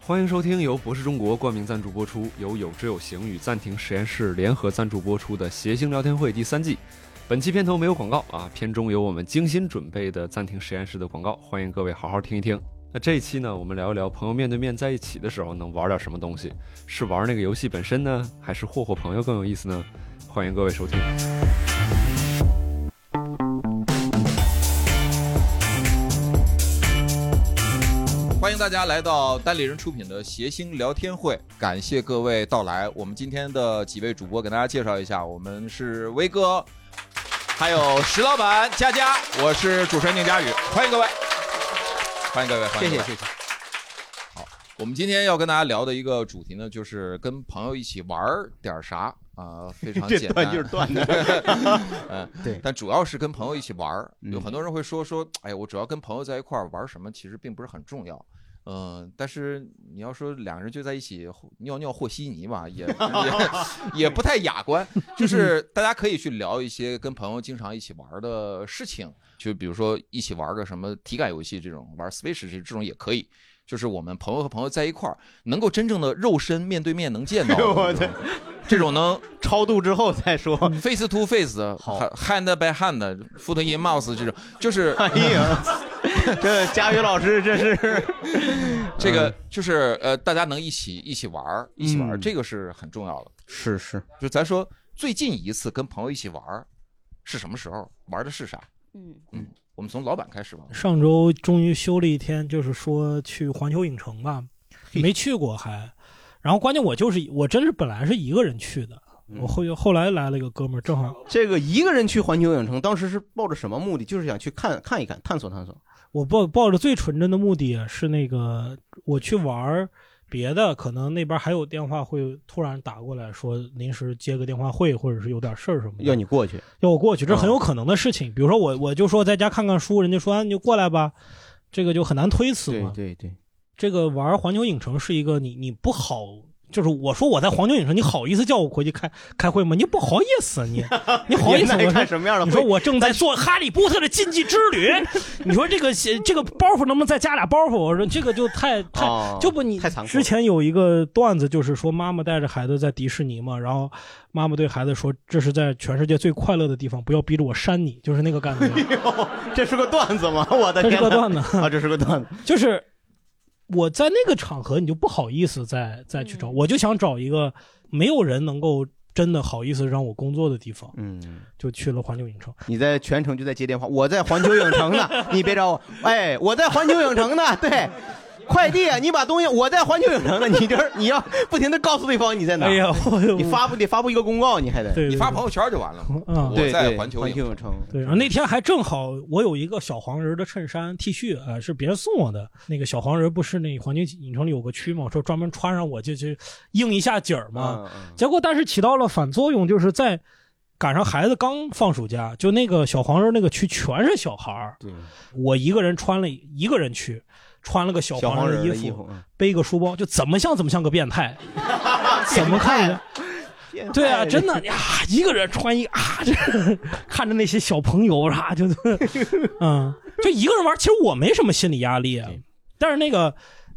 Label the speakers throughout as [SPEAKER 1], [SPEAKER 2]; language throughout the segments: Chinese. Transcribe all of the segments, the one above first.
[SPEAKER 1] 欢迎收听由博士中国冠名赞助播出，由有知有行与暂停实验室联合赞助播出的《谐星聊天会》第三季。本期片头没有广告啊，片中有我们精心准备的暂停实验室的广告，欢迎各位好好听一听。那这一期呢，我们聊一聊朋友面对面在一起的时候能玩点什么东西，是玩那个游戏本身呢，还是霍霍朋友更有意思呢？欢迎各位收听。
[SPEAKER 2] 欢迎大家来到单立人出品的谐星聊天会，感谢各位到来。我们今天的几位主播给大家介绍一下，我们是威哥，还有石老板佳佳，我是主持人宁佳宇，欢迎各位，欢迎各位，欢迎各位，
[SPEAKER 3] 谢谢谢谢
[SPEAKER 2] 我们今天要跟大家聊的一个主题呢，就是跟朋友一起玩儿点儿啥啊、非常
[SPEAKER 3] 这
[SPEAKER 2] 简单，
[SPEAKER 3] 段就是段
[SPEAKER 2] 嗯，
[SPEAKER 3] 对
[SPEAKER 2] 但主要是跟朋友一起玩儿。有
[SPEAKER 3] 嗯
[SPEAKER 2] 很多人会说说，哎呀，我主要跟朋友在一块儿玩儿什么，其实并不是很重要。嗯、但是你要说两个人就在一起尿尿和稀泥吧，也 也也不太雅观。就是大家可以去聊一些跟朋友经常一起玩儿的事情，就比如说一起玩儿个什么体感游戏这种，玩儿 Switch 这种也可以。就是我们朋友和朋友在一块儿，能够真正的肉身面对面能见到的
[SPEAKER 3] 我
[SPEAKER 2] 那
[SPEAKER 3] 的
[SPEAKER 2] 种，这种能
[SPEAKER 3] 超度之后再说。
[SPEAKER 2] face to face 的
[SPEAKER 3] 好
[SPEAKER 2] ，hand by hand，foot in mouth 这种，就是
[SPEAKER 3] 哎呀， 这佳宇老师这是
[SPEAKER 2] 这
[SPEAKER 4] 嗯
[SPEAKER 2] 个就是呃，大家能一起一起玩儿，一起玩儿，
[SPEAKER 3] 嗯
[SPEAKER 2] 这个是很重要的。
[SPEAKER 3] 是是，
[SPEAKER 2] 就咱说最近一次跟朋友一起玩儿是什么时候？玩的是啥？
[SPEAKER 5] 嗯，
[SPEAKER 2] 我们从老板开始吧。
[SPEAKER 4] 上周终于休了一天，就是说去环球影城吧，没去过还。然后关键我就是我真是本来是一个人去的，我后后来来了一个哥们儿，正好
[SPEAKER 3] 这个一个人去环球影城，当时是抱着什么目的？就是想去看看一看，探索探索。
[SPEAKER 4] 我抱抱着最纯真的目的是那个我去玩儿别的，可能那边还有电话会突然打过来说临时接个电话会，或者是有点事儿什么的，
[SPEAKER 3] 要你过去，
[SPEAKER 4] 要我过去，这很
[SPEAKER 3] 嗯
[SPEAKER 4] 有可能的事情。比如说我我就说在家看看书，人家说、啊、你就过来吧，这个就很难推辞
[SPEAKER 3] 对
[SPEAKER 4] 嘛。
[SPEAKER 3] 对对，
[SPEAKER 4] 这个玩环球影城是一个你你不好，就是我说我在环球影城，你好意思叫我回去开开会吗？你不好意思啊，你你好 意思
[SPEAKER 3] 你
[SPEAKER 4] 我说。
[SPEAKER 3] 看什么样的
[SPEAKER 4] 你说
[SPEAKER 3] 会？
[SPEAKER 4] 我正在做《哈利波特》的禁忌之 旅，你说这个这个包袱能不能再加俩包袱？我说这个就太太
[SPEAKER 3] 哦
[SPEAKER 4] 就不你
[SPEAKER 3] 太残酷了
[SPEAKER 4] 之前有一个段子，就是说妈妈带着孩子在迪士尼嘛，然后妈妈对孩子说：“这是在全世界最快乐的地方，不要逼着我扇你。”就是那个感觉，
[SPEAKER 3] 这是个段子吗？ 我的
[SPEAKER 4] 这
[SPEAKER 3] 天
[SPEAKER 4] 是
[SPEAKER 3] 哪，
[SPEAKER 4] 个段子。
[SPEAKER 3] 啊，这是个段子。
[SPEAKER 4] 就是我在那个场合，你就不好意思再再去找，
[SPEAKER 3] 嗯
[SPEAKER 4] 我就想找一个没有人能够真的好意思让我工作的地方，
[SPEAKER 3] 嗯，
[SPEAKER 4] 就去了环球影城。
[SPEAKER 3] 你在全程就在接电话，我在环球影城 呢，你别找我。哎，我在环球影城呢，对。快递，啊你把东西，我在环球影城呢，你这你要不停的告诉对方你在哪儿。
[SPEAKER 4] 哎呀，我
[SPEAKER 3] 你发布得发布一个公告，你还得
[SPEAKER 4] 对
[SPEAKER 2] 你发朋友圈就完了。
[SPEAKER 4] 啊。
[SPEAKER 2] 我
[SPEAKER 3] 对
[SPEAKER 2] 在
[SPEAKER 3] 对
[SPEAKER 2] 环球
[SPEAKER 3] 环
[SPEAKER 2] 影
[SPEAKER 3] 球影城，
[SPEAKER 4] 对，然后那天还正好我有一个小黄人的衬衫 T 恤啊、呃是别人送我的。那个小黄人不是那环球影城里有个区嘛，说专门穿上我就去应一下景儿嘛。
[SPEAKER 3] 嗯，嗯
[SPEAKER 4] 结果但是起到了反作用，就是在赶上孩子刚放暑假，就那个小黄人那个区全是小孩儿，
[SPEAKER 3] 对，
[SPEAKER 4] 我一个人穿了一个人去，穿了个小
[SPEAKER 3] 小
[SPEAKER 4] 黄
[SPEAKER 3] 人
[SPEAKER 4] 人
[SPEAKER 3] 的
[SPEAKER 4] 服，
[SPEAKER 3] 服，嗯
[SPEAKER 4] 背个书包，就怎么像怎么像个变态，怎么看着？
[SPEAKER 6] 哎
[SPEAKER 4] 对啊，真 的呀，一个人穿一啊，这看着那些小朋友啥，就嗯，就一个人玩，其实我没什么心理压力啊
[SPEAKER 3] 对，
[SPEAKER 4] 但是那个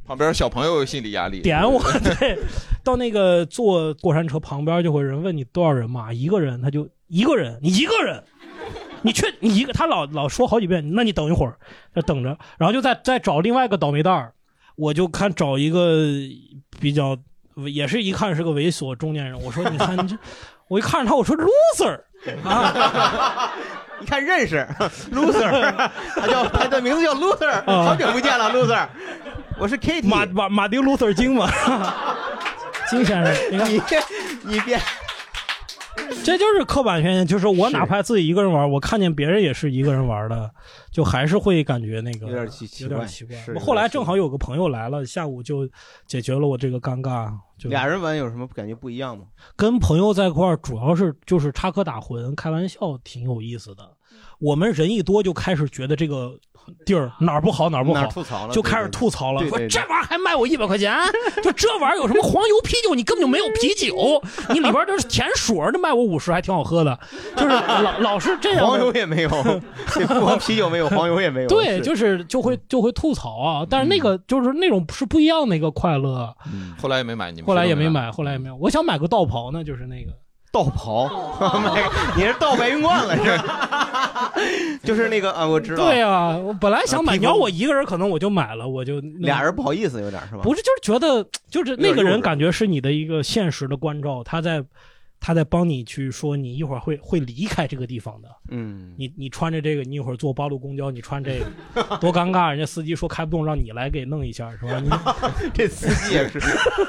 [SPEAKER 2] 旁边小朋友有心理压力，
[SPEAKER 4] 点我， 对，到那个坐过山车旁边就会有人问你多少人嘛，一个人他就一个人，你一个人，你去你一个，他老老说好几遍，那你等一会儿，那等着，然后就再再找另外一个倒霉蛋儿，我就看找一个比较也是一看是个猥琐中年人，我说你看你这，我一看着他我说 loser 啊
[SPEAKER 3] 一看认识，loser，他叫他的名字叫 loser，
[SPEAKER 4] 啊
[SPEAKER 3] 好久不见了，loser，我是 Kitty，
[SPEAKER 4] 马马马丁路 e 金嘛，金先 生，你看
[SPEAKER 3] 你你别，
[SPEAKER 4] 这就是刻板偏见，就是我
[SPEAKER 3] 是
[SPEAKER 4] 哪怕自己一个人玩，我看见别人也是一个人玩的，就还是会感觉那个
[SPEAKER 3] 有点奇奇
[SPEAKER 4] 有点
[SPEAKER 3] 怪
[SPEAKER 4] 奇怪
[SPEAKER 3] 是有。点
[SPEAKER 4] 后来
[SPEAKER 3] 奇怪
[SPEAKER 4] 正好有个朋友来了，下午就解决了我这个尴尬。就
[SPEAKER 3] 俩人玩有什么感觉不一样吗？
[SPEAKER 4] 跟朋友在一块儿，主要是就是插科打诨、开玩笑，挺有意思的。我们人一多，就开始觉得这个地儿哪儿不好哪儿不好，
[SPEAKER 3] 哪儿吐槽了
[SPEAKER 4] 就开始吐槽了，
[SPEAKER 3] 对对
[SPEAKER 4] 说
[SPEAKER 3] 对
[SPEAKER 4] 这玩意儿还卖我一百块钱，就这玩意儿有什么黄油啤酒，你根本就没有啤酒，你里边都是甜水儿，那卖我五十还挺好喝的，就是老老是这样的，
[SPEAKER 3] 黄油也没 有，对不光啤酒没有，黄油也没有。嗯
[SPEAKER 4] 对，就是就会就会吐槽啊，但是那个就是那种是不一样的一个快乐。啊
[SPEAKER 2] 后来也没买，你们
[SPEAKER 4] 后来
[SPEAKER 2] 谁
[SPEAKER 4] 也
[SPEAKER 2] 都
[SPEAKER 4] 没
[SPEAKER 2] 没
[SPEAKER 4] 买，后来也没有。我想买个道袍呢，就是那个
[SPEAKER 3] 嗯道袍，你是到白云观了 是吧？就是那个啊，我知道，
[SPEAKER 4] 对啊，我本来想
[SPEAKER 3] 啊
[SPEAKER 4] 买，
[SPEAKER 3] 披
[SPEAKER 4] 你
[SPEAKER 3] 风
[SPEAKER 4] 要我一个人，可能我就买了，我就
[SPEAKER 3] 俩人不好意思有点是吧？
[SPEAKER 4] 不是就是觉得就是那
[SPEAKER 3] 有
[SPEAKER 4] 个
[SPEAKER 3] 点幼
[SPEAKER 4] 人
[SPEAKER 3] 稚
[SPEAKER 4] 感觉是你的一个现实的关照，他在他在帮你去说你一会儿会会离开这个地方的，
[SPEAKER 3] 嗯，
[SPEAKER 4] 你你穿着这个，你一会儿坐八路公交，你穿 这个多尴尬，人家司机说开不动，让你来给弄一下是吧？你
[SPEAKER 3] 这司机也是，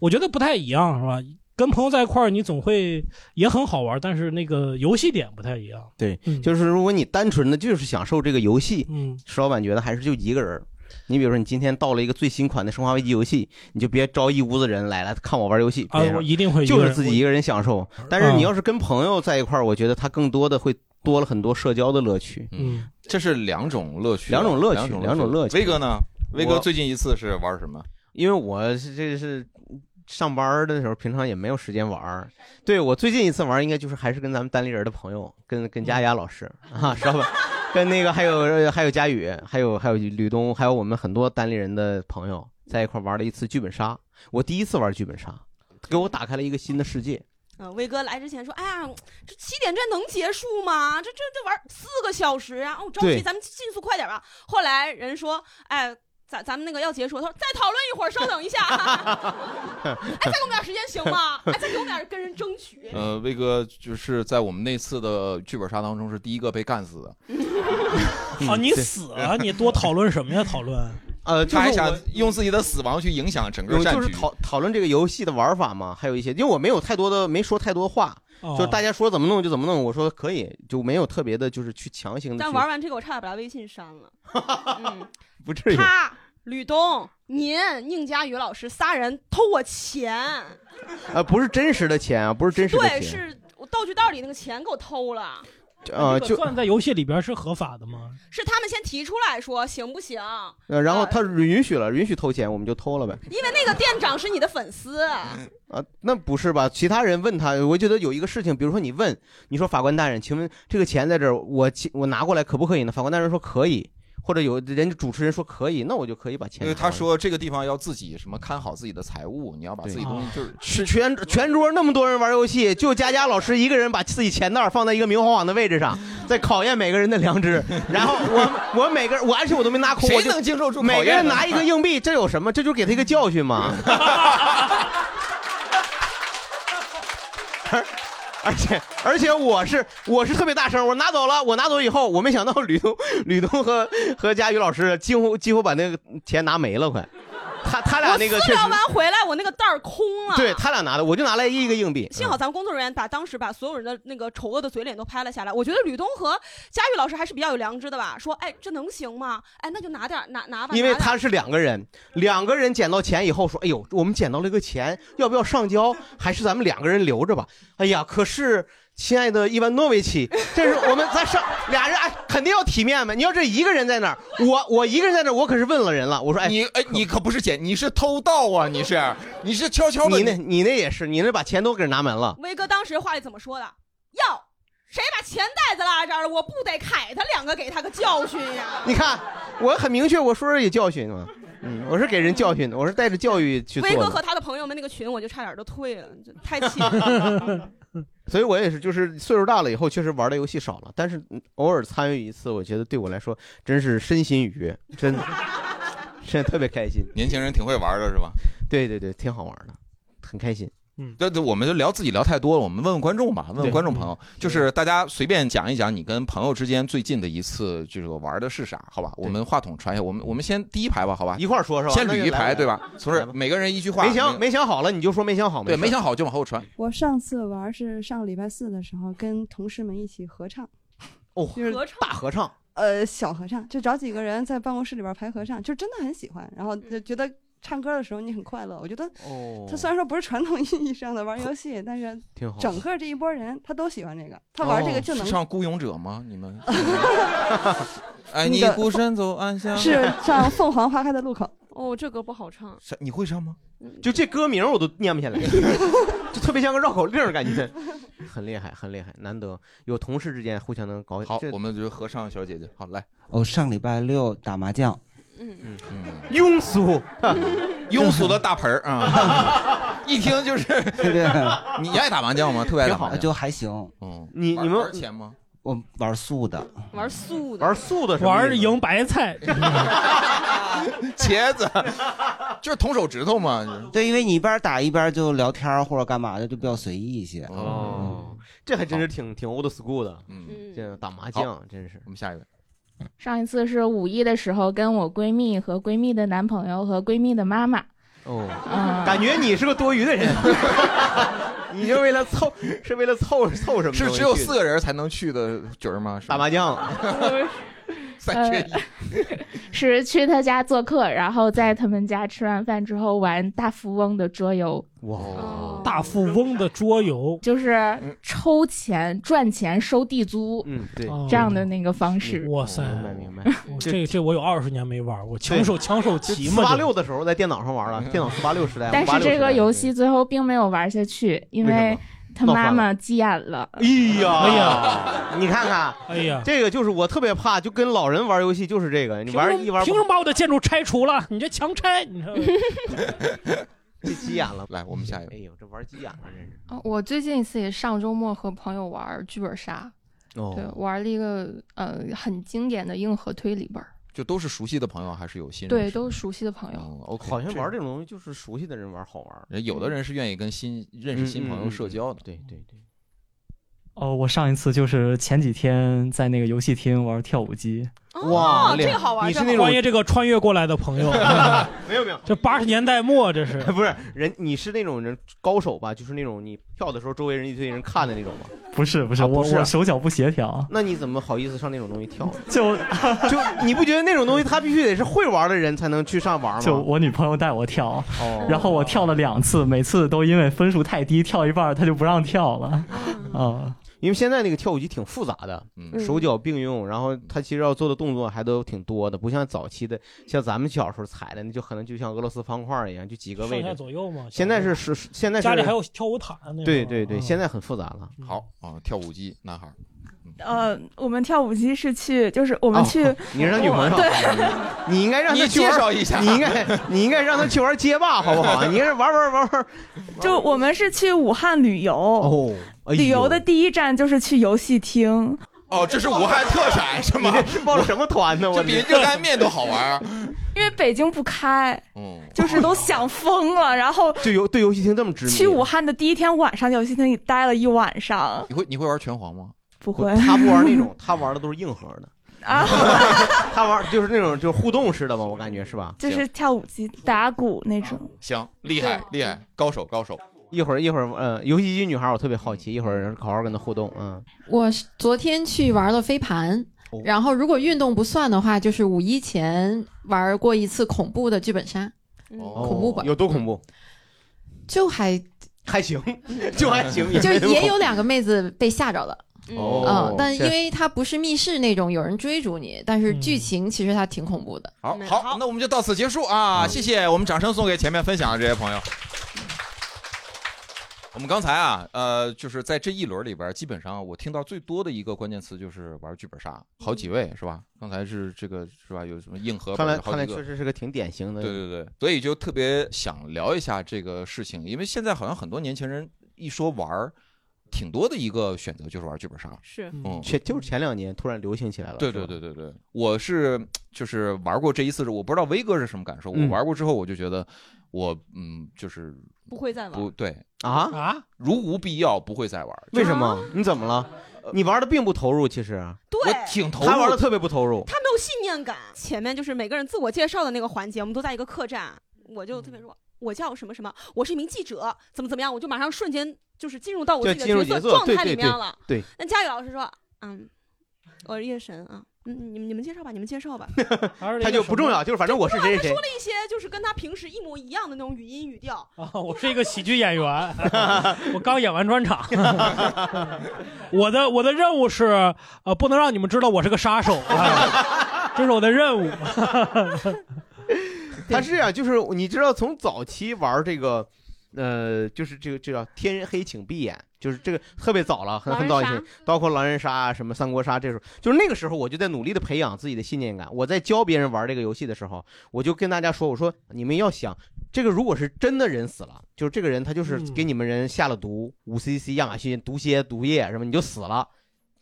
[SPEAKER 4] 我觉得不太一样，是吧？跟朋友在一块儿，你总会也很好玩，但是那个游戏点不太一样。
[SPEAKER 3] 对
[SPEAKER 4] 嗯，
[SPEAKER 3] 就是如果你单纯的就是享受这个游戏，
[SPEAKER 4] 嗯，
[SPEAKER 3] 石老板觉得还是就一个人儿。你比如说，你今天到了一个最新款的《生化危机》游戏，你就别招一屋子人来来看我玩游戏，
[SPEAKER 4] 啊
[SPEAKER 3] 别，
[SPEAKER 4] 我一嗯定会一个
[SPEAKER 3] 就是
[SPEAKER 4] 人
[SPEAKER 3] 自己一个人享受。但是你要是跟朋友在一块儿，我觉得他更多的会多了很多社交的乐趣。
[SPEAKER 4] 嗯，
[SPEAKER 2] 这是两种乐趣啊，
[SPEAKER 3] 两种乐趣
[SPEAKER 2] 两
[SPEAKER 3] 两种乐趣
[SPEAKER 2] 威哥呢？威哥
[SPEAKER 3] 我
[SPEAKER 2] 最近一次是玩什么？
[SPEAKER 3] 因为我是这是上班的时候，平常也没有时间玩儿。对我最近一次玩儿，应该就是还是跟咱们单立人的朋友，跟跟佳佳老师啊，石老板，跟那个还有还有佳宇，还有还有吕东，还有我们很多单立人的朋友在一块儿玩了一次剧本杀。我第一次玩剧本杀，给我打开了一个新的世界。
[SPEAKER 5] 啊，威哥来之前说：“哎呀，这七点这能结束吗？这这这玩意儿四个小时啊！哦，着急，
[SPEAKER 3] 对
[SPEAKER 5] 咱们尽速快点吧。”后来人说：“哎，咱咱们那个要结束。”他说：“再讨论一会儿，稍等一下。 哎，再给我们点时间行吗？哎，再给我们点跟人争取。
[SPEAKER 3] 嗯
[SPEAKER 2] 呃，威哥就是在我们那次的剧本杀当中是第一个被干死的。
[SPEAKER 4] 啊，
[SPEAKER 3] 嗯
[SPEAKER 4] 你死啊！你多讨论什么呀？讨论
[SPEAKER 3] 呃，就
[SPEAKER 2] 他还
[SPEAKER 3] 是
[SPEAKER 2] 想
[SPEAKER 3] 我。
[SPEAKER 2] 用自己的死亡去影响整个
[SPEAKER 3] 有
[SPEAKER 2] 战
[SPEAKER 3] 就是
[SPEAKER 2] 局。
[SPEAKER 3] 讨讨论这个游戏的玩法嘛，还有一些，因为我没有太多的没说太多话，
[SPEAKER 4] 哦
[SPEAKER 3] 就是大家说怎么弄就怎么弄，我说可以，就没有特别的，就是去强行的。
[SPEAKER 5] 但玩完这个，我差点把他微信删了。嗯，
[SPEAKER 3] 不至于。
[SPEAKER 5] 他、吕东、您、宁佳宇老师仨人偷我钱，
[SPEAKER 3] 呃，不是真实的钱啊，不是真实的钱，
[SPEAKER 5] 对，是我道具袋里那个钱给我偷了。
[SPEAKER 4] 这
[SPEAKER 3] 呃
[SPEAKER 4] 个
[SPEAKER 3] 就
[SPEAKER 4] 算在游戏里边是合法的吗？
[SPEAKER 5] 是他们先提出来说行不行？
[SPEAKER 3] 呃，然后他允许了，允许偷钱，我们就偷了呗。
[SPEAKER 5] 因为那个店长是你的粉丝，
[SPEAKER 3] 啊，那不是吧？其他人问他，我觉得有一个事情，比如说你问，你说法官大人，请问这个钱在这儿，我请我拿过来可不可以呢？法官大人说可以，或者有人家主持人说可以，那我就可以把钱
[SPEAKER 2] 因为
[SPEAKER 3] 拿过来。
[SPEAKER 2] 他说这个地方要自己什么看好自己的财务，你要把自己东西就是
[SPEAKER 3] 是全全桌那么多人玩游戏，就佳佳老师一个人把自己钱袋放在一个明晃晃的位置上，在考验每个人的良知。然后我我每个人我而且我都没拿空，
[SPEAKER 2] 谁
[SPEAKER 3] 我就
[SPEAKER 2] 能经受住考验呢
[SPEAKER 3] 每个人拿一个硬币，这有什么？这就是给他一个教训嘛。 而而且而且我是我是特别大声，我拿走了，我拿走以后，我没想到吕东吕东和和佳宇老师几乎几乎把那个钱拿没了，快，他他俩那个
[SPEAKER 5] 我私
[SPEAKER 3] 确实
[SPEAKER 5] 聊完回来，我那个袋儿空了。
[SPEAKER 3] 对他俩拿的，我就拿来一个硬币。
[SPEAKER 5] 幸好咱们工作人员把当时把所有人的那个丑恶的嘴脸都拍了下来。我觉得吕东和佳玉老师还是比较有良知的吧，说哎这能行吗？哎那就拿点儿拿拿吧。
[SPEAKER 3] 因为
[SPEAKER 5] 拿点儿
[SPEAKER 3] 他是两个人，两个人捡到钱以后说：“哎呦，我们捡到了一个钱，要不要上交？还是咱们两个人留着吧？”哎呀，可是亲爱的伊万诺维奇，这是我们咱上俩人，哎，肯定要体面嘛。你要这一个人在那儿，我我一个人在那儿，我可是问了人了。我说：“哎，
[SPEAKER 2] 你哎，你可不是捡，你是偷盗啊！你是你是悄悄的，
[SPEAKER 3] 你那你那也是，你那把钱都给人拿门了。
[SPEAKER 5] 威哥当时话里怎么说的？哟，谁把钱袋子拉这儿了？我不得揩他两个，给他个教训呀！
[SPEAKER 3] 你看，我很明确，我说这也教训嘛。嗯，我是给人教训的，我是带着教育去做
[SPEAKER 5] 威
[SPEAKER 3] 的。
[SPEAKER 5] 哥和他的朋友们那个群，我就差点都退了，就太气了。
[SPEAKER 3] 所以我也是，就是岁数大了以后，确实玩的游戏少了，但是嗯偶尔参与一次，我觉得对我来说真是身心愉 悦，真的，真的特别开心。
[SPEAKER 2] 年轻人挺会玩的是吧？嗯
[SPEAKER 3] 对对对，挺好玩的，很开心。
[SPEAKER 2] 这这我们就聊自己聊太多了，我们问问观众吧，问问
[SPEAKER 3] 对
[SPEAKER 2] 观众朋友，就是大家随便讲一讲你跟朋友之间最近的一次这个玩的是啥，好吧？我们话筒传一下，我们我们先第一排吧，好吧？
[SPEAKER 3] 一块儿说是吧？
[SPEAKER 2] 先
[SPEAKER 3] 啊那
[SPEAKER 2] 捋
[SPEAKER 3] 就
[SPEAKER 2] 一
[SPEAKER 3] 来
[SPEAKER 2] 排对？
[SPEAKER 3] 来
[SPEAKER 2] 吧？从这
[SPEAKER 3] 来吧
[SPEAKER 2] 每个人一句话，
[SPEAKER 3] 没想
[SPEAKER 2] 每
[SPEAKER 3] 没想好了，你就说没想好。
[SPEAKER 2] 对没
[SPEAKER 3] 事儿
[SPEAKER 2] 想好就往后传。
[SPEAKER 7] 我上次玩是上个礼拜四的时候，跟同事们一起合唱，
[SPEAKER 3] 哦，
[SPEAKER 7] 就是
[SPEAKER 5] 合唱
[SPEAKER 3] 大合唱，
[SPEAKER 7] 呃小合唱，就找几个人在办公室里边排合唱，就真的很喜欢，然后就觉得唱歌的时候你很快乐。我觉得
[SPEAKER 3] 哦
[SPEAKER 7] 他虽然说不是传统意 义上的玩游戏，但是
[SPEAKER 3] 挺好哦
[SPEAKER 7] 整个这一波人他都喜欢这个，他玩这个就能
[SPEAKER 2] 唱《孤勇者》吗？你 们？哎，
[SPEAKER 7] 那
[SPEAKER 2] 你
[SPEAKER 7] 个
[SPEAKER 2] 孤身走暗巷。
[SPEAKER 7] 是唱《凤凰花开的路口》。
[SPEAKER 5] 哦，这歌不好唱。嗯
[SPEAKER 2] 啥你会唱吗？
[SPEAKER 3] 就这歌名我都念不下来， 就特别像个绕口令儿感觉， 很厉害，很厉害，难得有同事之间互相能搞
[SPEAKER 2] 好
[SPEAKER 3] 这，
[SPEAKER 2] 我们就合唱小姐姐。好，来，
[SPEAKER 8] 哦，上礼拜六打麻将，
[SPEAKER 5] 嗯
[SPEAKER 2] 嗯，
[SPEAKER 3] 庸俗，
[SPEAKER 2] 庸俗的大盆儿 啊，一听就是。
[SPEAKER 8] 对对，
[SPEAKER 2] 你爱打麻将吗？特别爱打麻
[SPEAKER 8] 啊
[SPEAKER 2] 将。
[SPEAKER 8] 就还行。
[SPEAKER 2] 嗯，
[SPEAKER 3] 你
[SPEAKER 2] 玩
[SPEAKER 3] 你们
[SPEAKER 2] 玩钱吗？
[SPEAKER 8] 我玩素的，
[SPEAKER 5] 玩 素的，
[SPEAKER 3] 玩素的什么意思
[SPEAKER 4] 玩赢白菜，
[SPEAKER 2] 茄 子，就是捅手指头嘛。就是
[SPEAKER 8] 对，因为你一边打一边就聊天儿或者干嘛的，就比较随意一些。
[SPEAKER 1] 哦，
[SPEAKER 3] 这还真是挺挺 old school 的，
[SPEAKER 2] 嗯，
[SPEAKER 5] 嗯，
[SPEAKER 3] 这打麻将真是
[SPEAKER 2] 我们下一位。
[SPEAKER 9] 上一次是五一的时候，跟我闺蜜和闺蜜的男朋友和闺蜜的 妈妈，
[SPEAKER 3] 哦，
[SPEAKER 9] 嗯，
[SPEAKER 3] 感觉你是个多余的人， 你就为了凑是为了凑凑什么东西去？
[SPEAKER 2] 是只有四个人才能去的局儿吗？是
[SPEAKER 3] 打
[SPEAKER 2] 吗
[SPEAKER 3] 麻 将，
[SPEAKER 2] 三缺一。
[SPEAKER 9] 呃是去她家做客，然后在他们家吃完饭之后玩大富翁的桌游，
[SPEAKER 5] 哦
[SPEAKER 4] 大富翁的桌 游，
[SPEAKER 9] 就是抽钱赚钱收地租
[SPEAKER 3] 嗯，对，
[SPEAKER 4] 哦
[SPEAKER 9] 这样的那个方式。
[SPEAKER 4] 哇塞，
[SPEAKER 3] 明白明白。
[SPEAKER 4] 我
[SPEAKER 3] 这
[SPEAKER 4] 这这我有二十年没玩过，抢手抢手
[SPEAKER 3] 就
[SPEAKER 4] 棋
[SPEAKER 3] 四
[SPEAKER 4] 嘛，
[SPEAKER 3] 八
[SPEAKER 4] 这
[SPEAKER 3] 六的时候在电脑上玩了，电脑四八六时代。586
[SPEAKER 9] 但是
[SPEAKER 3] 时
[SPEAKER 9] 这
[SPEAKER 3] 代
[SPEAKER 9] 个游戏最后并没有玩下去，因
[SPEAKER 3] 为什
[SPEAKER 9] 为
[SPEAKER 3] 么
[SPEAKER 9] 她妈妈急眼 了。
[SPEAKER 3] 哎呀，
[SPEAKER 4] 哎
[SPEAKER 3] 呀，你看看
[SPEAKER 4] 哎呀，
[SPEAKER 3] 这个就是我特别怕，就跟老人玩游戏就是这个，你
[SPEAKER 4] 凭
[SPEAKER 3] 玩
[SPEAKER 4] 什
[SPEAKER 3] 一
[SPEAKER 4] 么
[SPEAKER 3] 玩不
[SPEAKER 4] 凭什么把我的建筑拆除了？你这强拆，你看
[SPEAKER 3] 这急眼了。
[SPEAKER 2] 来，我们下一
[SPEAKER 3] 哎
[SPEAKER 2] 位。
[SPEAKER 3] 呦，这玩急眼了，真是。
[SPEAKER 10] 哦我最近一次也是上周末和朋友玩剧本杀，对，
[SPEAKER 3] 哦，
[SPEAKER 10] 玩了一个呃很经典的硬核推理本儿，
[SPEAKER 2] 就都是熟悉的朋友，还是有新人？
[SPEAKER 10] 对，都是熟悉的朋友。
[SPEAKER 2] 嗯，OK。
[SPEAKER 3] 好像玩这种东西就是熟悉的人玩嗯好玩。
[SPEAKER 2] 人有的人是愿意跟新认识新朋友社交的。
[SPEAKER 3] 嗯对对对，
[SPEAKER 11] 哦，我上一次就是前几天在那个游戏厅玩跳舞机，
[SPEAKER 3] 哇
[SPEAKER 5] 哦，这个好玩，
[SPEAKER 3] 你是
[SPEAKER 5] 这个
[SPEAKER 3] 那
[SPEAKER 5] 好
[SPEAKER 3] 种
[SPEAKER 4] 欢迎这个穿越过来的朋友，
[SPEAKER 3] 没有没有，
[SPEAKER 4] 这八十年代末这是
[SPEAKER 3] 不是人，你是那种人高手吧？就是那种你跳的时候周围人一堆人看的那种吗？
[SPEAKER 11] 不是不是，
[SPEAKER 3] 啊不
[SPEAKER 11] 我
[SPEAKER 3] 是啊啊
[SPEAKER 11] 我手脚不协调，
[SPEAKER 3] 那你怎么好意思上那种东西跳？
[SPEAKER 11] 就
[SPEAKER 3] 就你不觉得那种东西他必须得是会玩的人才能去上玩
[SPEAKER 11] 就
[SPEAKER 3] 吗？
[SPEAKER 11] 我女朋友带我跳，
[SPEAKER 3] 哦
[SPEAKER 11] 然后我跳了两次，每次都因为分数太低，跳一半儿她就不让跳了，
[SPEAKER 3] 嗯
[SPEAKER 11] 啊，
[SPEAKER 3] 因为现在那个跳舞机挺复杂的，
[SPEAKER 2] 嗯
[SPEAKER 3] 手脚并用，然后他其实要做的动作还都挺多的，不像早期的，像咱们小时候踩的，那就可能就像俄罗斯方块一样，就几个位
[SPEAKER 4] 上下
[SPEAKER 3] 置。
[SPEAKER 4] 左右嘛。
[SPEAKER 3] 现在是是是 现在是
[SPEAKER 4] 家里还有跳舞毯呢。嗯
[SPEAKER 3] 对对对，现
[SPEAKER 4] 在
[SPEAKER 3] 在很复杂了。
[SPEAKER 2] 好啊，跳舞机男孩儿，
[SPEAKER 12] 呃，我们跳舞机是去，就是我们
[SPEAKER 3] 哦
[SPEAKER 12] 去，
[SPEAKER 3] 你让他女朋友，你应该让
[SPEAKER 2] 你
[SPEAKER 3] 他去
[SPEAKER 2] 介
[SPEAKER 3] 玩，
[SPEAKER 2] 绍一下
[SPEAKER 3] 你。应该你应该让他去玩街霸，好不好？你应该是玩玩玩玩。
[SPEAKER 12] 就我们是去武汉旅游。
[SPEAKER 3] 哦，哎呦
[SPEAKER 12] 旅游的第一站就是去游戏厅，
[SPEAKER 2] 哦，这是武汉特产是吗
[SPEAKER 3] 你？这是报了什么 团呢？
[SPEAKER 2] 这
[SPEAKER 3] 我
[SPEAKER 2] 比热干面都好玩儿。
[SPEAKER 12] 因为北京不开，
[SPEAKER 3] 哦
[SPEAKER 2] 嗯，
[SPEAKER 12] 就是都想疯了。然 后
[SPEAKER 3] 就游 对游戏厅这么执迷。
[SPEAKER 12] 去武汉的第一天晚上，游戏厅里待了一晚上，
[SPEAKER 2] 你会你会玩拳皇吗？
[SPEAKER 12] 不
[SPEAKER 3] 不
[SPEAKER 12] 会
[SPEAKER 3] 他不玩那种，他玩的都是硬核的，
[SPEAKER 12] 啊，
[SPEAKER 3] 他玩就是那种就是互动式的吧，我感觉是吧？
[SPEAKER 12] 就是跳舞机、打鼓那种。
[SPEAKER 2] 行，厉害厉害，高手高手。
[SPEAKER 3] 一会儿一会儿，呃，游戏机女孩我特别好奇，一会儿好好跟她互动，嗯，
[SPEAKER 13] 我是昨天去玩了飞盘
[SPEAKER 3] 哦，
[SPEAKER 13] 然后如果运动不算的话，就是五一前玩过一次恐怖的剧本杀，
[SPEAKER 2] 哦
[SPEAKER 13] 恐怖吧
[SPEAKER 3] 有多恐怖？
[SPEAKER 13] 就还
[SPEAKER 3] 还行， 就还行，
[SPEAKER 13] 就
[SPEAKER 3] 没那么
[SPEAKER 13] 也
[SPEAKER 3] 恐
[SPEAKER 13] 有两个妹子被吓着了，
[SPEAKER 3] 哦
[SPEAKER 13] 嗯，但
[SPEAKER 3] 这
[SPEAKER 13] 因为它不是密室那种有人追逐你，但是
[SPEAKER 4] 嗯
[SPEAKER 13] 剧情其实它挺恐怖的。
[SPEAKER 2] 好
[SPEAKER 5] 嗯
[SPEAKER 2] 好
[SPEAKER 5] 好，
[SPEAKER 2] 那我们就到此结束啊！
[SPEAKER 3] 嗯
[SPEAKER 2] 谢谢，我们掌声送给前面分享的这些朋友。我们刚才啊，呃，就是在这一轮里边，基本上我听到最多的一个关键词就是玩剧本杀，好几位是吧？刚才是这个是吧？有什么硬核
[SPEAKER 3] 怖
[SPEAKER 2] 本
[SPEAKER 3] 看
[SPEAKER 2] 儿？
[SPEAKER 3] 来
[SPEAKER 2] 好
[SPEAKER 3] 看
[SPEAKER 2] 几
[SPEAKER 3] 来
[SPEAKER 2] 个
[SPEAKER 3] 确。实是个挺典型的，
[SPEAKER 2] 对对对，所以就特别想聊一下这个事情，因为现在好像很多年轻人一说玩儿，挺多的一个选择就是玩剧本杀。
[SPEAKER 5] 是
[SPEAKER 2] 嗯，
[SPEAKER 3] 前就是前两年突然流行起来了，
[SPEAKER 2] 对
[SPEAKER 3] 是吧
[SPEAKER 2] 对，对对对，我是就是玩过这一次，我不知道威哥是什么感受。我
[SPEAKER 3] 嗯
[SPEAKER 2] 玩过之后，我就觉得我嗯，就是
[SPEAKER 5] 不会再玩
[SPEAKER 2] 不。对，
[SPEAKER 3] 啊，
[SPEAKER 4] 啊，
[SPEAKER 2] 如无必要不会再玩。
[SPEAKER 3] 为什么？你怎么了？你玩的并不投入，其实
[SPEAKER 5] 对，
[SPEAKER 2] 我挺投入，
[SPEAKER 3] 他玩的特别不投入，
[SPEAKER 5] 他没有信念感。前面就是每个人自我介绍的那个环节，我们都在一个客栈，我就特别说，我叫什么什么，我是一名记者，怎么怎么样，我就马上瞬间就是进入到我
[SPEAKER 3] 就
[SPEAKER 5] 自己
[SPEAKER 3] 进入
[SPEAKER 5] 的
[SPEAKER 3] 角
[SPEAKER 5] 角
[SPEAKER 3] 色
[SPEAKER 5] 状
[SPEAKER 3] 对
[SPEAKER 5] 态
[SPEAKER 3] 对
[SPEAKER 5] 里面
[SPEAKER 3] 对
[SPEAKER 5] 了。
[SPEAKER 3] 对
[SPEAKER 5] 那佳宇老师说，嗯，我是夜神啊，嗯，你们你们介绍吧，你们介 绍吧。
[SPEAKER 3] 他就不重要，就是反正我是谁
[SPEAKER 5] 他
[SPEAKER 3] 谁
[SPEAKER 5] 说
[SPEAKER 3] 谁
[SPEAKER 5] 了。一些就是跟他平时一模一样的那种语音语调，
[SPEAKER 4] 啊，我是一个喜剧演员， 我刚演完专场。 我的我的任务是，呃，不能让你们知道我是个杀手，啊、 这是我的任务。
[SPEAKER 3] 他是这样，就是你知道，从早期玩这个，呃，就是这个这叫天黑请闭眼，就是这个特别早了，很很早以
[SPEAKER 14] 狼
[SPEAKER 3] 前
[SPEAKER 14] 人，
[SPEAKER 3] 包括狼人杀啊、什么三国杀，这时候就是那个时候，我就在努力的培养自己的信念感。我在教别人玩这个游戏的时候，我就跟大家说，我说你们要想，这个如果是真的人死了，就是这个人他就是
[SPEAKER 4] 嗯
[SPEAKER 3] 给你们人下了毒，五 CC、亚马逊、毒蝎、毒液什么，你就死了。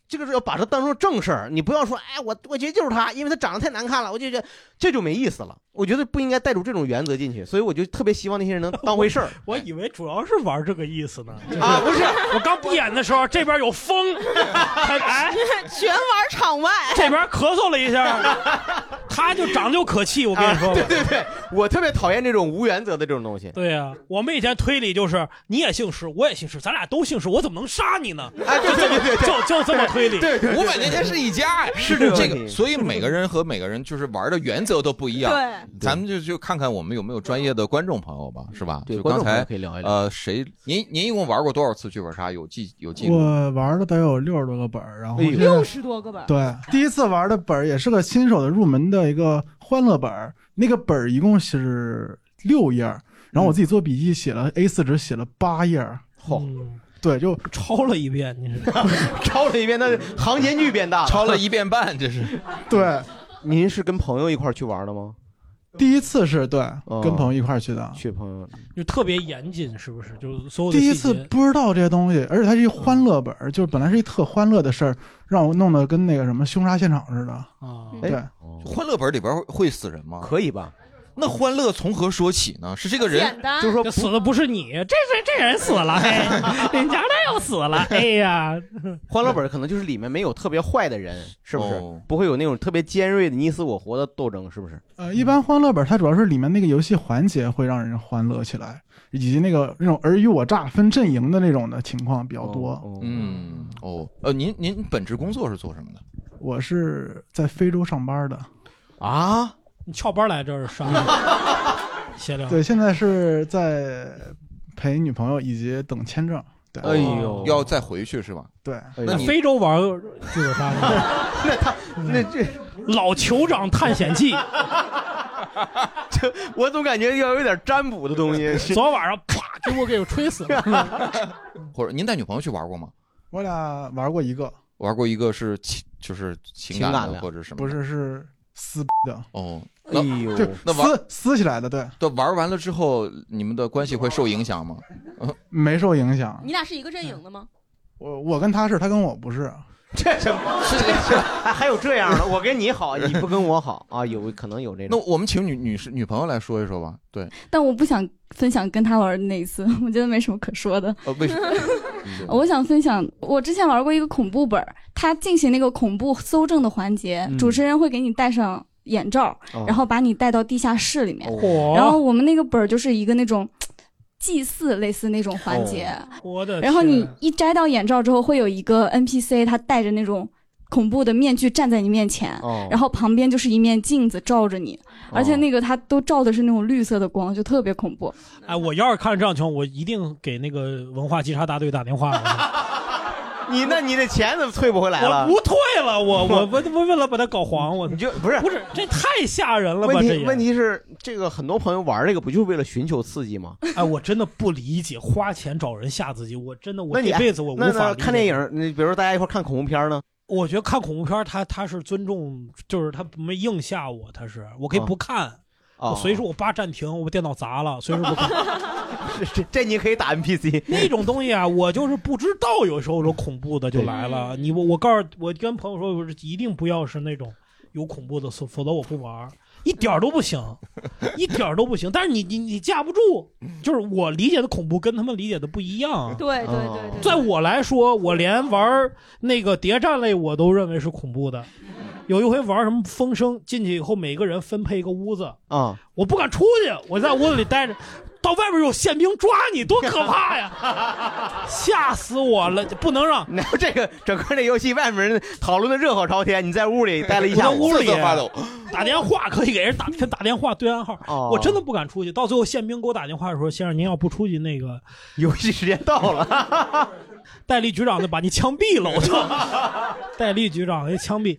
[SPEAKER 3] 这个是要把它当成正事儿，你不要说，哎，我我觉得就是他，因为他长得太难看了，我就觉得这就没意思了。我觉得不应该带入这种原则进去，所以我就特别希望那些人能当回 事儿。
[SPEAKER 4] 我以为主要是玩这个意思呢。
[SPEAKER 3] 啊不是，
[SPEAKER 4] 我刚闭眼的时候，这边有风，他哎，
[SPEAKER 5] 全玩场外。
[SPEAKER 4] 这边咳嗽了一下，他就长得就可气。我跟你说吧，
[SPEAKER 3] 对对对，我 特别讨厌这种无原则的这种东西。
[SPEAKER 4] 对呀、我们以前推理就是你也姓施，我也姓施，咱俩都姓施，我怎么能杀你呢？
[SPEAKER 3] 哎，对对对
[SPEAKER 4] 就就这么推理。
[SPEAKER 2] 五百年前是一家，哎
[SPEAKER 4] 是这个
[SPEAKER 2] 这
[SPEAKER 4] 问
[SPEAKER 2] 个，
[SPEAKER 4] 题
[SPEAKER 2] 所以每个人和每个人就是玩的原则都不一样。
[SPEAKER 5] 对
[SPEAKER 2] 咱们就就看看我们有没有专业的观众朋友吧，是吧？
[SPEAKER 3] 对
[SPEAKER 2] 就
[SPEAKER 3] 观
[SPEAKER 2] 刚
[SPEAKER 3] 众朋友
[SPEAKER 2] 才
[SPEAKER 3] 可以聊一
[SPEAKER 2] 聊。呃，谁？您您一共玩过多少次剧本杀？有记有记录？
[SPEAKER 14] 我玩了得有六十多个本儿，然后现在
[SPEAKER 5] 60多个本儿
[SPEAKER 14] 对，第一次玩的本儿也是个新手的入门的一个欢乐本儿，那个本儿一共是六页儿，然后我自己做笔记写了 A 4纸，写了八页儿。
[SPEAKER 3] 嚯、
[SPEAKER 14] 嗯对，就
[SPEAKER 4] 抄了一遍，你是
[SPEAKER 3] 抄了一遍，那行间距变大了，
[SPEAKER 2] 抄了一遍半， 这是。
[SPEAKER 14] 对，
[SPEAKER 3] 您是跟朋友一块儿去玩的吗？
[SPEAKER 14] 第一次是对，
[SPEAKER 3] 哦
[SPEAKER 14] 跟朋友一块儿去的。
[SPEAKER 3] 去朋友
[SPEAKER 4] 就特别严谨，是不是？就是所有的
[SPEAKER 14] 第一
[SPEAKER 4] 细
[SPEAKER 14] 次
[SPEAKER 4] 节
[SPEAKER 14] 不知道这些东西，而且它是一欢乐本儿，就是本来是一特欢乐的事儿，让我弄得跟那个什么凶杀现场似的。
[SPEAKER 4] 啊
[SPEAKER 14] 对，
[SPEAKER 2] 欢乐本里边会会死人吗？
[SPEAKER 3] 哎可以吧？
[SPEAKER 2] 那欢乐从何说起呢？是这个人
[SPEAKER 4] 简单就是说死的不是你，这这这人死了，哎， 人家那又死了，哎呀，
[SPEAKER 3] 欢乐本儿可能就是里面没有特别坏的人，是不是？
[SPEAKER 2] 哦
[SPEAKER 3] 不会有那种特别尖锐的你死我活的斗争，是不是？
[SPEAKER 14] 呃，一般欢乐本它主要是里面那个游戏环节会让人欢乐起来，以及那个那种尔虞我诈、分阵营的那种的情况比较多。
[SPEAKER 3] 哦
[SPEAKER 2] 嗯，哦，呃，您您本职工作是做什么的？
[SPEAKER 14] 我是在非洲上班的，
[SPEAKER 3] 啊，
[SPEAKER 4] 你翘班来这儿上闲聊，
[SPEAKER 14] 对，现在是在陪女朋友以及等签证。对，
[SPEAKER 2] 哎
[SPEAKER 4] 哦
[SPEAKER 2] 呦，要再回去是吧？
[SPEAKER 3] 哎
[SPEAKER 14] 对，
[SPEAKER 2] 那你
[SPEAKER 4] 哎非洲玩剧本杀吗？
[SPEAKER 3] 那他 那这
[SPEAKER 4] 老酋长探险 记，
[SPEAKER 3] 这我总感觉要有点占卜的东西。
[SPEAKER 4] 昨晚上啪给我给我吹死 了。
[SPEAKER 2] 或者您带女朋友去玩过吗？
[SPEAKER 14] 我俩玩过一个，
[SPEAKER 2] 玩过一个是情，就是情
[SPEAKER 14] 情
[SPEAKER 2] 感
[SPEAKER 14] 感
[SPEAKER 2] 的
[SPEAKER 14] 的
[SPEAKER 2] 或者什么？
[SPEAKER 14] 不是是撕逼的，
[SPEAKER 2] 哦，
[SPEAKER 14] 哎呦
[SPEAKER 2] 那
[SPEAKER 14] 就
[SPEAKER 2] 那玩
[SPEAKER 14] 撕撕起来的，对，
[SPEAKER 2] 对玩完了之后，你们的关系会受影响吗？
[SPEAKER 14] 没受影响。
[SPEAKER 5] 你俩是一个阵营 的吗？
[SPEAKER 14] 我我跟他是，他跟我不 是。
[SPEAKER 3] 这什么？是这还还有这样的？我跟你好，你不跟我好啊？有可能有这
[SPEAKER 2] 那
[SPEAKER 3] 种。
[SPEAKER 2] 我们请女女士女朋友来说一说吧。对，
[SPEAKER 15] 但我不想分享跟他玩的那一次，我觉得没什么可说的。
[SPEAKER 2] 呃，为 什么？
[SPEAKER 15] 我想分享，我之前玩过一个恐怖本儿，它进行那个恐怖搜证的环节，
[SPEAKER 16] 嗯
[SPEAKER 15] 主持人会给你戴上眼罩，
[SPEAKER 16] 哦
[SPEAKER 15] 然后把你带到地下室里面。
[SPEAKER 16] 哦
[SPEAKER 15] 然后我们那个本儿就是一个那种祭祀类似那种环节，
[SPEAKER 4] 我的天，
[SPEAKER 15] 然后你一摘到眼罩之后，会有一个 NPC，他戴着那种恐怖的面具站在你面前，
[SPEAKER 16] 哦
[SPEAKER 15] 然后旁边就是一面镜子照着你，而且
[SPEAKER 4] 哦
[SPEAKER 15] 那个他都照的是那种绿色的光，就特别恐怖。
[SPEAKER 4] 哎，我要是看着这样情况，我一定给那个文化稽查大队打电话。
[SPEAKER 3] 你那你的钱怎么退不回来
[SPEAKER 4] 我
[SPEAKER 3] 了？
[SPEAKER 4] 不退了， 我我我我为了把他搞黄，我你
[SPEAKER 3] 就不是
[SPEAKER 4] 不是这太吓人了吧？
[SPEAKER 3] 问
[SPEAKER 4] 这
[SPEAKER 3] 题
[SPEAKER 4] 也
[SPEAKER 3] 问题是，这个很多朋友玩这个不就是为了寻求刺激吗？
[SPEAKER 4] 哎，我真的不理解花钱找人吓自己，我真的我
[SPEAKER 3] 那你
[SPEAKER 4] 这
[SPEAKER 3] 哎
[SPEAKER 4] 辈子我无
[SPEAKER 3] 那
[SPEAKER 4] 法
[SPEAKER 3] 那
[SPEAKER 4] 理解
[SPEAKER 3] 看电影，你比如说大家一块儿看恐怖片呢？
[SPEAKER 4] 我觉得看恐怖片儿，他他是尊重，就是他没硬吓我，他是我可以不看，
[SPEAKER 3] 哦
[SPEAKER 4] 我随时我爸暂停，我把电脑砸了，随时不看。
[SPEAKER 3] 这这你可以打 NPC
[SPEAKER 4] 那种东西啊，我就是不知道，有时候说恐怖的就来了。你我我告诉我跟朋友说，我是一定不要是那种有恐怖的，否否则我不玩儿，一点儿都不行， 一点儿都不行。但是你你你架不住，
[SPEAKER 3] 嗯
[SPEAKER 4] 就是我理解的恐怖跟他们理解的不一样。啊
[SPEAKER 5] 对对对
[SPEAKER 3] 哦
[SPEAKER 5] 对
[SPEAKER 4] 在我来说，我连玩儿那个谍战类我都认为是恐怖的。有一回玩什么风声，进去以后每个人分配一个屋子，
[SPEAKER 3] 啊，
[SPEAKER 4] 我不敢出去，我在屋子里待着，到外边有宪兵抓你，多可怕呀！吓死我了，不能让。
[SPEAKER 3] 然后这个整个这游戏外面人讨论的热火朝天，你在屋里 待了一下
[SPEAKER 4] 我在
[SPEAKER 3] 午，
[SPEAKER 4] 屋里打电话可以给人打打电话对暗号，
[SPEAKER 3] 哦
[SPEAKER 4] 我真的不敢出去。到最后宪兵给我打电话说：“先生，您要不出去，那个
[SPEAKER 3] 游戏时间到了，
[SPEAKER 4] 戴笠局长就把你枪毙了。”我就戴笠局长给枪毙，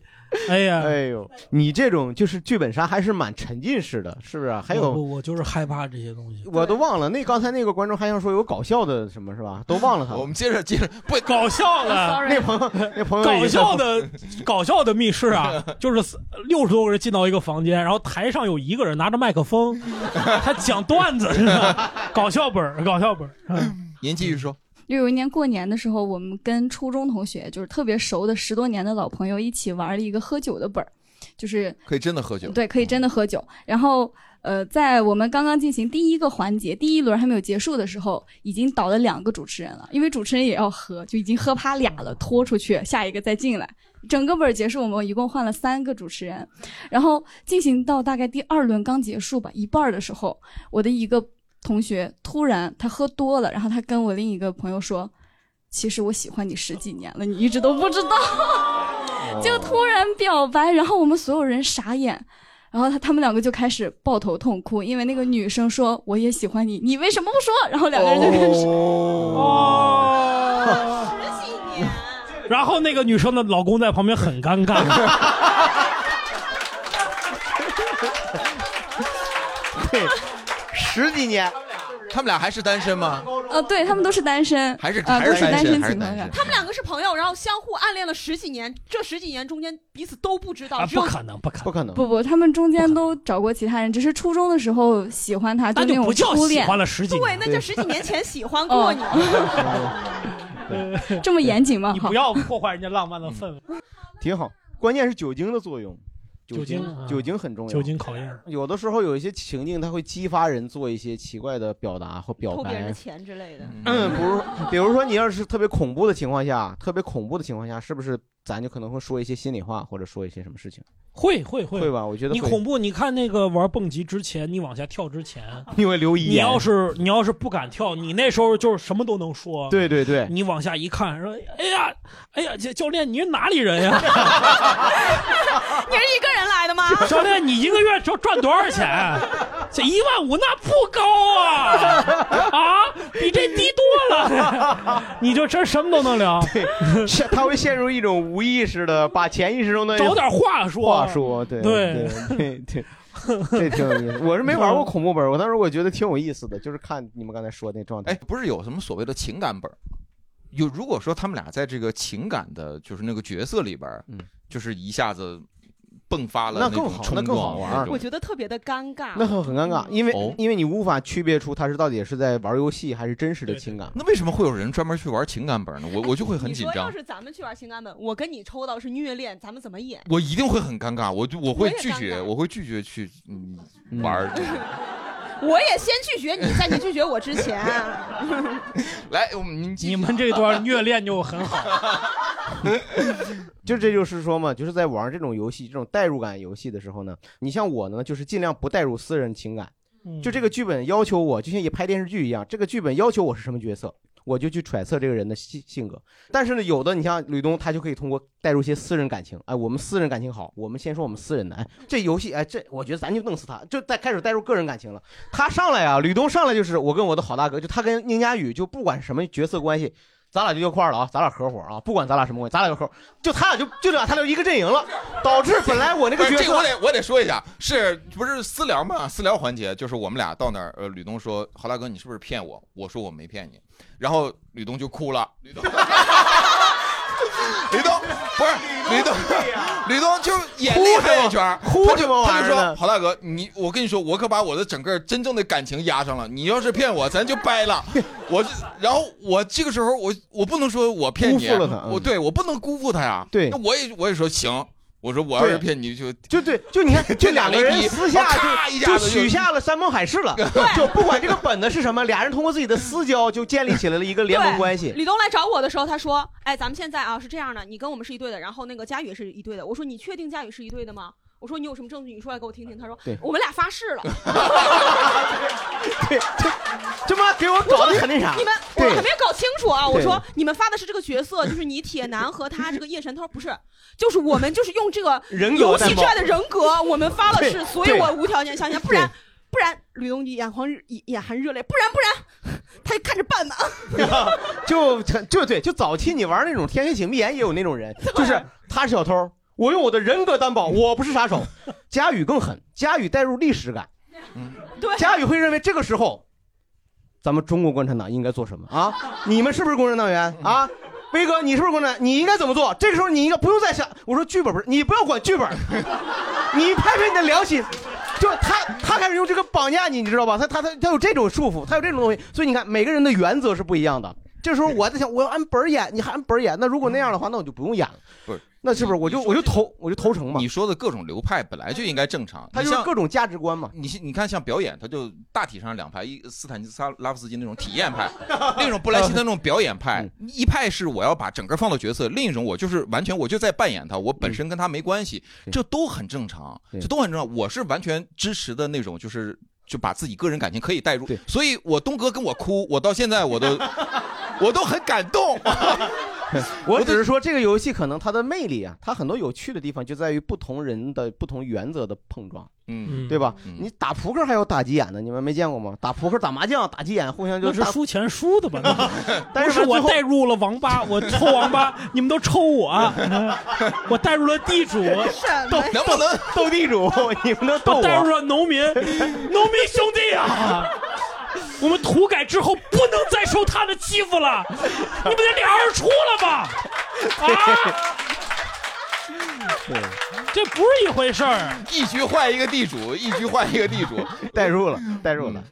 [SPEAKER 4] 哎呀，
[SPEAKER 3] 哎呦，你这种就是剧本杀还是蛮沉浸式的，是不是？ 还有
[SPEAKER 4] 我我就是害怕这些东西。
[SPEAKER 3] 我都忘了，那刚才那个观众还想说有搞笑的什么是吧？都忘了他。我们
[SPEAKER 2] 接着接着，不
[SPEAKER 4] 搞笑的 Sorry
[SPEAKER 3] 那朋友那朋友
[SPEAKER 4] 搞笑
[SPEAKER 3] 已经
[SPEAKER 4] 的搞笑的密室啊，就是六十多个人进到一个房间，然后台上有一个人拿着麦克风，他讲段子，是吧搞笑本儿搞笑本儿。嗯
[SPEAKER 2] 您继续说。
[SPEAKER 15] 就有一年过年的时候，我们跟初中同学，就是特别熟的十多年的老朋友一起玩了一个喝酒的本儿，就是
[SPEAKER 2] 可以真的喝酒。
[SPEAKER 15] 对，可以真的喝酒。然后，呃，在我们刚刚进行第一个环节，第一轮还没有结束的时候，已经倒了两个主持人了，因为主持人也要喝，就已经喝趴俩了，拖出去，下一个再进来。整个本儿结束，我们一共换了三个主持人，然后进行到大概第二轮刚结束吧，一半儿的时候，我的一个同学突然他喝多了，然后他跟我另一个朋友说：“其实我喜欢你十几年了，你一直都不知道。”
[SPEAKER 3] 哦
[SPEAKER 15] 就突然表白，然后我们所有人傻眼，然后他他们两个就开始抱头痛哭，因为那个女生说我也喜欢你，你为什么不说？然后两个人就开始，
[SPEAKER 3] 哦
[SPEAKER 4] 然后那个女生的老公在旁边很尴尬，
[SPEAKER 3] 对，十几年，
[SPEAKER 2] 他们俩还是单身吗？
[SPEAKER 15] 呃，对他们都是单身，
[SPEAKER 2] 还是
[SPEAKER 15] 呃
[SPEAKER 2] 还是
[SPEAKER 15] 都是
[SPEAKER 2] 单
[SPEAKER 15] 单
[SPEAKER 2] 身
[SPEAKER 15] 身
[SPEAKER 2] 还是
[SPEAKER 15] 情况
[SPEAKER 2] 单
[SPEAKER 15] 下
[SPEAKER 2] 身，
[SPEAKER 5] 哦他们两个是朋友，然后相互暗恋了十几年，这十几年中间彼此都不知道，
[SPEAKER 4] 啊，
[SPEAKER 5] 只有
[SPEAKER 4] 不可能，不可能，
[SPEAKER 3] 不可能
[SPEAKER 15] 不不，他们中间都找过其他人，只是初中的时候喜欢他，
[SPEAKER 4] 那
[SPEAKER 15] 啊那
[SPEAKER 4] 就
[SPEAKER 15] 种
[SPEAKER 4] 不叫
[SPEAKER 15] 初
[SPEAKER 4] 喜
[SPEAKER 15] 恋。哦
[SPEAKER 4] 欢了十几
[SPEAKER 5] 对，
[SPEAKER 4] 年。
[SPEAKER 5] 那叫十几年前喜 欢过你。
[SPEAKER 4] 对
[SPEAKER 15] 这么严谨吗？嗯
[SPEAKER 4] 你不要破坏人家浪漫的氛围。
[SPEAKER 3] 挺好。关键是酒精的作用，酒
[SPEAKER 4] 精
[SPEAKER 3] 精
[SPEAKER 4] 啊
[SPEAKER 3] 酒精很重要，
[SPEAKER 4] 酒精考验。
[SPEAKER 3] 有的时候有一些情境，它会激发人做一些奇怪的表达或表
[SPEAKER 5] 偷别人
[SPEAKER 3] 白
[SPEAKER 5] 的。钱之类的，
[SPEAKER 3] 嗯，不是，比如说你要是特别恐怖的情况下，特别恐怖的情况下，是不是咱就可能会说一些心里话，或者说一些什么事情？
[SPEAKER 4] 会会会
[SPEAKER 3] 会吧我觉得
[SPEAKER 4] 你
[SPEAKER 3] 会
[SPEAKER 4] 恐怖，你看那个玩蹦极之前，你往下跳之前，
[SPEAKER 3] 你会留遗
[SPEAKER 4] 你
[SPEAKER 3] 言。
[SPEAKER 4] 要是你要是不敢跳，你那时候就是什么都能说。
[SPEAKER 3] 对对对
[SPEAKER 4] 你往下一看，说哎呀，哎呀，这教练你是哪里人呀？
[SPEAKER 5] 你是一个人来 的吗？
[SPEAKER 4] 教练你一个月赚赚多少钱？啊这一万五那不高啊，啊，比这低多了。 你就真什么都能聊，
[SPEAKER 3] 对，是他会陷入一种无意识的，把潜意识中的
[SPEAKER 4] 找点话说
[SPEAKER 3] 话说，对
[SPEAKER 4] 对
[SPEAKER 3] 对 对，这挺有意思。我是没玩过恐怖本，我当时我觉得挺有意思的，就是看你们刚才说那状态。
[SPEAKER 2] 哎，不是有什么所谓的情感本儿？有如果说他们俩在这个情感的，就是那个角色里边，嗯，就是一下子迸发了
[SPEAKER 3] 那
[SPEAKER 2] 种
[SPEAKER 3] 更好
[SPEAKER 2] 冲
[SPEAKER 3] 那更好
[SPEAKER 2] 撞啊
[SPEAKER 3] 玩
[SPEAKER 2] 那
[SPEAKER 3] 儿
[SPEAKER 2] 种
[SPEAKER 5] 我觉得特别的尴
[SPEAKER 4] 啊
[SPEAKER 5] 尬。
[SPEAKER 3] 那很很尴尬，因为、
[SPEAKER 2] 哦
[SPEAKER 3] 因为你无法区别出他是到底是在玩游戏还是真实的情感。
[SPEAKER 2] 那为什么会有人专门去玩情感本呢？我我就会很
[SPEAKER 5] 你
[SPEAKER 2] 紧
[SPEAKER 5] 说要
[SPEAKER 2] 张，
[SPEAKER 5] 是咱们去玩情感本，我跟你抽到是虐恋，咱们怎么演？
[SPEAKER 2] 我一定会很尴尬，我就我会
[SPEAKER 5] 我也
[SPEAKER 2] 拒绝，
[SPEAKER 5] 尴尬
[SPEAKER 2] 我会拒绝去嗯玩儿这个。
[SPEAKER 5] 我也先拒绝你，在你拒绝我 之前。
[SPEAKER 2] 来，我们您继续啊
[SPEAKER 4] 你们这段虐恋就很好。
[SPEAKER 3] 就这就是说嘛，就是在玩这种游戏、这种代入感游戏的时候呢，你像我呢，就是尽量不带入私人情感。
[SPEAKER 17] 嗯
[SPEAKER 3] 就这个剧本要求我，就像一拍电视剧一样，这个剧本要求我是什么角色，我就去揣测这个人的性性格。但是呢，有的你像吕东，他就可以通过带入一些私人感情，哎，我们私人感情好，我们先说我们私人的，哎，这游戏，哎，这我觉得咱就弄死他，就带开始带入个人感情了。他上来啊，吕东上来就是我跟我的好大哥，就他跟宁佳宇就不管什么角色关系。咱俩就一块儿了啊，咱俩合伙啊，不管咱俩什么关系，咱俩就合伙，就他俩就就俩他俩一个阵营了，导致本来我那个
[SPEAKER 2] 不
[SPEAKER 3] 角
[SPEAKER 2] 是
[SPEAKER 3] 色，
[SPEAKER 2] 这个我得我得说一下，是不是私聊嘛？私聊环节就是我们俩到那儿，呃，吕东说：“郝大哥，你是不是骗我？”我说：“我没骗你。”然后吕东就哭了。吕东，吕东不是吕东，吕东就眼泪含一圈儿，
[SPEAKER 3] 哭
[SPEAKER 2] 他
[SPEAKER 3] 什
[SPEAKER 2] 就
[SPEAKER 3] 么
[SPEAKER 2] 他就
[SPEAKER 3] 玩意儿
[SPEAKER 2] 说：“
[SPEAKER 3] 呢
[SPEAKER 2] 郝大哥，你我跟你说，我可把我的整个真正的感情压上了。你要是骗我，咱就掰了。我就然后我这个时候我我不能说我骗你，
[SPEAKER 3] 辜负了他嗯
[SPEAKER 2] 我对我不能辜负他呀。
[SPEAKER 3] 对
[SPEAKER 2] 那我也我也说行。我说我要是
[SPEAKER 3] 对
[SPEAKER 2] 骗你就，
[SPEAKER 3] 就对，就你看 这两个人私下
[SPEAKER 2] 咔一
[SPEAKER 3] 就
[SPEAKER 2] 下
[SPEAKER 3] 就
[SPEAKER 2] 子就
[SPEAKER 3] 许下了山盟海誓了，就不管这个本子是什么，俩人通过自己的私交就建立起来了一个联盟
[SPEAKER 5] 对
[SPEAKER 3] 关系。
[SPEAKER 5] 李东来找我的时候，他说：“哎，咱们现在啊是这样的，你跟我们是一队的，然后那个佳宇也是一队的。”我说：“你确定佳宇是一队的吗？”我说：“你有什么证据？你说来给我听听。”他说
[SPEAKER 3] 对：“
[SPEAKER 5] 我们俩发誓了。
[SPEAKER 3] 这妈给我
[SPEAKER 5] 我
[SPEAKER 3] 搞
[SPEAKER 5] 说”
[SPEAKER 3] 得很那啥。
[SPEAKER 5] 你们我
[SPEAKER 3] 对
[SPEAKER 5] 可没搞清楚啊！我
[SPEAKER 3] 对
[SPEAKER 5] 说你们发的是这个角色，就是你铁男和他这个夜神。他说不是，就是我们就是用这个
[SPEAKER 3] 人格
[SPEAKER 5] 游戏
[SPEAKER 3] 担保
[SPEAKER 5] 之外的人格，我们发了
[SPEAKER 3] 对
[SPEAKER 5] 誓，所以
[SPEAKER 3] 对
[SPEAKER 5] 我无条件相信，不然不然吕东眼眶日眼含热泪，不然不然他就看着 办吧。
[SPEAKER 3] 就就对，就早期你玩那种《天黑请闭眼》也有那种人，就是他是小偷，我用我的人格担保，我不是杀手。佳宇更狠，佳宇带入历史感，
[SPEAKER 5] 对，
[SPEAKER 3] 佳宇会认为这个时候，咱们中国共产党应该做什么啊？你们是不是共产党员啊？威哥，你是不是共产？你应该怎么做？这个时候你应该不用再想，我说剧本不是，你不要管剧本，你拍拍你的良心。就他，他开始用这个绑架你，你知道吧？他他他他有这种束缚，他有这种东西，所以你看每个人的原则是不一样的。这时候我在想，我要按本儿演，你还按本儿演，那如果那样的话，那我就不用演了。
[SPEAKER 2] 不是，
[SPEAKER 3] 那是不是我就我就投我就投诚嘛？
[SPEAKER 2] 你说的各种流派本来就应该正常，
[SPEAKER 3] 他
[SPEAKER 2] 你
[SPEAKER 3] 就是
[SPEAKER 2] 像
[SPEAKER 3] 各种价值观嘛。
[SPEAKER 2] 你你看像表演，他就大体上两派，一斯坦尼斯拉夫斯基那种体验派， 另一种
[SPEAKER 3] 啊
[SPEAKER 2] 布莱希特那种表演派。
[SPEAKER 3] 嗯
[SPEAKER 2] 一派是我要把整个放到角色，另一种我就是完全我就在扮演他，我
[SPEAKER 3] 嗯
[SPEAKER 2] 本身跟他没关系，这都很正常，这都很正常。我是完全支持的那种，就是就把自己个人感情可以带入。所以我东哥跟我哭，我到现在我都我都很感动。
[SPEAKER 3] 我只是说这个游戏可能它的魅力啊，它很多有趣的地方就在于不同人的不同原则的碰撞，
[SPEAKER 2] 嗯
[SPEAKER 3] 对吧？你打扑克还有打急眼的，你们没见过吗？打扑克、打麻将、打急眼，互相就
[SPEAKER 4] 那是
[SPEAKER 3] 打
[SPEAKER 4] 输钱输的吧？
[SPEAKER 3] 但
[SPEAKER 4] 不
[SPEAKER 3] 是
[SPEAKER 4] 是我
[SPEAKER 3] 最后
[SPEAKER 4] 带入了王八，我抽王八，你们都抽我，啊我带入了地主，
[SPEAKER 5] 斗
[SPEAKER 2] 能不能
[SPEAKER 3] 斗地 主？你们能斗
[SPEAKER 4] 我带入了农民，农民兄弟啊！我们土改之后不能再受他的欺负了，你们得俩二出 了吧？啊，
[SPEAKER 2] 嗯
[SPEAKER 3] 对，
[SPEAKER 4] 这不是一回事儿。啊
[SPEAKER 2] 一局换一个地主，一局换一个地主，嗯
[SPEAKER 3] 代入了，代入了。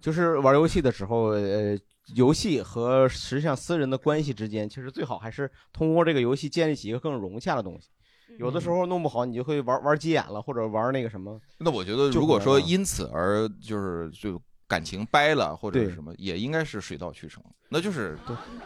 [SPEAKER 3] 就是玩游戏的时候，呃，游戏和实际上私人的关系之间，其实最好还是通过这个游戏建立起一个更融洽的东西。有的时候弄不好，你就会玩玩急眼了，或者玩那个什么。
[SPEAKER 2] 那我觉得，
[SPEAKER 3] 就
[SPEAKER 2] 如果
[SPEAKER 3] 可能
[SPEAKER 2] 说
[SPEAKER 3] 啊
[SPEAKER 2] 因此而就是就感情掰了或者是
[SPEAKER 3] 对
[SPEAKER 2] 什么，也应该是水到渠成。那就是，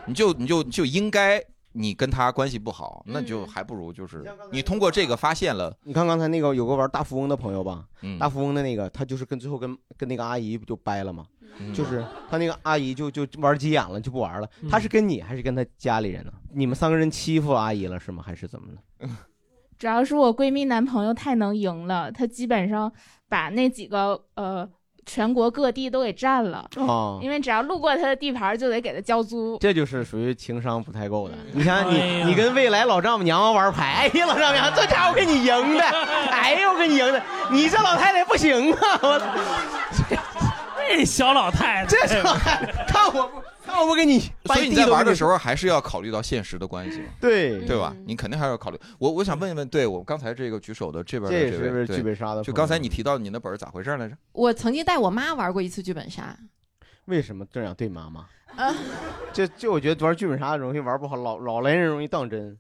[SPEAKER 2] 你就你就就应该你跟他关系不好，那就还不如就是你通过这个发现了，
[SPEAKER 3] 你看刚才那个有个玩大富翁的朋友吧，
[SPEAKER 2] 嗯
[SPEAKER 3] 大富翁的那个他就是跟最后跟跟那个阿姨不就掰了吗？
[SPEAKER 2] 嗯
[SPEAKER 3] 就是他那个阿姨就就玩急眼了，就不玩了。
[SPEAKER 2] 嗯
[SPEAKER 3] 他是跟你还是跟他家里人呢？你们三个人欺负阿姨了是吗？还是怎么的？
[SPEAKER 9] 主要是我闺蜜男朋友太能赢了，他基本上把那几个呃全国各地都给占了，
[SPEAKER 3] 哦
[SPEAKER 9] 因为只要路过他的地盘儿就得给他交租。
[SPEAKER 3] 这就是属于情商不太够的。
[SPEAKER 13] 嗯
[SPEAKER 3] 你想想，
[SPEAKER 4] 哎
[SPEAKER 3] 你
[SPEAKER 4] 呀
[SPEAKER 3] 你跟未来老丈母娘玩牌，哎呀，老丈母娘，这家伙给你赢的，哎呀，我给你赢的，你这老太太不行啊！我
[SPEAKER 4] 这小老太太，
[SPEAKER 3] 这小老太太，看我不看我不给你，
[SPEAKER 2] 所以你在玩的时候还是要考虑到现实的关系嘛，
[SPEAKER 3] 对
[SPEAKER 2] 对吧？你肯定还是要考虑。我我想问一问，对我刚才这个举手的这边
[SPEAKER 3] 这
[SPEAKER 2] 的
[SPEAKER 3] 也是
[SPEAKER 2] 位，
[SPEAKER 3] 剧本杀的
[SPEAKER 2] 对
[SPEAKER 3] 朋友
[SPEAKER 2] 就刚才你提到你的本儿咋回事来着？
[SPEAKER 13] 我曾经带我妈玩过一次剧本杀，
[SPEAKER 3] 为什么这样对妈妈？
[SPEAKER 13] 呃，
[SPEAKER 3] 就就我觉得玩剧本杀容易玩不好，老老来人容易当真。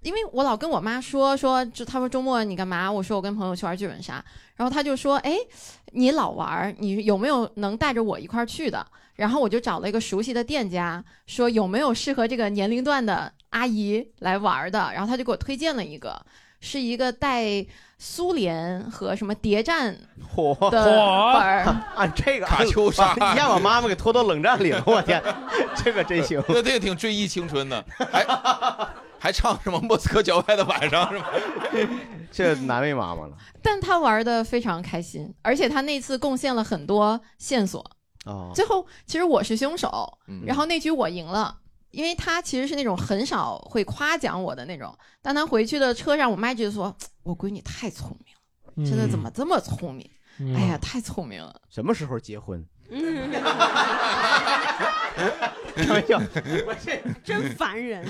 [SPEAKER 13] 因为我老跟我妈说说，就她说周末你干嘛？我说我跟朋友去玩剧本杀，然后她就说，哎，你老玩儿，你有没有能带着我一块儿去的？然后我就找了一个熟悉的店家，说有没有适合这个年龄段的阿姨来玩儿的？然后她就给我推荐了一个，是一个带苏联和什么谍战
[SPEAKER 3] 火
[SPEAKER 13] 的本儿。
[SPEAKER 3] 啊，这个
[SPEAKER 2] 卡秋莎
[SPEAKER 3] 你让我妈妈给拖到冷战里了，我天， 这个 真行。
[SPEAKER 2] 那这个挺追忆青春的，还 还唱什么莫斯科郊外的晚上是吧？
[SPEAKER 3] 这难为妈妈了
[SPEAKER 13] 但她玩的非常开心，而且她那次贡献了很多线索。
[SPEAKER 3] 哦
[SPEAKER 13] 最后其实我是凶手
[SPEAKER 3] 嗯，
[SPEAKER 13] 然后那局我赢了，因为他其实是那种很少会夸奖我的那种。但他回去的车上，我妈一直说：“我闺女太聪明了，真的怎么这么聪明？
[SPEAKER 3] 嗯
[SPEAKER 13] 哎呀，太聪明了。
[SPEAKER 3] 什么时候结 婚？
[SPEAKER 5] 嗯，
[SPEAKER 3] 开玩笑，
[SPEAKER 5] 哎我这真烦 人。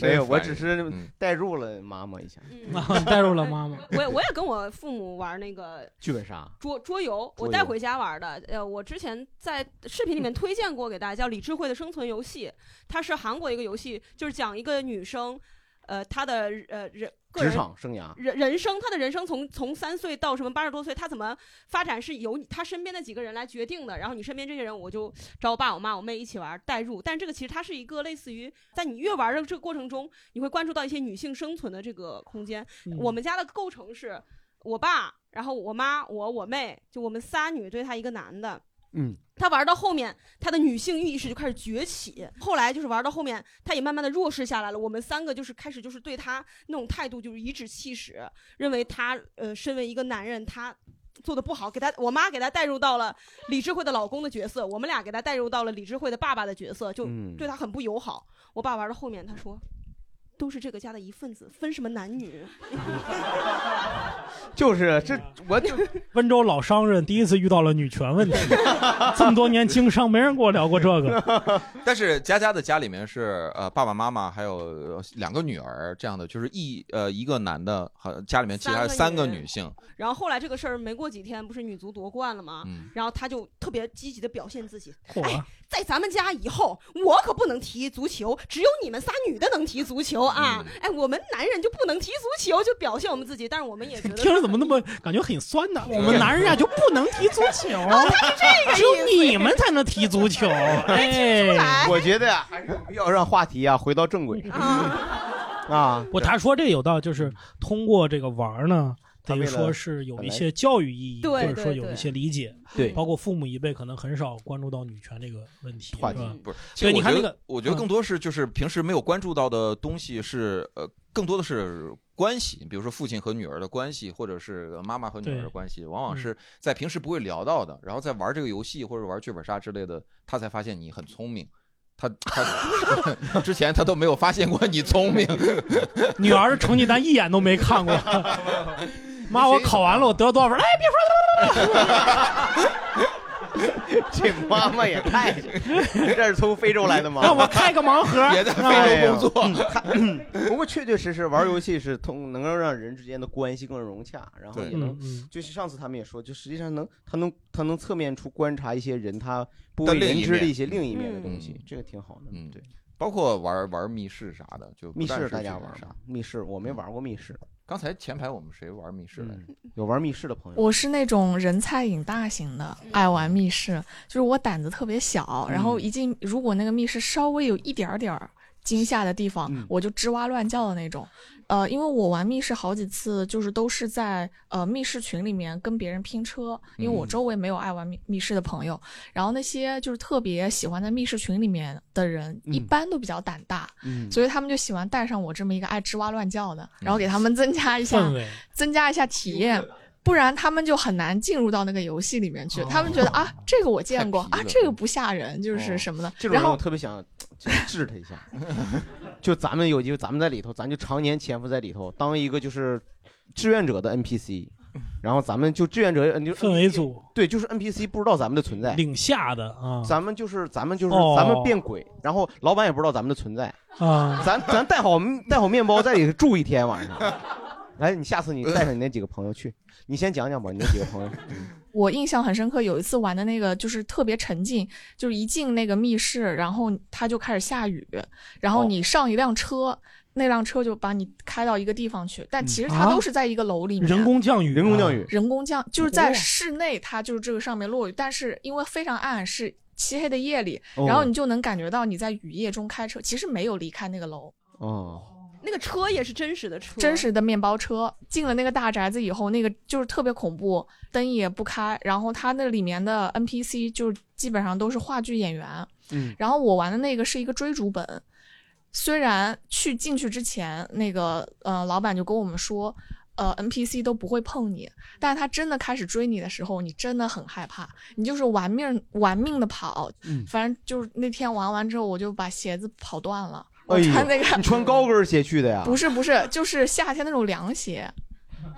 [SPEAKER 3] 没有，我只是
[SPEAKER 2] 嗯
[SPEAKER 3] 代入了妈妈一下，
[SPEAKER 5] 嗯
[SPEAKER 3] 嗯
[SPEAKER 4] 啊带入了妈妈。
[SPEAKER 5] 我也我也跟我父母玩那个
[SPEAKER 3] 剧本杀
[SPEAKER 5] 桌桌游，
[SPEAKER 3] 啊桌
[SPEAKER 5] 我
[SPEAKER 3] 游
[SPEAKER 5] 带回家玩的。呃，我之前在视频里面推荐过给大家，叫《李智慧的生存游戏》，它是韩国一个游戏，就是讲一个女生。呃他的呃人个
[SPEAKER 3] 职
[SPEAKER 5] 人
[SPEAKER 3] 场生涯
[SPEAKER 5] 人人生，他的人生从从三岁到什么八十多岁，他怎么发展是由你他身边的几个人来决定的。然后你身边这些人，我就找我爸、我妈、我妹一起玩代入。但这个其实它是一个类似于在你越玩的这个过程中，你会关注到一些女性生存的这个空间。
[SPEAKER 16] 嗯
[SPEAKER 5] 我们家的构成是我爸，然后我妈、我、我妹，就我们仨女对他一个男的。
[SPEAKER 16] 嗯，
[SPEAKER 5] 他玩到后面，他的女性意识就开始崛起。后来就是玩到后面，他也慢慢的弱势下来了。我们三个就是开始就是对他那种态度就是颐指气使，认为他呃身为一个男人他。做的不好，给他我妈给他带入到了李智慧的老公的角色，我们俩给他带入到了李智慧的爸爸的角色，就
[SPEAKER 16] 嗯
[SPEAKER 5] 对他很不友好。我爸玩到后面，他说：“都是这个家的一份子，分什么男女？”
[SPEAKER 3] 就是这，我就
[SPEAKER 4] 温州老商人第一次遇到了女权问题，这么多年经商，没人跟我聊过这 个。
[SPEAKER 2] 但是佳佳的家里面是呃爸爸妈妈还有呃两个女儿这样的，就是一呃一个男的，和家里面其实还有
[SPEAKER 5] 三
[SPEAKER 2] 三
[SPEAKER 5] 个
[SPEAKER 2] 个
[SPEAKER 5] 女
[SPEAKER 2] 女性。
[SPEAKER 5] 然后后来这个事儿没过几天，不是女足夺冠了吗？然后他就特别积极的表现自己。哎，在咱们家以后，我可不能踢足球，只有你们仨女的能踢足球啊！哎，我们男人就不能踢足球，就表现我们自己。但是我们也觉得，
[SPEAKER 4] 听着怎么那么感觉很酸呢？我们男人啊就不能踢足球，
[SPEAKER 5] 这
[SPEAKER 4] 只有你们才能踢足 球。哎，
[SPEAKER 3] 我觉得呀，还是要让话题啊回到正轨 啊。嗯
[SPEAKER 4] 不，他说这有道，就是通过这个玩儿呢，
[SPEAKER 3] 他
[SPEAKER 4] 等于
[SPEAKER 3] 为了
[SPEAKER 4] 说是有
[SPEAKER 3] 本
[SPEAKER 4] 一
[SPEAKER 3] 来
[SPEAKER 4] 些教育意义，
[SPEAKER 3] 对
[SPEAKER 4] 或者
[SPEAKER 3] 对
[SPEAKER 4] 说有
[SPEAKER 3] 对
[SPEAKER 4] 一些理解。
[SPEAKER 3] 对
[SPEAKER 4] 包括父母一辈可能很少关注到女权这个问题，
[SPEAKER 2] 话
[SPEAKER 4] 是吧？
[SPEAKER 2] 不是，其
[SPEAKER 4] 嗯
[SPEAKER 2] 实
[SPEAKER 4] 对，你
[SPEAKER 2] 我
[SPEAKER 4] 看
[SPEAKER 2] 觉
[SPEAKER 4] 那
[SPEAKER 2] 得
[SPEAKER 4] 个，嗯
[SPEAKER 2] 我觉得更多是就是平时没有关注到的东西是呃，更多的是关系，比如说父亲和女儿的关系，或者是呃妈妈和女儿的
[SPEAKER 4] 对
[SPEAKER 2] 关系，往往
[SPEAKER 4] 嗯
[SPEAKER 2] 是在平时不会聊到的，然后在玩这个游戏或者玩剧本杀之类的，他才发现你很聪明。他他 之前他都没有发现过你聪明，
[SPEAKER 4] 女儿的成绩单一眼都没看过。妈，我考完了，我得了多少分？哎，别说了。
[SPEAKER 3] 这妈妈也太， 这是从非洲来的 吗？
[SPEAKER 4] 让我开个盲盒
[SPEAKER 3] 也
[SPEAKER 4] 也
[SPEAKER 3] 在
[SPEAKER 4] 在
[SPEAKER 3] 非
[SPEAKER 4] 非
[SPEAKER 3] 洲
[SPEAKER 4] 洲
[SPEAKER 3] 工作。 他嗯不过确确实实玩游戏是通能够让人之间的关系更融洽，然后
[SPEAKER 8] 对
[SPEAKER 3] 也能
[SPEAKER 8] 嗯嗯
[SPEAKER 3] 就是上次他们也说，就实际上能他能他能侧面出观察一些人他不
[SPEAKER 2] 但
[SPEAKER 3] 为
[SPEAKER 2] 另一
[SPEAKER 3] 人知的
[SPEAKER 2] 面
[SPEAKER 3] 一些另一面的东西
[SPEAKER 2] 嗯，
[SPEAKER 3] 这个挺好的。
[SPEAKER 2] 嗯
[SPEAKER 3] 对，
[SPEAKER 2] 包括玩玩密室啥的，就不
[SPEAKER 3] 密
[SPEAKER 2] 但
[SPEAKER 3] 室
[SPEAKER 2] 是
[SPEAKER 3] 大
[SPEAKER 2] 剧
[SPEAKER 3] 家
[SPEAKER 2] 本
[SPEAKER 3] 玩
[SPEAKER 2] 杀
[SPEAKER 3] 吗？密室我没玩过密室，
[SPEAKER 2] 嗯刚才前排我们谁玩密室来着？
[SPEAKER 3] 有玩密室的朋友。
[SPEAKER 10] 我是那种人菜瘾大型的，
[SPEAKER 13] 嗯
[SPEAKER 10] 爱玩密室，就是我胆子特别小，然后一进如果那个密室稍微有一点儿点儿惊吓的地方，
[SPEAKER 13] 嗯
[SPEAKER 10] 我就吱哇乱叫的那种。呃，因为我玩密室好几次，就是都是在呃密室群里面跟别人拼车，因为我
[SPEAKER 13] 嗯
[SPEAKER 10] 周围没有爱玩密密室的朋友，然后那些就是特别喜欢在密室群里面的人，一
[SPEAKER 13] 嗯
[SPEAKER 10] 般都比较胆大，
[SPEAKER 13] 嗯
[SPEAKER 10] 所以他们就喜欢带上我这么一个爱吱哇乱叫的，然后给
[SPEAKER 13] 嗯
[SPEAKER 10] 他们增加一下
[SPEAKER 13] 氛围
[SPEAKER 10] 增加一下体验，不然他们就很难进入到那个游戏里面去。
[SPEAKER 3] 哦
[SPEAKER 10] 他们觉得 啊，这个我见过啊，这个不吓人，就是什么的。
[SPEAKER 3] 哦这种
[SPEAKER 10] 然
[SPEAKER 3] 人我
[SPEAKER 10] 后
[SPEAKER 3] 特别想治 他一下，就咱们有机会，咱们在里头，咱就常年潜伏在里头，当一个就是志愿者的 NPC，然
[SPEAKER 10] 嗯
[SPEAKER 3] 后咱们就志愿者呃你就氛
[SPEAKER 4] 围组，
[SPEAKER 3] 对，就是 NPC 不知道咱们的存在，
[SPEAKER 4] 领下的啊，
[SPEAKER 3] 咱们就是咱们就是
[SPEAKER 4] 哦
[SPEAKER 3] 咱们变鬼，然后老板也不知道咱们的存在
[SPEAKER 4] 啊，
[SPEAKER 3] 咱咱带好带好面包在里头住一天 晚上，来，你下次你带上你那几个朋友去，你先讲讲吧，你那几个朋友，
[SPEAKER 10] 我印象很深刻，有一次玩的那个就是特别沉浸，就是一进那个密室，然后它就开始下雨，然
[SPEAKER 3] 哦
[SPEAKER 10] 后你上一辆车，那辆车就把你开到一个地方去，
[SPEAKER 3] 嗯
[SPEAKER 10] 但其实它
[SPEAKER 4] 啊
[SPEAKER 10] 都是在一个楼里面。
[SPEAKER 4] 人工降雨，啊人工降
[SPEAKER 3] 雨
[SPEAKER 10] 啊人工降就是在
[SPEAKER 4] 哇
[SPEAKER 10] 室内，它就是这个上面落雨，但是因为非常暗，是漆黑的夜里，
[SPEAKER 3] 哦
[SPEAKER 10] 然后你就能感觉到你在雨夜中开车，其实没有离开那个楼，
[SPEAKER 3] 哦，
[SPEAKER 5] 那个车也是真实的车，
[SPEAKER 10] 真实的面包车进了那个大宅子以后，那个就是特别恐怖，灯也不开，然后它那里面的 NPC 就是基本上都是话剧演员，
[SPEAKER 16] 嗯
[SPEAKER 10] 然后我玩的那个是一个追逐本，虽然去进去之前，那个呃老板就跟我们说，呃 NPC 都不会碰你，但是他真的开始追你的时候，你真的很害怕，你就是玩命玩命的跑，
[SPEAKER 3] 嗯
[SPEAKER 10] 反正就是那天玩完之后，我就把鞋子跑断了，我
[SPEAKER 3] 哎呦
[SPEAKER 10] 穿那个、
[SPEAKER 3] 你穿高跟鞋去的呀？
[SPEAKER 10] 不是不是，就是夏天那种凉鞋，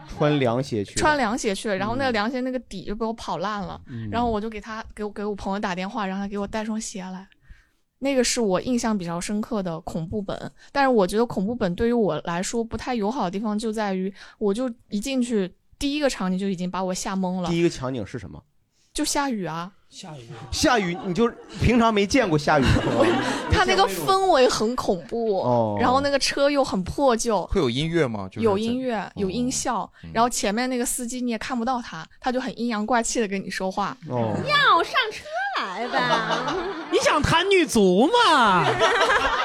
[SPEAKER 3] 穿凉鞋去的，
[SPEAKER 10] 穿凉鞋去，然后那个凉鞋那个底就被我跑烂了，
[SPEAKER 3] 嗯
[SPEAKER 10] 然后我就给他给我给我朋友打电话，让他给我带双鞋来。那个是我印象比较深刻的恐怖本，但是我觉得恐怖本对于我来说不太友好的地方就在于，我就一进去第一个场景就已经把我吓懵了，
[SPEAKER 3] 第一个场景是什么？
[SPEAKER 10] 就下雨啊，
[SPEAKER 4] 下雨，
[SPEAKER 3] 下雨你就平常没见过下雨是吧？
[SPEAKER 10] 它那个氛围很恐怖，
[SPEAKER 3] 哦
[SPEAKER 10] 然后那个车又很破旧，
[SPEAKER 2] 会有音乐吗？就是
[SPEAKER 10] 有音乐，有音效，然后前面那个司机你也看不到他，他就很阴阳怪气的跟你说话。
[SPEAKER 3] 哦
[SPEAKER 5] 要上车来吧。
[SPEAKER 4] 你想谈女足嘛？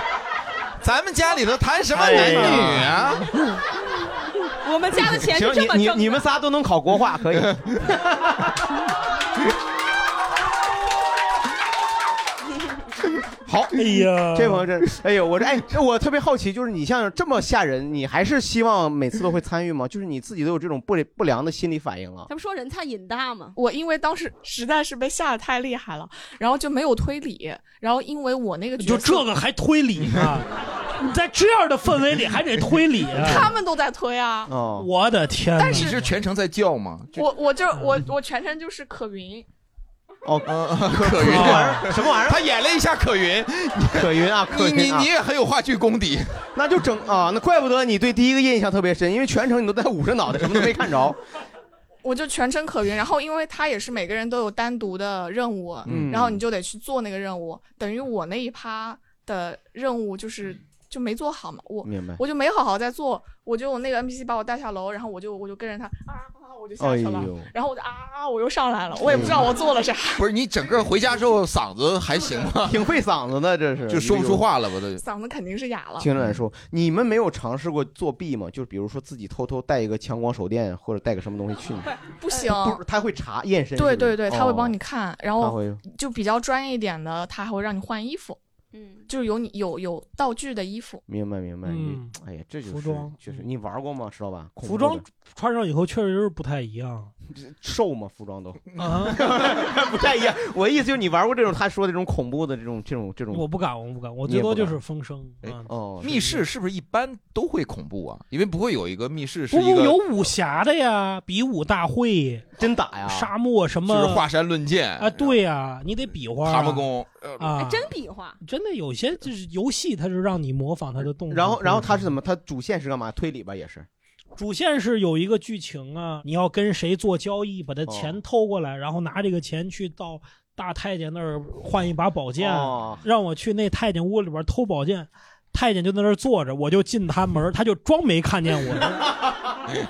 [SPEAKER 2] 咱们家里头谈什么
[SPEAKER 3] 哎
[SPEAKER 2] 男女啊？
[SPEAKER 5] 我们家的钱
[SPEAKER 3] 行
[SPEAKER 5] 就，这么
[SPEAKER 3] 你
[SPEAKER 5] 挣
[SPEAKER 3] 你你
[SPEAKER 5] 的。
[SPEAKER 3] 们仨都能考国画，可以。
[SPEAKER 2] 好，
[SPEAKER 4] 哎呀
[SPEAKER 3] 这朋友真，哎呦，我这哎，我特别好奇，就是你像这么吓人，你还是希望每次都会参与吗？就是你自己都有这种不不良的心理反应了。啊
[SPEAKER 5] 他们说人菜瘾大嘛，
[SPEAKER 10] 我因为当时实在是被吓得太厉害了，然后就没有推理，然后因为我那个角
[SPEAKER 4] 就
[SPEAKER 10] 色
[SPEAKER 4] 这个还推理呢？你在这样的氛围里还得推理啊？
[SPEAKER 10] 他们都在推啊，
[SPEAKER 3] 哦，
[SPEAKER 4] 我的天
[SPEAKER 10] 但
[SPEAKER 2] 你
[SPEAKER 10] 是
[SPEAKER 2] 是全程在叫吗？
[SPEAKER 10] 我我就嗯我我全程就是可云，
[SPEAKER 3] 哦，
[SPEAKER 2] 嗯 可云啊
[SPEAKER 3] 什么玩意儿？
[SPEAKER 2] 他演了一下可云，
[SPEAKER 3] 可云啊，可
[SPEAKER 2] 你
[SPEAKER 3] 云、啊、
[SPEAKER 2] 你你也很有话剧 功底，
[SPEAKER 3] 那就整啊，那怪不得你对第一个印象特别深，因为全程你都在捂着脑袋，什么都没看着。
[SPEAKER 10] 我就全程可云。然后因为他也是每个人都有单独的任务，
[SPEAKER 3] 嗯
[SPEAKER 10] 然后你就得去做那个任务，等于我那一趴的任务就是。就没做好嘛，我
[SPEAKER 3] 明白
[SPEAKER 10] 我就没好好在做，我就我那个 NPC 把我带下楼，然后我就我就跟着他啊啊，我就下去了，
[SPEAKER 2] 哎呦
[SPEAKER 10] 然后我就啊啊，我又上来了，我也不知道我做
[SPEAKER 3] 嗯
[SPEAKER 10] 了啥。
[SPEAKER 2] 不是你整个回家之后嗓子还行吗？
[SPEAKER 3] 挺费嗓子的，这 是
[SPEAKER 2] 就说不出话了吧？都
[SPEAKER 10] 嗓子肯定是哑了。
[SPEAKER 3] 听着难受。你们没有尝试过作弊吗？就比如说自己偷偷带一个强光手电，或者带个什么东西 去你？
[SPEAKER 10] 不行，
[SPEAKER 3] 呃不是，他会查验身。
[SPEAKER 10] 对
[SPEAKER 3] 是不
[SPEAKER 10] 对
[SPEAKER 3] 是
[SPEAKER 10] 对，他会帮你。看，然
[SPEAKER 3] 哦他
[SPEAKER 10] 后
[SPEAKER 3] 会
[SPEAKER 10] 就比较专业一点的，他还会让你换衣服，
[SPEAKER 5] 嗯，
[SPEAKER 10] 就是有你有有道具的衣服。
[SPEAKER 3] 明白明白。
[SPEAKER 4] 嗯
[SPEAKER 3] 你哎呀，这就是
[SPEAKER 4] 服装
[SPEAKER 3] 确实你玩过吗？石老板，恐怖
[SPEAKER 4] 服装
[SPEAKER 3] 的
[SPEAKER 4] 穿上以后确实是不太一样。
[SPEAKER 3] 瘦吗？服装都
[SPEAKER 4] 啊，
[SPEAKER 3] 不太一样。我意思就是你玩过这种他说的这种恐怖的这种这种这种。
[SPEAKER 4] 我不敢，我不敢，我
[SPEAKER 3] 你
[SPEAKER 4] 最
[SPEAKER 3] 也
[SPEAKER 4] 多
[SPEAKER 3] 不
[SPEAKER 4] 就
[SPEAKER 3] 敢
[SPEAKER 4] 是风声。啊
[SPEAKER 3] 哦，
[SPEAKER 2] 密室是不是一般都会恐怖啊？因为不会有一个密室是
[SPEAKER 4] 不
[SPEAKER 2] 一
[SPEAKER 4] 不
[SPEAKER 2] 个
[SPEAKER 4] 有武侠的呀，比武大会
[SPEAKER 3] 真打呀，
[SPEAKER 4] 沙漠什
[SPEAKER 2] 就是
[SPEAKER 4] 么
[SPEAKER 2] 华山论剑
[SPEAKER 4] 啊，对呀，你得比划啊。
[SPEAKER 2] 蛤蟆功
[SPEAKER 3] 呃
[SPEAKER 4] 啊，
[SPEAKER 5] 哎真比划。
[SPEAKER 4] 真的有些就是游戏，它是让你模仿它的动作。
[SPEAKER 3] 然后然后他是怎么？他主线是干嘛？推理吧也是。
[SPEAKER 4] 主线是有一个剧情啊，你要跟谁做交易，把他钱偷过来，然后拿这个钱去到大太监那儿换一把宝剑，
[SPEAKER 3] 哦
[SPEAKER 4] 让我去那太监屋里边偷宝剑。太监就在那儿坐着，我就进他门儿，他就装没看见 我，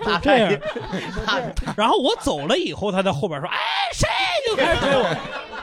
[SPEAKER 4] 就这样。然后我走了以后，他在后边说：“哎，谁？”就开始推我。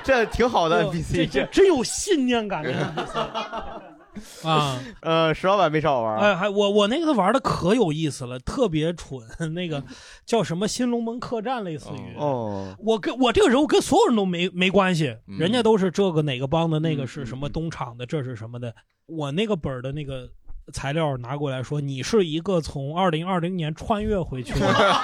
[SPEAKER 3] 这挺好的
[SPEAKER 4] 哎呦
[SPEAKER 3] NPC，
[SPEAKER 4] 这这真有信念感啊的 NPC 啊！
[SPEAKER 3] 呃，石老板没少玩儿。
[SPEAKER 4] 哎，还我我那个玩的可有意思了，特别蠢， 那个叫什么《新龙门客栈》类似于。
[SPEAKER 3] 哦，
[SPEAKER 4] 我跟我这个人物跟所有人都没没关系，
[SPEAKER 3] 嗯
[SPEAKER 4] 人家都是这个哪个帮的，那个是什么东厂的，这是什么的。我那个本儿的那个材料拿过来说，你是一个从二零二零年穿越回去 的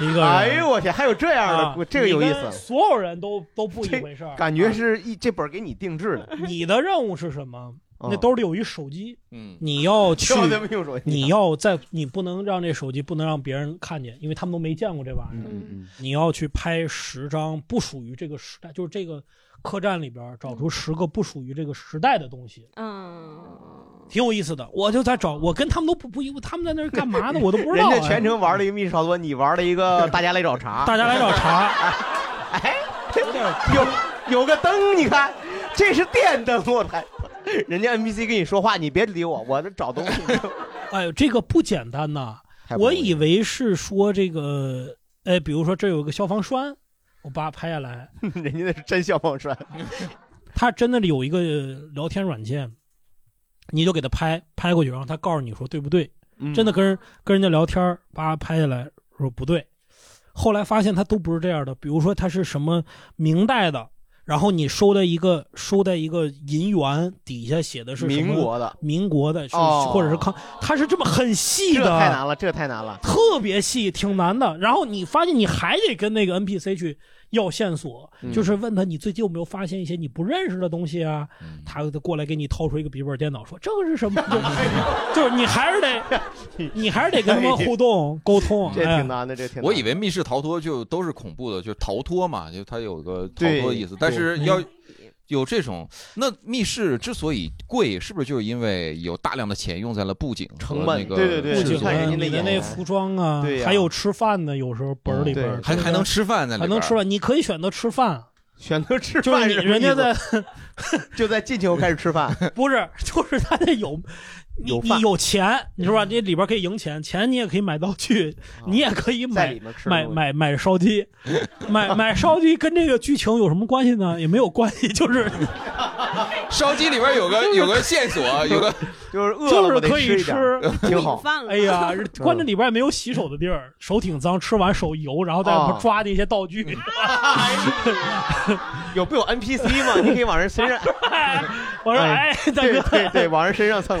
[SPEAKER 4] 一个人。
[SPEAKER 3] 哎呦我天，还有这样的，
[SPEAKER 4] 啊
[SPEAKER 3] 我这个有意
[SPEAKER 4] 你跟
[SPEAKER 3] 思，
[SPEAKER 4] 所有人都都不一回事儿，
[SPEAKER 3] 感觉是一这本儿给你定制的。
[SPEAKER 4] 啊
[SPEAKER 3] 哦
[SPEAKER 4] 你的任务是什么？那兜里有一手机，
[SPEAKER 2] 嗯，
[SPEAKER 4] 你要去
[SPEAKER 3] 千万别用手机，啊
[SPEAKER 4] 你要在你不能让这手机不能让别人看见，因为他们都没见过这玩意儿。
[SPEAKER 3] 嗯
[SPEAKER 4] 你要去拍十张不属于这个时代，就是这个客栈里边找出十个不属于这个时代的东西，
[SPEAKER 5] 嗯，
[SPEAKER 4] 挺有意思的。我就在找，我跟他们都不不一，他们在那儿干嘛呢？我都不知
[SPEAKER 3] 人
[SPEAKER 4] 道、
[SPEAKER 3] 家
[SPEAKER 4] 哎。
[SPEAKER 3] 全程玩了一个密室逃脱，你玩了一个大家来找茬，哎
[SPEAKER 4] 大家来找 茬，
[SPEAKER 3] 有有个灯，你看这是电灯，我看人家 NPC 跟你说话，你别理我，我这找东西。
[SPEAKER 4] 哎呦，这个不简单呐！
[SPEAKER 3] 太不
[SPEAKER 4] 我
[SPEAKER 3] 容易
[SPEAKER 4] 以为是说这个，哎，比如说这有个消防栓，我把它拍下来，
[SPEAKER 3] 人家那是真消防栓，
[SPEAKER 4] 它真的有一个聊天软件，你就给它拍拍过去，然后它告诉你说对不对，
[SPEAKER 3] 嗯
[SPEAKER 4] 真的跟人跟人家聊天，把它拍下来说不对。后来发现它都不是这样的，比如说它是什么明代的，然后你收的一个收的一个银元底下写的是什么
[SPEAKER 3] 民国的
[SPEAKER 4] 民国的是、
[SPEAKER 3] 哦
[SPEAKER 4] 或者是康，它是这么很细
[SPEAKER 3] 这
[SPEAKER 4] 的，
[SPEAKER 3] 太难了，这太难了。
[SPEAKER 4] 特别细，挺难的。然后你发现你还得跟那个 NPC 去要线索，
[SPEAKER 3] 嗯
[SPEAKER 4] 就是问他你最近有没有发现一些你不认识的东西啊？
[SPEAKER 3] 嗯
[SPEAKER 4] 他他过来给你掏出一个笔记本电脑说这个是什 么？就就是你还是得，你还是得跟他们互动沟通。
[SPEAKER 3] 这
[SPEAKER 4] 哎
[SPEAKER 3] 挺难的，这挺难的。
[SPEAKER 2] 我以为密室逃脱就都是恐怖的，就是逃脱嘛，就它有个逃
[SPEAKER 3] 对
[SPEAKER 2] 脱的意思
[SPEAKER 3] 对。
[SPEAKER 2] 但是要
[SPEAKER 3] 嗯
[SPEAKER 2] 有这种，那密室之所以贵，是不是就是因为有大量的钱用在了布景、
[SPEAKER 3] 成本
[SPEAKER 2] 那个
[SPEAKER 3] 对对对
[SPEAKER 2] 制
[SPEAKER 4] 不仅
[SPEAKER 2] 作
[SPEAKER 3] 看人家那
[SPEAKER 4] 你的那
[SPEAKER 3] 眼
[SPEAKER 4] 服装啊，
[SPEAKER 3] 对呀嗯
[SPEAKER 4] 还有吃饭的，有时候本儿里边
[SPEAKER 2] 还还能吃饭在里
[SPEAKER 4] 还
[SPEAKER 2] 边
[SPEAKER 4] 能吃饭，你可以选择吃饭，
[SPEAKER 3] 选择吃
[SPEAKER 4] 就是
[SPEAKER 3] 饭
[SPEAKER 4] 你
[SPEAKER 3] 什么意思，
[SPEAKER 4] 人家在
[SPEAKER 3] 就在进去后开始吃饭，
[SPEAKER 4] 不是，就是他得 有，你
[SPEAKER 3] 有饭嗯
[SPEAKER 4] 你有钱，你是吧？这里边可以赢钱，钱你也可以买道具，你也可以
[SPEAKER 3] 啊在
[SPEAKER 4] 买
[SPEAKER 3] 里面吃
[SPEAKER 4] 买
[SPEAKER 3] 东西
[SPEAKER 4] 买买烧鸡，买买烧鸡跟这个剧情有什么关系呢？也没有关系，就是
[SPEAKER 2] 烧鸡里边有个有个线 索，有个
[SPEAKER 3] 就是
[SPEAKER 4] 就是可以吃，
[SPEAKER 5] 饭了
[SPEAKER 4] 哎呀，关
[SPEAKER 3] 嗯
[SPEAKER 4] 键里边也没有洗手的地儿，手挺脏，吃完手油，然后再往上
[SPEAKER 3] 啊
[SPEAKER 4] 抓那些道具。
[SPEAKER 3] 有不有 NPC 吗？你可以往人身 上，
[SPEAKER 4] 我
[SPEAKER 2] 说哎大哥
[SPEAKER 3] 对对对，往人身上蹭，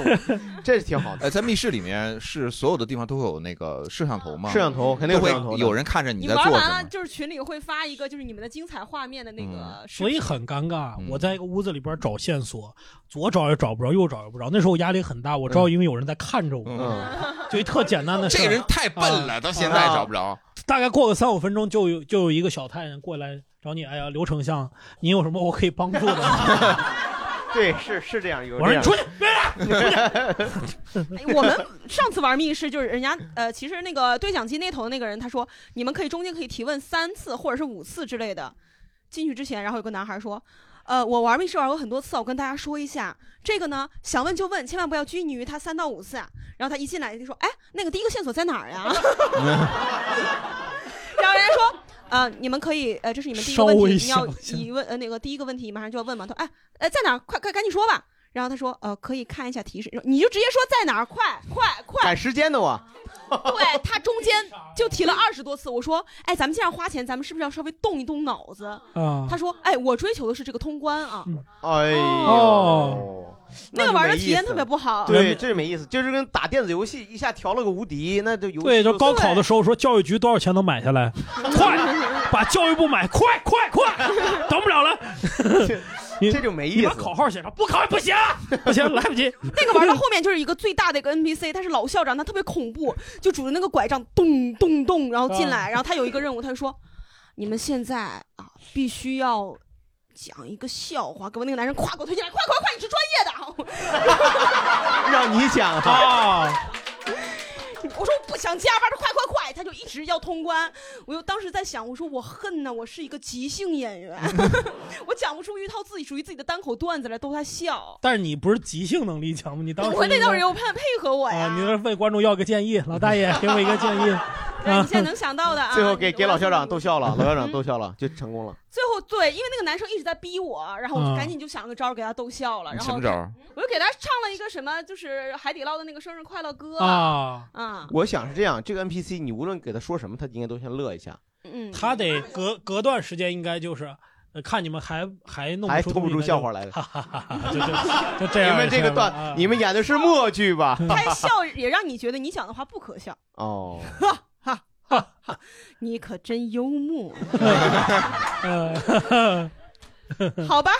[SPEAKER 3] 这是挺好的。
[SPEAKER 2] 呃，在密室里面是所有的地方都会有那个摄像头嘛，
[SPEAKER 3] 摄像头肯定有
[SPEAKER 2] 都会
[SPEAKER 3] 摄像头的
[SPEAKER 2] 有人看着你
[SPEAKER 5] 你
[SPEAKER 2] 在
[SPEAKER 5] 玩
[SPEAKER 2] 做什
[SPEAKER 5] 完
[SPEAKER 2] 么
[SPEAKER 5] 了，。就是群里会发一个就是你们的精彩画面的那个视
[SPEAKER 4] 所
[SPEAKER 5] 频，
[SPEAKER 4] 以很尴尬。我在一个屋子里边找线索，左找也找不着，右找也不着。那时候我压力很大，我知道因为有人在看着我，就一特简单的事儿。
[SPEAKER 2] 嗯 这人太笨了，
[SPEAKER 4] 啊
[SPEAKER 2] 到现在
[SPEAKER 4] 啊
[SPEAKER 2] 找不着。
[SPEAKER 4] 大概过个三五分钟，就有就有一个小太监过来找你。哎呀，刘丞相，你有什么我可以帮助的吗？
[SPEAKER 3] 啊对，是是这样，有
[SPEAKER 4] 我说你
[SPEAKER 3] 这样
[SPEAKER 4] 出去，别
[SPEAKER 2] 啊
[SPEAKER 5] 哎我们上次玩密室就是人家呃，其实那个对讲机那头的那个人他说，你们可以中间可以提问三次或者是五次之类的。进去之前，然后有个男孩说。呃，我玩密室玩过很多次，我跟大家说一下，这个呢，想问就问，千万不要拘泥于他三到五次啊。然后他一进来就说，哎，那个第一个线索在哪儿呀？
[SPEAKER 2] 嗯
[SPEAKER 5] 然后人家说，呃，你们可以，呃，这是你们第一个问
[SPEAKER 4] 稍微
[SPEAKER 5] 题，你要
[SPEAKER 4] 想一下
[SPEAKER 5] 疑问，呃，那个第一个问题马上就要问嘛。他说，哎，呃，在哪儿？快快赶紧说吧。然后他说，呃，可以看一下提示，你就直接说在哪儿，快快 快。
[SPEAKER 3] 赶时间的我，
[SPEAKER 5] 对他中间就提了二十多次，我说，哎，咱们既然花钱，咱们是不是要稍微动一动脑子？
[SPEAKER 4] 啊
[SPEAKER 5] 他说，哎，我追求的是这个通关啊，
[SPEAKER 3] 哎呦
[SPEAKER 4] 哦，
[SPEAKER 5] 那个玩的体验特别不好。
[SPEAKER 3] 对，这没意思，就是跟打电子游戏一下调了个无敌，那就游戏
[SPEAKER 4] 对，就
[SPEAKER 3] 就
[SPEAKER 4] 高考的时候说教育局多少钱能买下来，快 把教育部买，快快快，等不了了。
[SPEAKER 3] 这就没意思
[SPEAKER 4] 你把口号写上，不考也不行，不行，来不及。
[SPEAKER 5] 那个玩到后面就是一个最大的一个 NPC，他是老校长，他特别恐怖，就拄着那个拐杖咚咚咚，然后进来，
[SPEAKER 16] 啊
[SPEAKER 5] 然后他有一个任务，他就说：“你们现在啊，必须要讲一个笑话。”给我那个男人夸给我推进来，快快快，你是专业的。
[SPEAKER 3] 让你讲啊，
[SPEAKER 5] 我说我不想加班，他快快快，他就一直要通关。我又当时在想，我说我恨呐，我是一个即兴演员， 我讲不出一套自己属于自己的单口段子来逗他笑。
[SPEAKER 4] 但是你不是即兴能力强吗？你当时
[SPEAKER 5] 我那
[SPEAKER 4] 应该
[SPEAKER 5] 道人，我怕配合我呀。
[SPEAKER 4] 啊，你是为观众要个建议，老啊大爷 给我一个建议。
[SPEAKER 5] 对，你现在能 想到的 啊。
[SPEAKER 3] 最后给给老校长逗笑
[SPEAKER 5] 嗯
[SPEAKER 3] 了，老校长逗笑了，就成功了。
[SPEAKER 5] 最后对，因为那个男生一直在逼我，然后
[SPEAKER 4] 啊
[SPEAKER 5] 我就
[SPEAKER 3] 嗯
[SPEAKER 5] 赶紧就想了个招儿给他逗笑了，
[SPEAKER 3] 你
[SPEAKER 5] 然
[SPEAKER 3] 什
[SPEAKER 5] 后
[SPEAKER 3] 么招儿
[SPEAKER 5] 我就给他唱了一个什么，就是海底捞的那个生日快乐歌
[SPEAKER 3] 啊
[SPEAKER 5] 啊，
[SPEAKER 3] 我想是这样，这个 NPC 你无论给他说什么，他应该都先乐一下，
[SPEAKER 5] 嗯，
[SPEAKER 4] 他得隔隔段时间应该就是。呃看你们还还弄
[SPEAKER 3] 还
[SPEAKER 4] 出
[SPEAKER 3] 吐不
[SPEAKER 4] 东西来
[SPEAKER 3] 出笑
[SPEAKER 4] 就
[SPEAKER 3] 话来了
[SPEAKER 4] 哈哈 哈哈就 就就这样。
[SPEAKER 3] 你们这个
[SPEAKER 4] 是吧嗯
[SPEAKER 3] 段，你们演的是默剧 吧？
[SPEAKER 5] 他笑也让你觉得你讲的话不可笑，
[SPEAKER 3] 哦，
[SPEAKER 5] 你可真幽 默，
[SPEAKER 4] 啊
[SPEAKER 5] 好吧。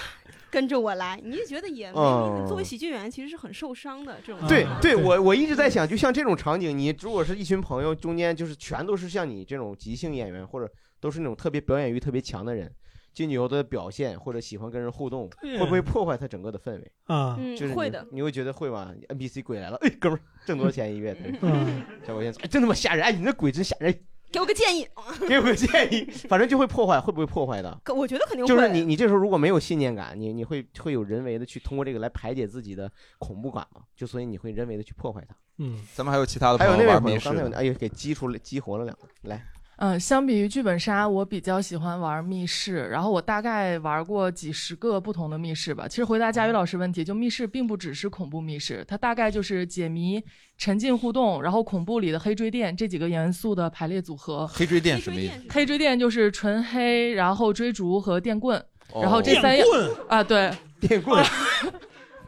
[SPEAKER 5] 跟着我来，你就觉得也没、
[SPEAKER 3] 嗯
[SPEAKER 5] 作为喜剧演员其实是很受伤的这
[SPEAKER 4] 嗯
[SPEAKER 5] 种。
[SPEAKER 3] 对对，我我一直在想，就像这种场景，你如果是一群朋友，中间就是全都是像你这种即兴演员，或者都是那种特别表演欲特别强的人，进去以后的表现或者喜欢跟人互动，
[SPEAKER 4] 对
[SPEAKER 3] 会不会破坏他整个的氛围
[SPEAKER 4] 啊嗯
[SPEAKER 3] 就是你
[SPEAKER 4] 会的，
[SPEAKER 3] 你会觉得会吗？NPC 鬼来了，哎，哥们儿，挣多少钱一月？
[SPEAKER 4] 嗯
[SPEAKER 3] 小保险，哎，真他妈吓人！哎，你那鬼真吓人，
[SPEAKER 5] 给我个建议，
[SPEAKER 3] 给我个建议，反正就会破坏，会不会破坏的？
[SPEAKER 5] 可我觉得肯定会。
[SPEAKER 3] 就是你，你这时候如果没有信念感，你你会会有人为的去通过这个来排解自己的恐怖感嘛？就所以你会人为的去破坏它。
[SPEAKER 4] 嗯，
[SPEAKER 2] 咱们还有其他的
[SPEAKER 3] 还
[SPEAKER 2] 朋
[SPEAKER 3] 有那
[SPEAKER 2] 友
[SPEAKER 3] 位
[SPEAKER 2] 玩
[SPEAKER 3] 朋
[SPEAKER 2] 密
[SPEAKER 3] 友，
[SPEAKER 2] 室
[SPEAKER 3] 刚才有
[SPEAKER 2] 的，
[SPEAKER 3] 哎呦给激出来激活了两个，来，
[SPEAKER 16] 嗯，相比于剧本杀，我比较喜欢玩密室。然后我大概玩过几十个不同的密室吧。其实回答
[SPEAKER 3] 哦
[SPEAKER 16] 佳宇老师问题，就密室并不只是恐怖密室，它大概就是解谜、沉浸互动，然后恐怖里的黑追电这几个元素的排列组合。
[SPEAKER 2] 黑追电什么意思？
[SPEAKER 16] 黑追电就是纯黑，然后追逐和电棍，然后这
[SPEAKER 2] 哦
[SPEAKER 16] 三样
[SPEAKER 2] 电
[SPEAKER 16] 啊，对，
[SPEAKER 3] 电棍，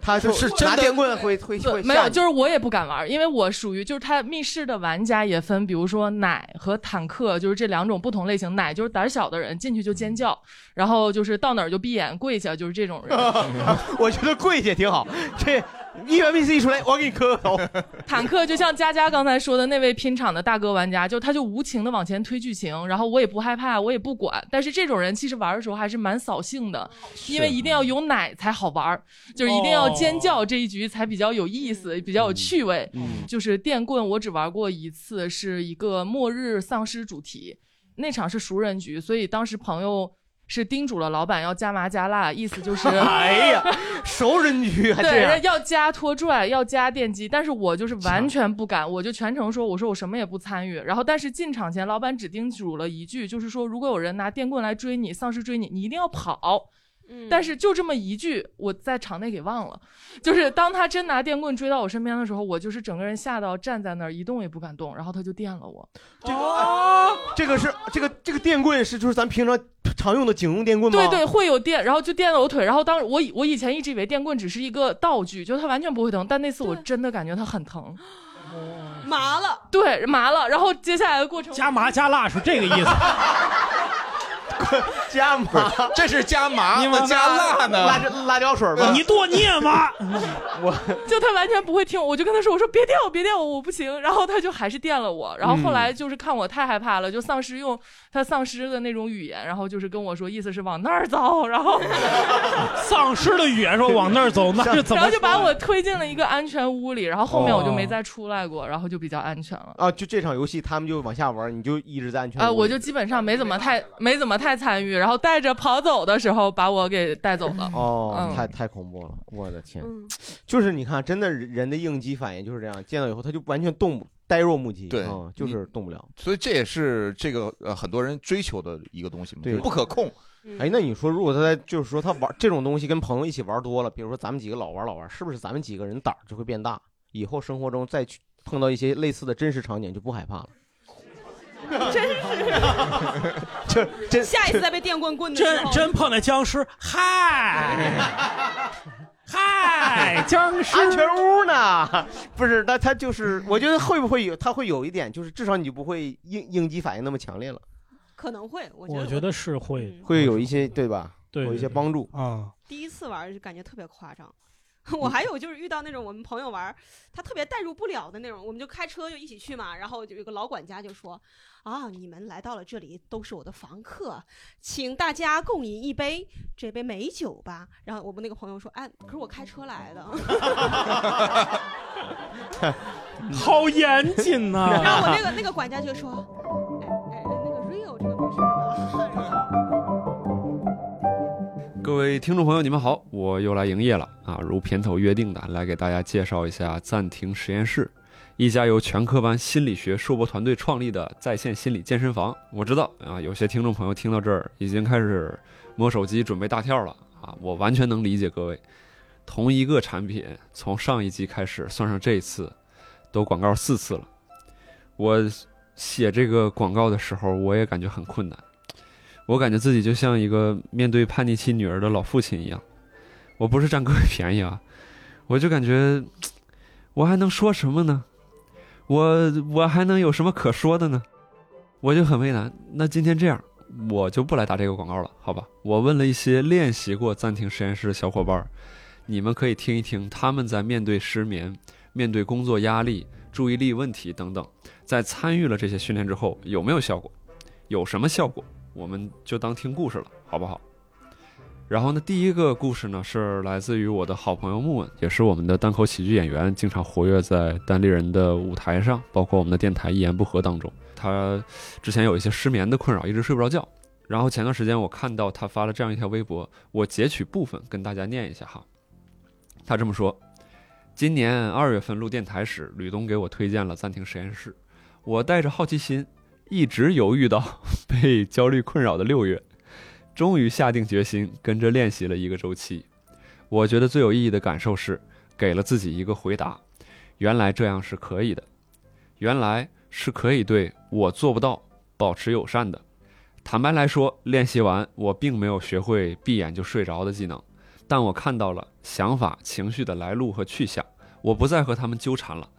[SPEAKER 3] 他就是
[SPEAKER 16] 真
[SPEAKER 3] 拿
[SPEAKER 16] 的
[SPEAKER 3] 电棍会会
[SPEAKER 16] 对，
[SPEAKER 3] 会
[SPEAKER 16] 没有，就是是我也不敢玩，因为我属于就是他密室的玩家也分，比如说奶和坦克，就是这两种不同类型。奶就是胆小的人，进去就尖叫，然后就是到哪儿就闭眼跪下，就是这种人。
[SPEAKER 3] 我觉得跪下挺好，这一元 VC 一出来，我给你磕个 头。
[SPEAKER 16] 坦克就像佳佳刚才说的那位拼场的大哥玩家，就他就无情的往前推剧情，然后我也不害怕，我也不管。但是这种人其实玩的时候还是蛮扫兴的，因为一定要有奶才好玩儿，就是一定要
[SPEAKER 3] 哦
[SPEAKER 16] 尖叫这一局才比较有意思，比较有趣味。就是电棍，我只玩过一次，是一个末日丧尸主题，那场是熟人局，所以当时朋友。是叮嘱了老板要加麻加辣，意思就是，
[SPEAKER 3] 哎呀，熟人 局还这样
[SPEAKER 16] 对，。要加拖拽，要加电击，但是我就是完全不敢，我就全程说，我说我什么也不参与。然后，但是进场前，老板只叮嘱了一句，就是说，如果有人拿电棍来追你，丧尸追你，你一定要跑。
[SPEAKER 6] 嗯
[SPEAKER 16] 但是就这么一句，我在场内给忘了。就是当他真拿电棍追到我身边的时候，我就是整个人吓到站在那儿一动也不敢动，然后他就电了我。
[SPEAKER 3] 这个是这个这个电棍是就是咱平常常用的警用电棍吗？
[SPEAKER 16] 对对，会有电，然后就电到我腿。然后当时我以我以前一直以为电棍只是一个道具，就它完全不会疼，但那次我真的感觉它很疼。
[SPEAKER 5] 麻了，
[SPEAKER 16] 对，麻了。然后接下来的过程
[SPEAKER 4] 加麻加辣是这个意思。
[SPEAKER 3] 加麻，
[SPEAKER 2] 这是加麻，
[SPEAKER 3] 你们
[SPEAKER 2] 那加辣呢？
[SPEAKER 3] 辣辣椒水吧。
[SPEAKER 4] 你 剁你也麻。
[SPEAKER 16] 就他完全不会听，我就跟他说：“我说别电我，别电我，我不行。”然后他就还是电了我。然后
[SPEAKER 3] 嗯
[SPEAKER 16] 后来就是看我太害怕了，就丧尸用他丧尸的那种语言，然后就是跟我说，意思是往那儿走，然后
[SPEAKER 4] 丧尸的语言说往那儿走， 那是怎么？
[SPEAKER 16] 然后就把我推进了一个安全屋里，然后后面我就
[SPEAKER 3] 哦
[SPEAKER 16] 没再出来过，然后就比较安全了。
[SPEAKER 3] 啊，就这场游戏他们就往下玩，你就一直在安全屋里。
[SPEAKER 16] 啊，我就基本上没怎么太没怎么太参与，然后带着跑走的时候把我给带走了。
[SPEAKER 3] 哦，
[SPEAKER 16] 嗯
[SPEAKER 3] 太太恐怖了，我的天！
[SPEAKER 5] 嗯
[SPEAKER 3] 就是你看，真的人人的应激反应就是这样，见到以后他就完全动不，呆若木鸡，
[SPEAKER 2] 对
[SPEAKER 3] 嗯就是动不了。
[SPEAKER 2] 所以这也是这个呃很多人追求的一个东西嘛，
[SPEAKER 3] 对
[SPEAKER 2] 就不可控。
[SPEAKER 5] 嗯
[SPEAKER 3] 哎，那你说，如果他在就是说他玩这种东西，跟朋友一起玩多了，比如说咱们几个老玩老玩，是不是咱们几个人胆儿就会变大？以后生活中再去碰到一些类似的真实场景就不害怕了。
[SPEAKER 5] 真是。
[SPEAKER 3] 这 真
[SPEAKER 5] 下一次再被电棍棍的时
[SPEAKER 4] 真
[SPEAKER 5] 候，
[SPEAKER 4] 真碰见僵尸，嗨， 嗨，僵尸
[SPEAKER 3] 安全屋呢？不是，那他就是，我觉得会不会有，他会有一点，就是至少你就不会应应激反应那么强烈了，
[SPEAKER 5] 可能会，我觉
[SPEAKER 4] 我
[SPEAKER 5] 得
[SPEAKER 4] 觉得是会
[SPEAKER 3] 会有一些对吧？
[SPEAKER 4] 对
[SPEAKER 3] 有一些
[SPEAKER 4] 对对
[SPEAKER 3] 帮助
[SPEAKER 4] 啊。
[SPEAKER 5] 第一次玩儿就感觉特别夸张。 我还有就是遇到那种我们朋友玩儿，他特别代入不了的那种，我们就开车就一起去嘛，然后就有个老管家就说：“啊，你们来到了这里都是我的房客，请大家共饮一杯这杯美酒吧。”然后我们那个朋友说：“哎，可是我开车 来的。
[SPEAKER 4] 好严谨呐、
[SPEAKER 5] 然后我那个那个管家就说：“哎哎，那个 real 这个没事儿吧？”
[SPEAKER 1] 各位听众朋友，你们好，我又来营业了啊！如片头约定的，来给大家介绍一下暂停实验室，一家由全科班心理学硕博团队创立的在线心理健身房。我知道啊，有些听众朋友听到这儿已经开始摸手机准备大跳了啊，我完全能理解各位。同一个产品从上一季开始算上这一次，都广告四次了。我写这个广告的时候，我也感觉很困难。我感觉自己就像一个面对叛逆期女儿的老父亲一样，我不是占各位 便宜啊，我就感觉我还能说什么呢？我我还能有什么可说的呢？我就很为难。那今天这样，我就不来打这个广告了，好吧？我问了一些练习过暂停实验室的小伙伴儿，你们可以听一听他们在面对失眠、面对工作压力、注意力问题等等，在参与了这些训练之后有没有效果？有什么效果？我们就当听故事了，好不好？然后呢，第一个故事呢是来自于我的好朋友木问，也是我们的单口喜剧演员，经常活跃在单立人的舞台上，包括我们的电台《一言不合》当中。他之前有一些失眠的困扰，一直睡不着觉。然后前段时间我看到他发了这样一条微博，我截取部分跟大家念一下哈。他这么说：今年二月份录电台时，吕东给我推荐了暂停实验室，我带着好奇心，一直犹豫到被焦虑困扰的六月，终于下定决心跟着练习了一个周期。我觉得最有意义的感受是，给了自己一个回答：原来这样是可以的，原来是可以对我做不到保持友善的。坦白来说，练习完我并没有学会闭眼就睡着的技能，但我看到了想法、情绪的来路和去向，我不再和他们纠缠了。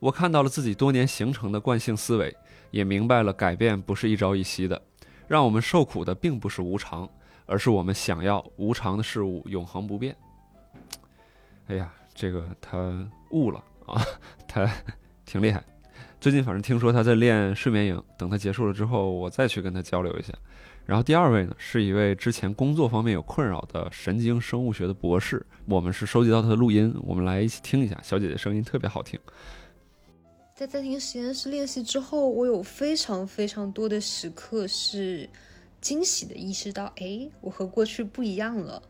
[SPEAKER 1] 我看到了自己多年形成的惯性思维，也明白了改变不是一朝一夕的，让我们受苦的并不是无常，而是我们想要无常的事物永恒不变。哎呀，这个他悟了啊， 他挺厉害。最近反正听说他在练睡眠营，等他结束了之后，我再去跟他交流一下。然后第二位呢，是一位之前工作方面有困扰的神经生物学的博士，我们是收集到他的录音，我们来一起听一下。小姐姐声音特别好听，
[SPEAKER 18] 在暂停实验室练习之后，我有非常非常多的时刻是惊喜的意识到，哎，我和过去不一样了。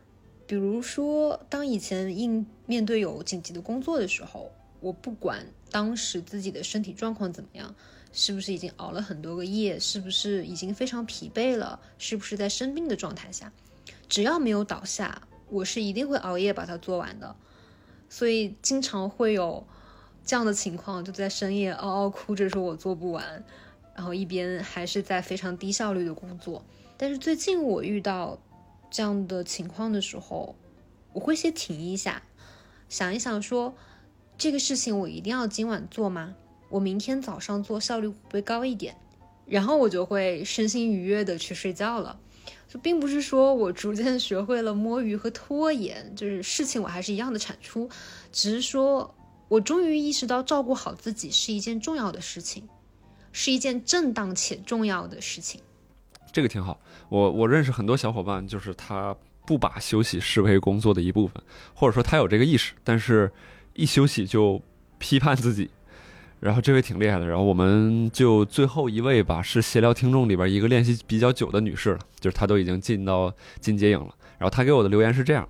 [SPEAKER 18] 比如说，当以前应面对有紧急的工作的时候，我不管当时自己的身体状况怎么样，是不是已经熬了很多个夜，是不是已经非常疲惫了，是不是在生病的状态下，只要没有倒下，我是一定会熬夜把它做完的。所以经常会有这样的情况，就在深夜嗷嗷哭着说我做不完，然后一边还是在非常低效率的工作。但是最近我遇到这样的情况的时候，我会先停一下，想一想说，这个事情我一定要今晚做吗？我明天早上做效率会不会高一点？然后我就会身心愉悦的去睡觉了。就并不是说我逐渐学会了摸鱼和拖延，就是事情我还是一样的产出，只是说我终于意识到照顾好自己是一件重要的事情，是一件正当且重要的事情。
[SPEAKER 1] 这个挺好。我我认识很多小伙伴，就是他不把休息视为工作的一部分，或者说他有这个意识，但是一休息就批判自己。然后这位挺厉害的，然后我们就最后一位吧，是闲聊听众里边一个练习比较久的女士了，就是她都已经进到进阶营了。然后她给我的留言是这样，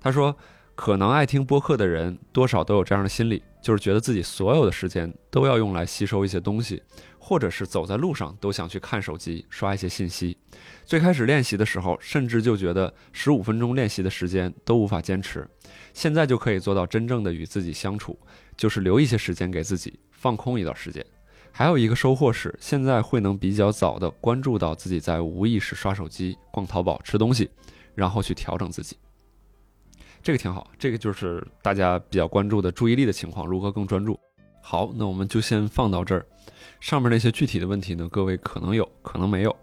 [SPEAKER 1] 她说：“可能爱听播客的人多少都有这样的心理，就是觉得自己所有的时间都要用来吸收一些东西，或者是走在路上都想去看手机、刷一些信息。最开始练习的时候，甚至就觉得十五分钟练习的时间都无法坚持，现在就可以做到真正的与自己相处，就是留一些时间给自己。”放空一段时间，还有一个收获是，现在会能比较早的关注到自己在无意识刷手机、逛淘宝、吃东西，然后去调整自己。这个挺好，这个就是大家比较关注的注意力的情况，如何更专注。好，那我们就先放到这儿。上面那些具体的问题呢，各位可能有可能没有。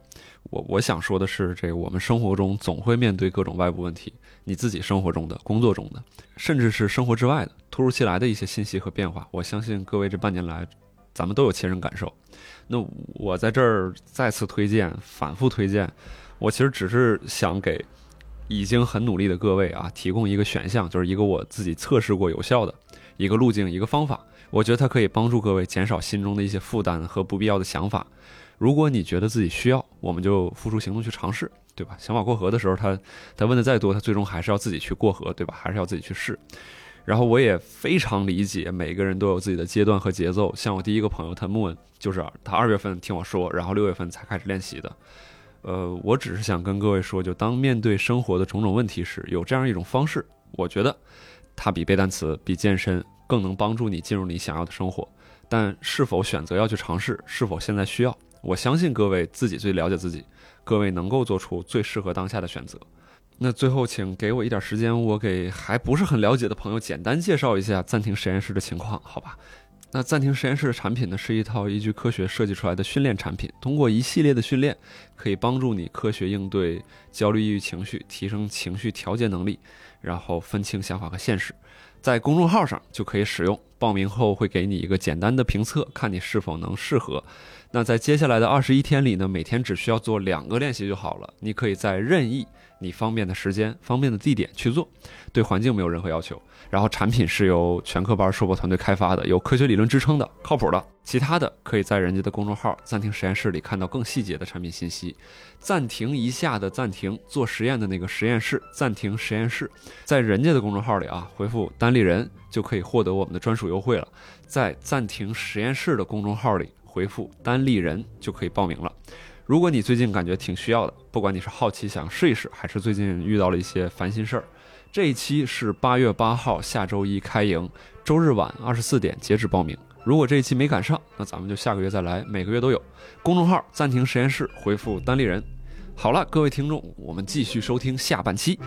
[SPEAKER 1] 我我想说的是，这个我们生活中总会面对各种外部问题，你自己生活中的、工作中的，甚至是生活之外的，突如其来的一些信息和变化。我相信各位这半年来，咱们都有切身感受。那我在这儿再次推荐，反复推荐。我其实只是想给已经很努力的各位啊，提供一个选项，就是一个我自己测试过有效的一个路径、一个方法。我觉得它可以帮助各位减少心中的一些负担和不必要的想法。如果你觉得自己需要，我们就付诸行动去尝试，对吧？想法过河的时候，他他问的再多，他最终还是要自己去过河，对吧？还是要自己去试。然后我也非常理解，每个人都有自己的阶段和节奏。像我第一个朋友谭木恩，就是他二月份听我说，然后六月份才开始练习的。呃，我只是想跟各位说，就当面对生活的种种问题时，有这样一种方式，我觉得它比背单词、比健身。更能帮助你进入你想要的生活，但是否选择要去尝试，是否现在需要？我相信各位自己最了解自己，各位能够做出最适合当下的选择。那最后，请给我一点时间，我给还不是很了解的朋友简单介绍一下暂停实验室的情况，好吧？那暂停实验室的产品呢，是一套依据科学设计出来的训练产品。通过一系列的训练，可以帮助你科学应对焦虑、抑郁情绪，提升情绪调节能力，然后分清想法和现实。在公众号上就可以使用。报名后会给你一个简单的评测，看你是否能适合。那在接下来的二十一天里呢，每天只需要做两个练习就好了。你可以在任意你方便的时间、方便的地点去做，对环境没有任何要求。然后产品是由全科班硕博团队开发的，有科学理论支撑的，靠谱的。其他的可以在人家的公众号“暂停实验室”里看到更细节的产品信息。暂停一下的暂停，做实验的那个实验室，暂停实验室，在人家的公众号里啊，回复“单立人”就可以获得我们的专属优惠了。在暂停实验室的公众号里回复“单立人”就可以报名了。如果你最近感觉挺需要的，不管你是好奇想试一试，还是最近遇到了一些烦心事儿。这一期是八月八号，下周一开营，周日晚二十四点截止报名。如果这一期没赶上，那咱们就下个月再来，每个月都有。公众号暂停实验室回复单立人。好了，各位听众，我们继续收听下半期。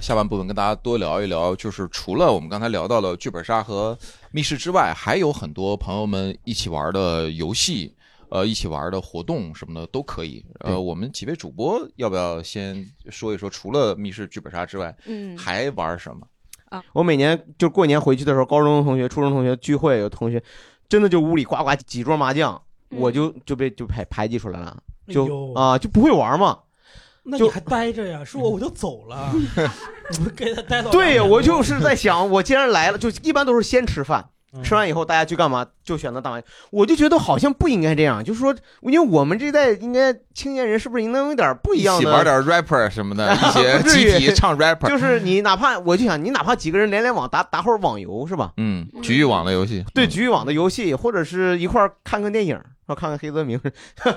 [SPEAKER 2] 下半部分跟大家多聊一聊，就是除了我们刚才聊到了剧本杀和密室之外，还有很多朋友们一起玩的游戏，呃，一起玩的活动什么的都可以。呃，我们几位主播要不要先说一说，除了密室、剧本杀之外，
[SPEAKER 13] 嗯
[SPEAKER 2] 还玩什么？
[SPEAKER 3] 我每年就过年回去的时候，高中同学、初中同学聚会，有同学真的就屋里呱呱几桌麻将，
[SPEAKER 5] 嗯
[SPEAKER 3] 我就就被就排排挤出来了，
[SPEAKER 4] 哎
[SPEAKER 3] 就
[SPEAKER 4] 呦
[SPEAKER 3] 啊就不会玩嘛。
[SPEAKER 4] 那你还待着呀？是我我就走 了，给他带到
[SPEAKER 3] 对呀，我就是在想，我既然来了，就一般都是先吃饭，吃完以后大家去干嘛？就选择大麻将。我就觉得好像不应该这样，就是说，因为我们这一代应该青年人是不是应该有点不一样
[SPEAKER 2] 一
[SPEAKER 3] 的？
[SPEAKER 2] 起玩点 rapper 什么 的，一起
[SPEAKER 3] 不至于
[SPEAKER 2] 集体唱 rapper， 嗯
[SPEAKER 3] 就是你哪怕我就想你哪怕几个人连连网打打会儿网游是吧？
[SPEAKER 2] 嗯，局域网的游戏，
[SPEAKER 3] 对局域网的游戏，或者是一块儿看看电影，然后看看黑泽明，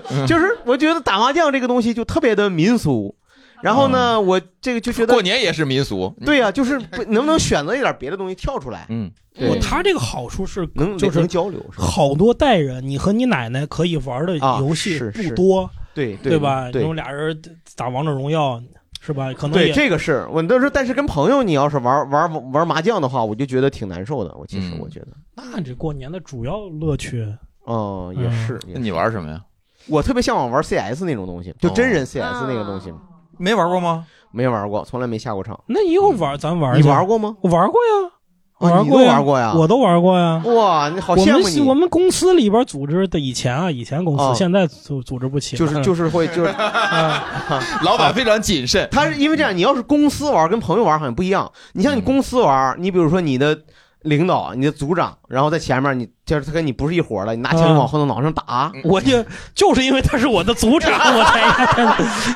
[SPEAKER 2] 嗯
[SPEAKER 3] 就是我觉得打麻将这个东西就特别的民俗。然后呢，我这个就觉得
[SPEAKER 2] 嗯过年也是民俗，
[SPEAKER 3] 对呀、就是不能不能选择一点别的东西跳出来？
[SPEAKER 2] 嗯，
[SPEAKER 4] 不，他这个好处是
[SPEAKER 3] 能
[SPEAKER 4] 就是
[SPEAKER 3] 能交流是吧
[SPEAKER 4] 好多代人，你和你奶奶可以玩的
[SPEAKER 3] 啊
[SPEAKER 4] 游戏
[SPEAKER 3] 是是
[SPEAKER 4] 不多，
[SPEAKER 3] 对
[SPEAKER 4] 对吧？
[SPEAKER 3] 对
[SPEAKER 4] 那种俩人打王者荣耀是吧？可能
[SPEAKER 3] 对
[SPEAKER 4] 也
[SPEAKER 3] 这个是我那时候，但是跟朋友你要是玩玩玩麻将的话，我就觉得挺难受的。我其实我觉得，
[SPEAKER 4] 那这过年的主要乐趣，
[SPEAKER 3] 哦，
[SPEAKER 4] 嗯
[SPEAKER 3] 也是。那
[SPEAKER 2] 你玩什么呀？
[SPEAKER 3] 我特别向往玩 CS 那种东西，就真人 CS 那个东西。
[SPEAKER 2] 没玩过吗？
[SPEAKER 3] 没玩过，从来没下过场。
[SPEAKER 4] 那一会儿玩咱玩去，
[SPEAKER 3] 你玩过吗？
[SPEAKER 4] 我玩过呀，
[SPEAKER 3] 啊
[SPEAKER 4] 玩
[SPEAKER 3] 你
[SPEAKER 4] 过
[SPEAKER 3] 都玩过呀
[SPEAKER 4] 我都玩过呀。
[SPEAKER 3] 哇，你好羡慕你！
[SPEAKER 4] 我们我们公司里边组织的以前啊，以前公
[SPEAKER 3] 啊
[SPEAKER 4] 司现在组组织不起了，
[SPEAKER 3] 就是就是会 就是，啊
[SPEAKER 2] 老板非常谨慎。
[SPEAKER 3] 他是因为这样，你要是公司玩跟朋友玩好像不一样。
[SPEAKER 4] 嗯
[SPEAKER 3] 你像你公司玩，你比如说你的领导、你的组长，然后在前面，你就是他跟你不是一伙的，你拿枪
[SPEAKER 4] 啊
[SPEAKER 3] 往后头脑上打。
[SPEAKER 4] 我就就是因为他是我的组长，我 才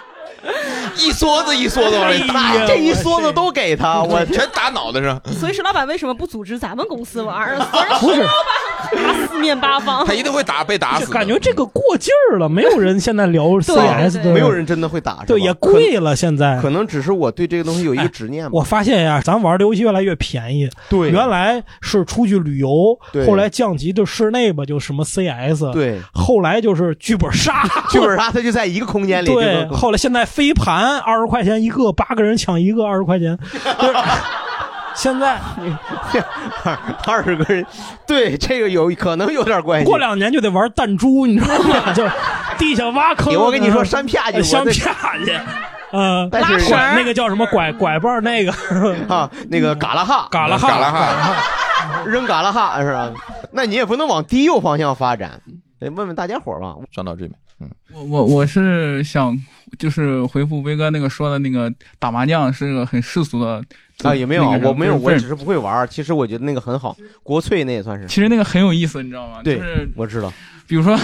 [SPEAKER 2] 一梭子一梭子往里
[SPEAKER 3] 哎
[SPEAKER 2] 打，
[SPEAKER 3] 呀这一梭子都给他我
[SPEAKER 2] 全打脑袋上。
[SPEAKER 5] 所以石老板为什么不组织咱们公司玩儿？啊
[SPEAKER 4] 不
[SPEAKER 5] 所以
[SPEAKER 4] 是
[SPEAKER 5] 石老板打四面 八方，
[SPEAKER 2] 他一定会打被打死的。
[SPEAKER 4] 感觉这个过劲儿了，没有人现在聊 CS 的，
[SPEAKER 3] 没有人真的会打，
[SPEAKER 4] 对也贵了，现在
[SPEAKER 3] 可能只是我对这个东西有一个执念吧。
[SPEAKER 4] 哎我发现呀，咱玩的游戏越来越便宜。
[SPEAKER 3] 对
[SPEAKER 4] 原来是出去旅游
[SPEAKER 3] 对，
[SPEAKER 4] 后来降级的室内吧，就什么 CS，
[SPEAKER 3] 对
[SPEAKER 4] 后来就是剧本杀，
[SPEAKER 3] 剧本杀它就在一个空间里这
[SPEAKER 4] 对，
[SPEAKER 3] 个
[SPEAKER 4] 后来现在飞盘二十块钱一个，八个人抢一个二十块钱， 就是现在
[SPEAKER 3] 二十个人，对这个有可能有点关系。
[SPEAKER 4] 过两年就得玩弹珠，你知道吗？ 就是地下挖 坑，
[SPEAKER 3] 我跟你说山啪去
[SPEAKER 4] 呃
[SPEAKER 3] 我
[SPEAKER 4] 山
[SPEAKER 3] 那
[SPEAKER 4] 啪去。
[SPEAKER 6] 嗯
[SPEAKER 4] 呃，
[SPEAKER 3] 但是
[SPEAKER 4] 拐那个叫什么拐拐棒儿那个
[SPEAKER 3] 啊，那个嘎啦 哈，
[SPEAKER 4] 嘎啦
[SPEAKER 2] 嗯
[SPEAKER 4] 哈嘎啦哈
[SPEAKER 3] 扔嘎啦哈是吧？那你也不能往低幼方向发展，得问问大家伙儿吧。
[SPEAKER 2] 上到这边，
[SPEAKER 6] 我我我是想就是回复威哥那个说的那个打麻将是个很世俗的
[SPEAKER 3] 啊，也没有
[SPEAKER 6] 那
[SPEAKER 3] 啊，
[SPEAKER 6] 个
[SPEAKER 3] 我没有，
[SPEAKER 6] 不
[SPEAKER 3] 我
[SPEAKER 6] 是
[SPEAKER 3] 只是不会玩儿。其实我觉得那个很好，国粹那也算是。
[SPEAKER 6] 其实那个很有意思，你知道吗？
[SPEAKER 3] 对
[SPEAKER 6] 就是，
[SPEAKER 3] 我知道。
[SPEAKER 6] 比如说，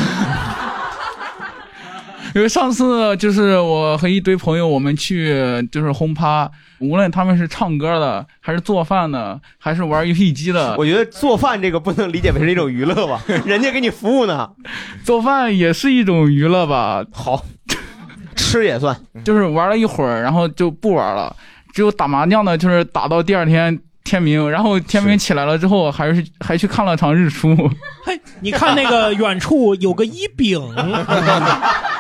[SPEAKER 6] 因为上次就是我和一堆朋友，我们去就是轰趴，无论他们是唱歌的，还是做饭的，还是玩游戏机的，
[SPEAKER 3] 我觉得做饭这个不能理解为是一种娱乐吧，人家给你服务呢。
[SPEAKER 6] 做饭也是一种娱乐吧？
[SPEAKER 3] 好，吃也算，
[SPEAKER 6] 就是玩了一会儿，然后就不玩了。只有打麻将的，就是打到第二天天明，然后天明起来了之后，还是还去看了场日出。
[SPEAKER 4] 你看那个远处有个一饼，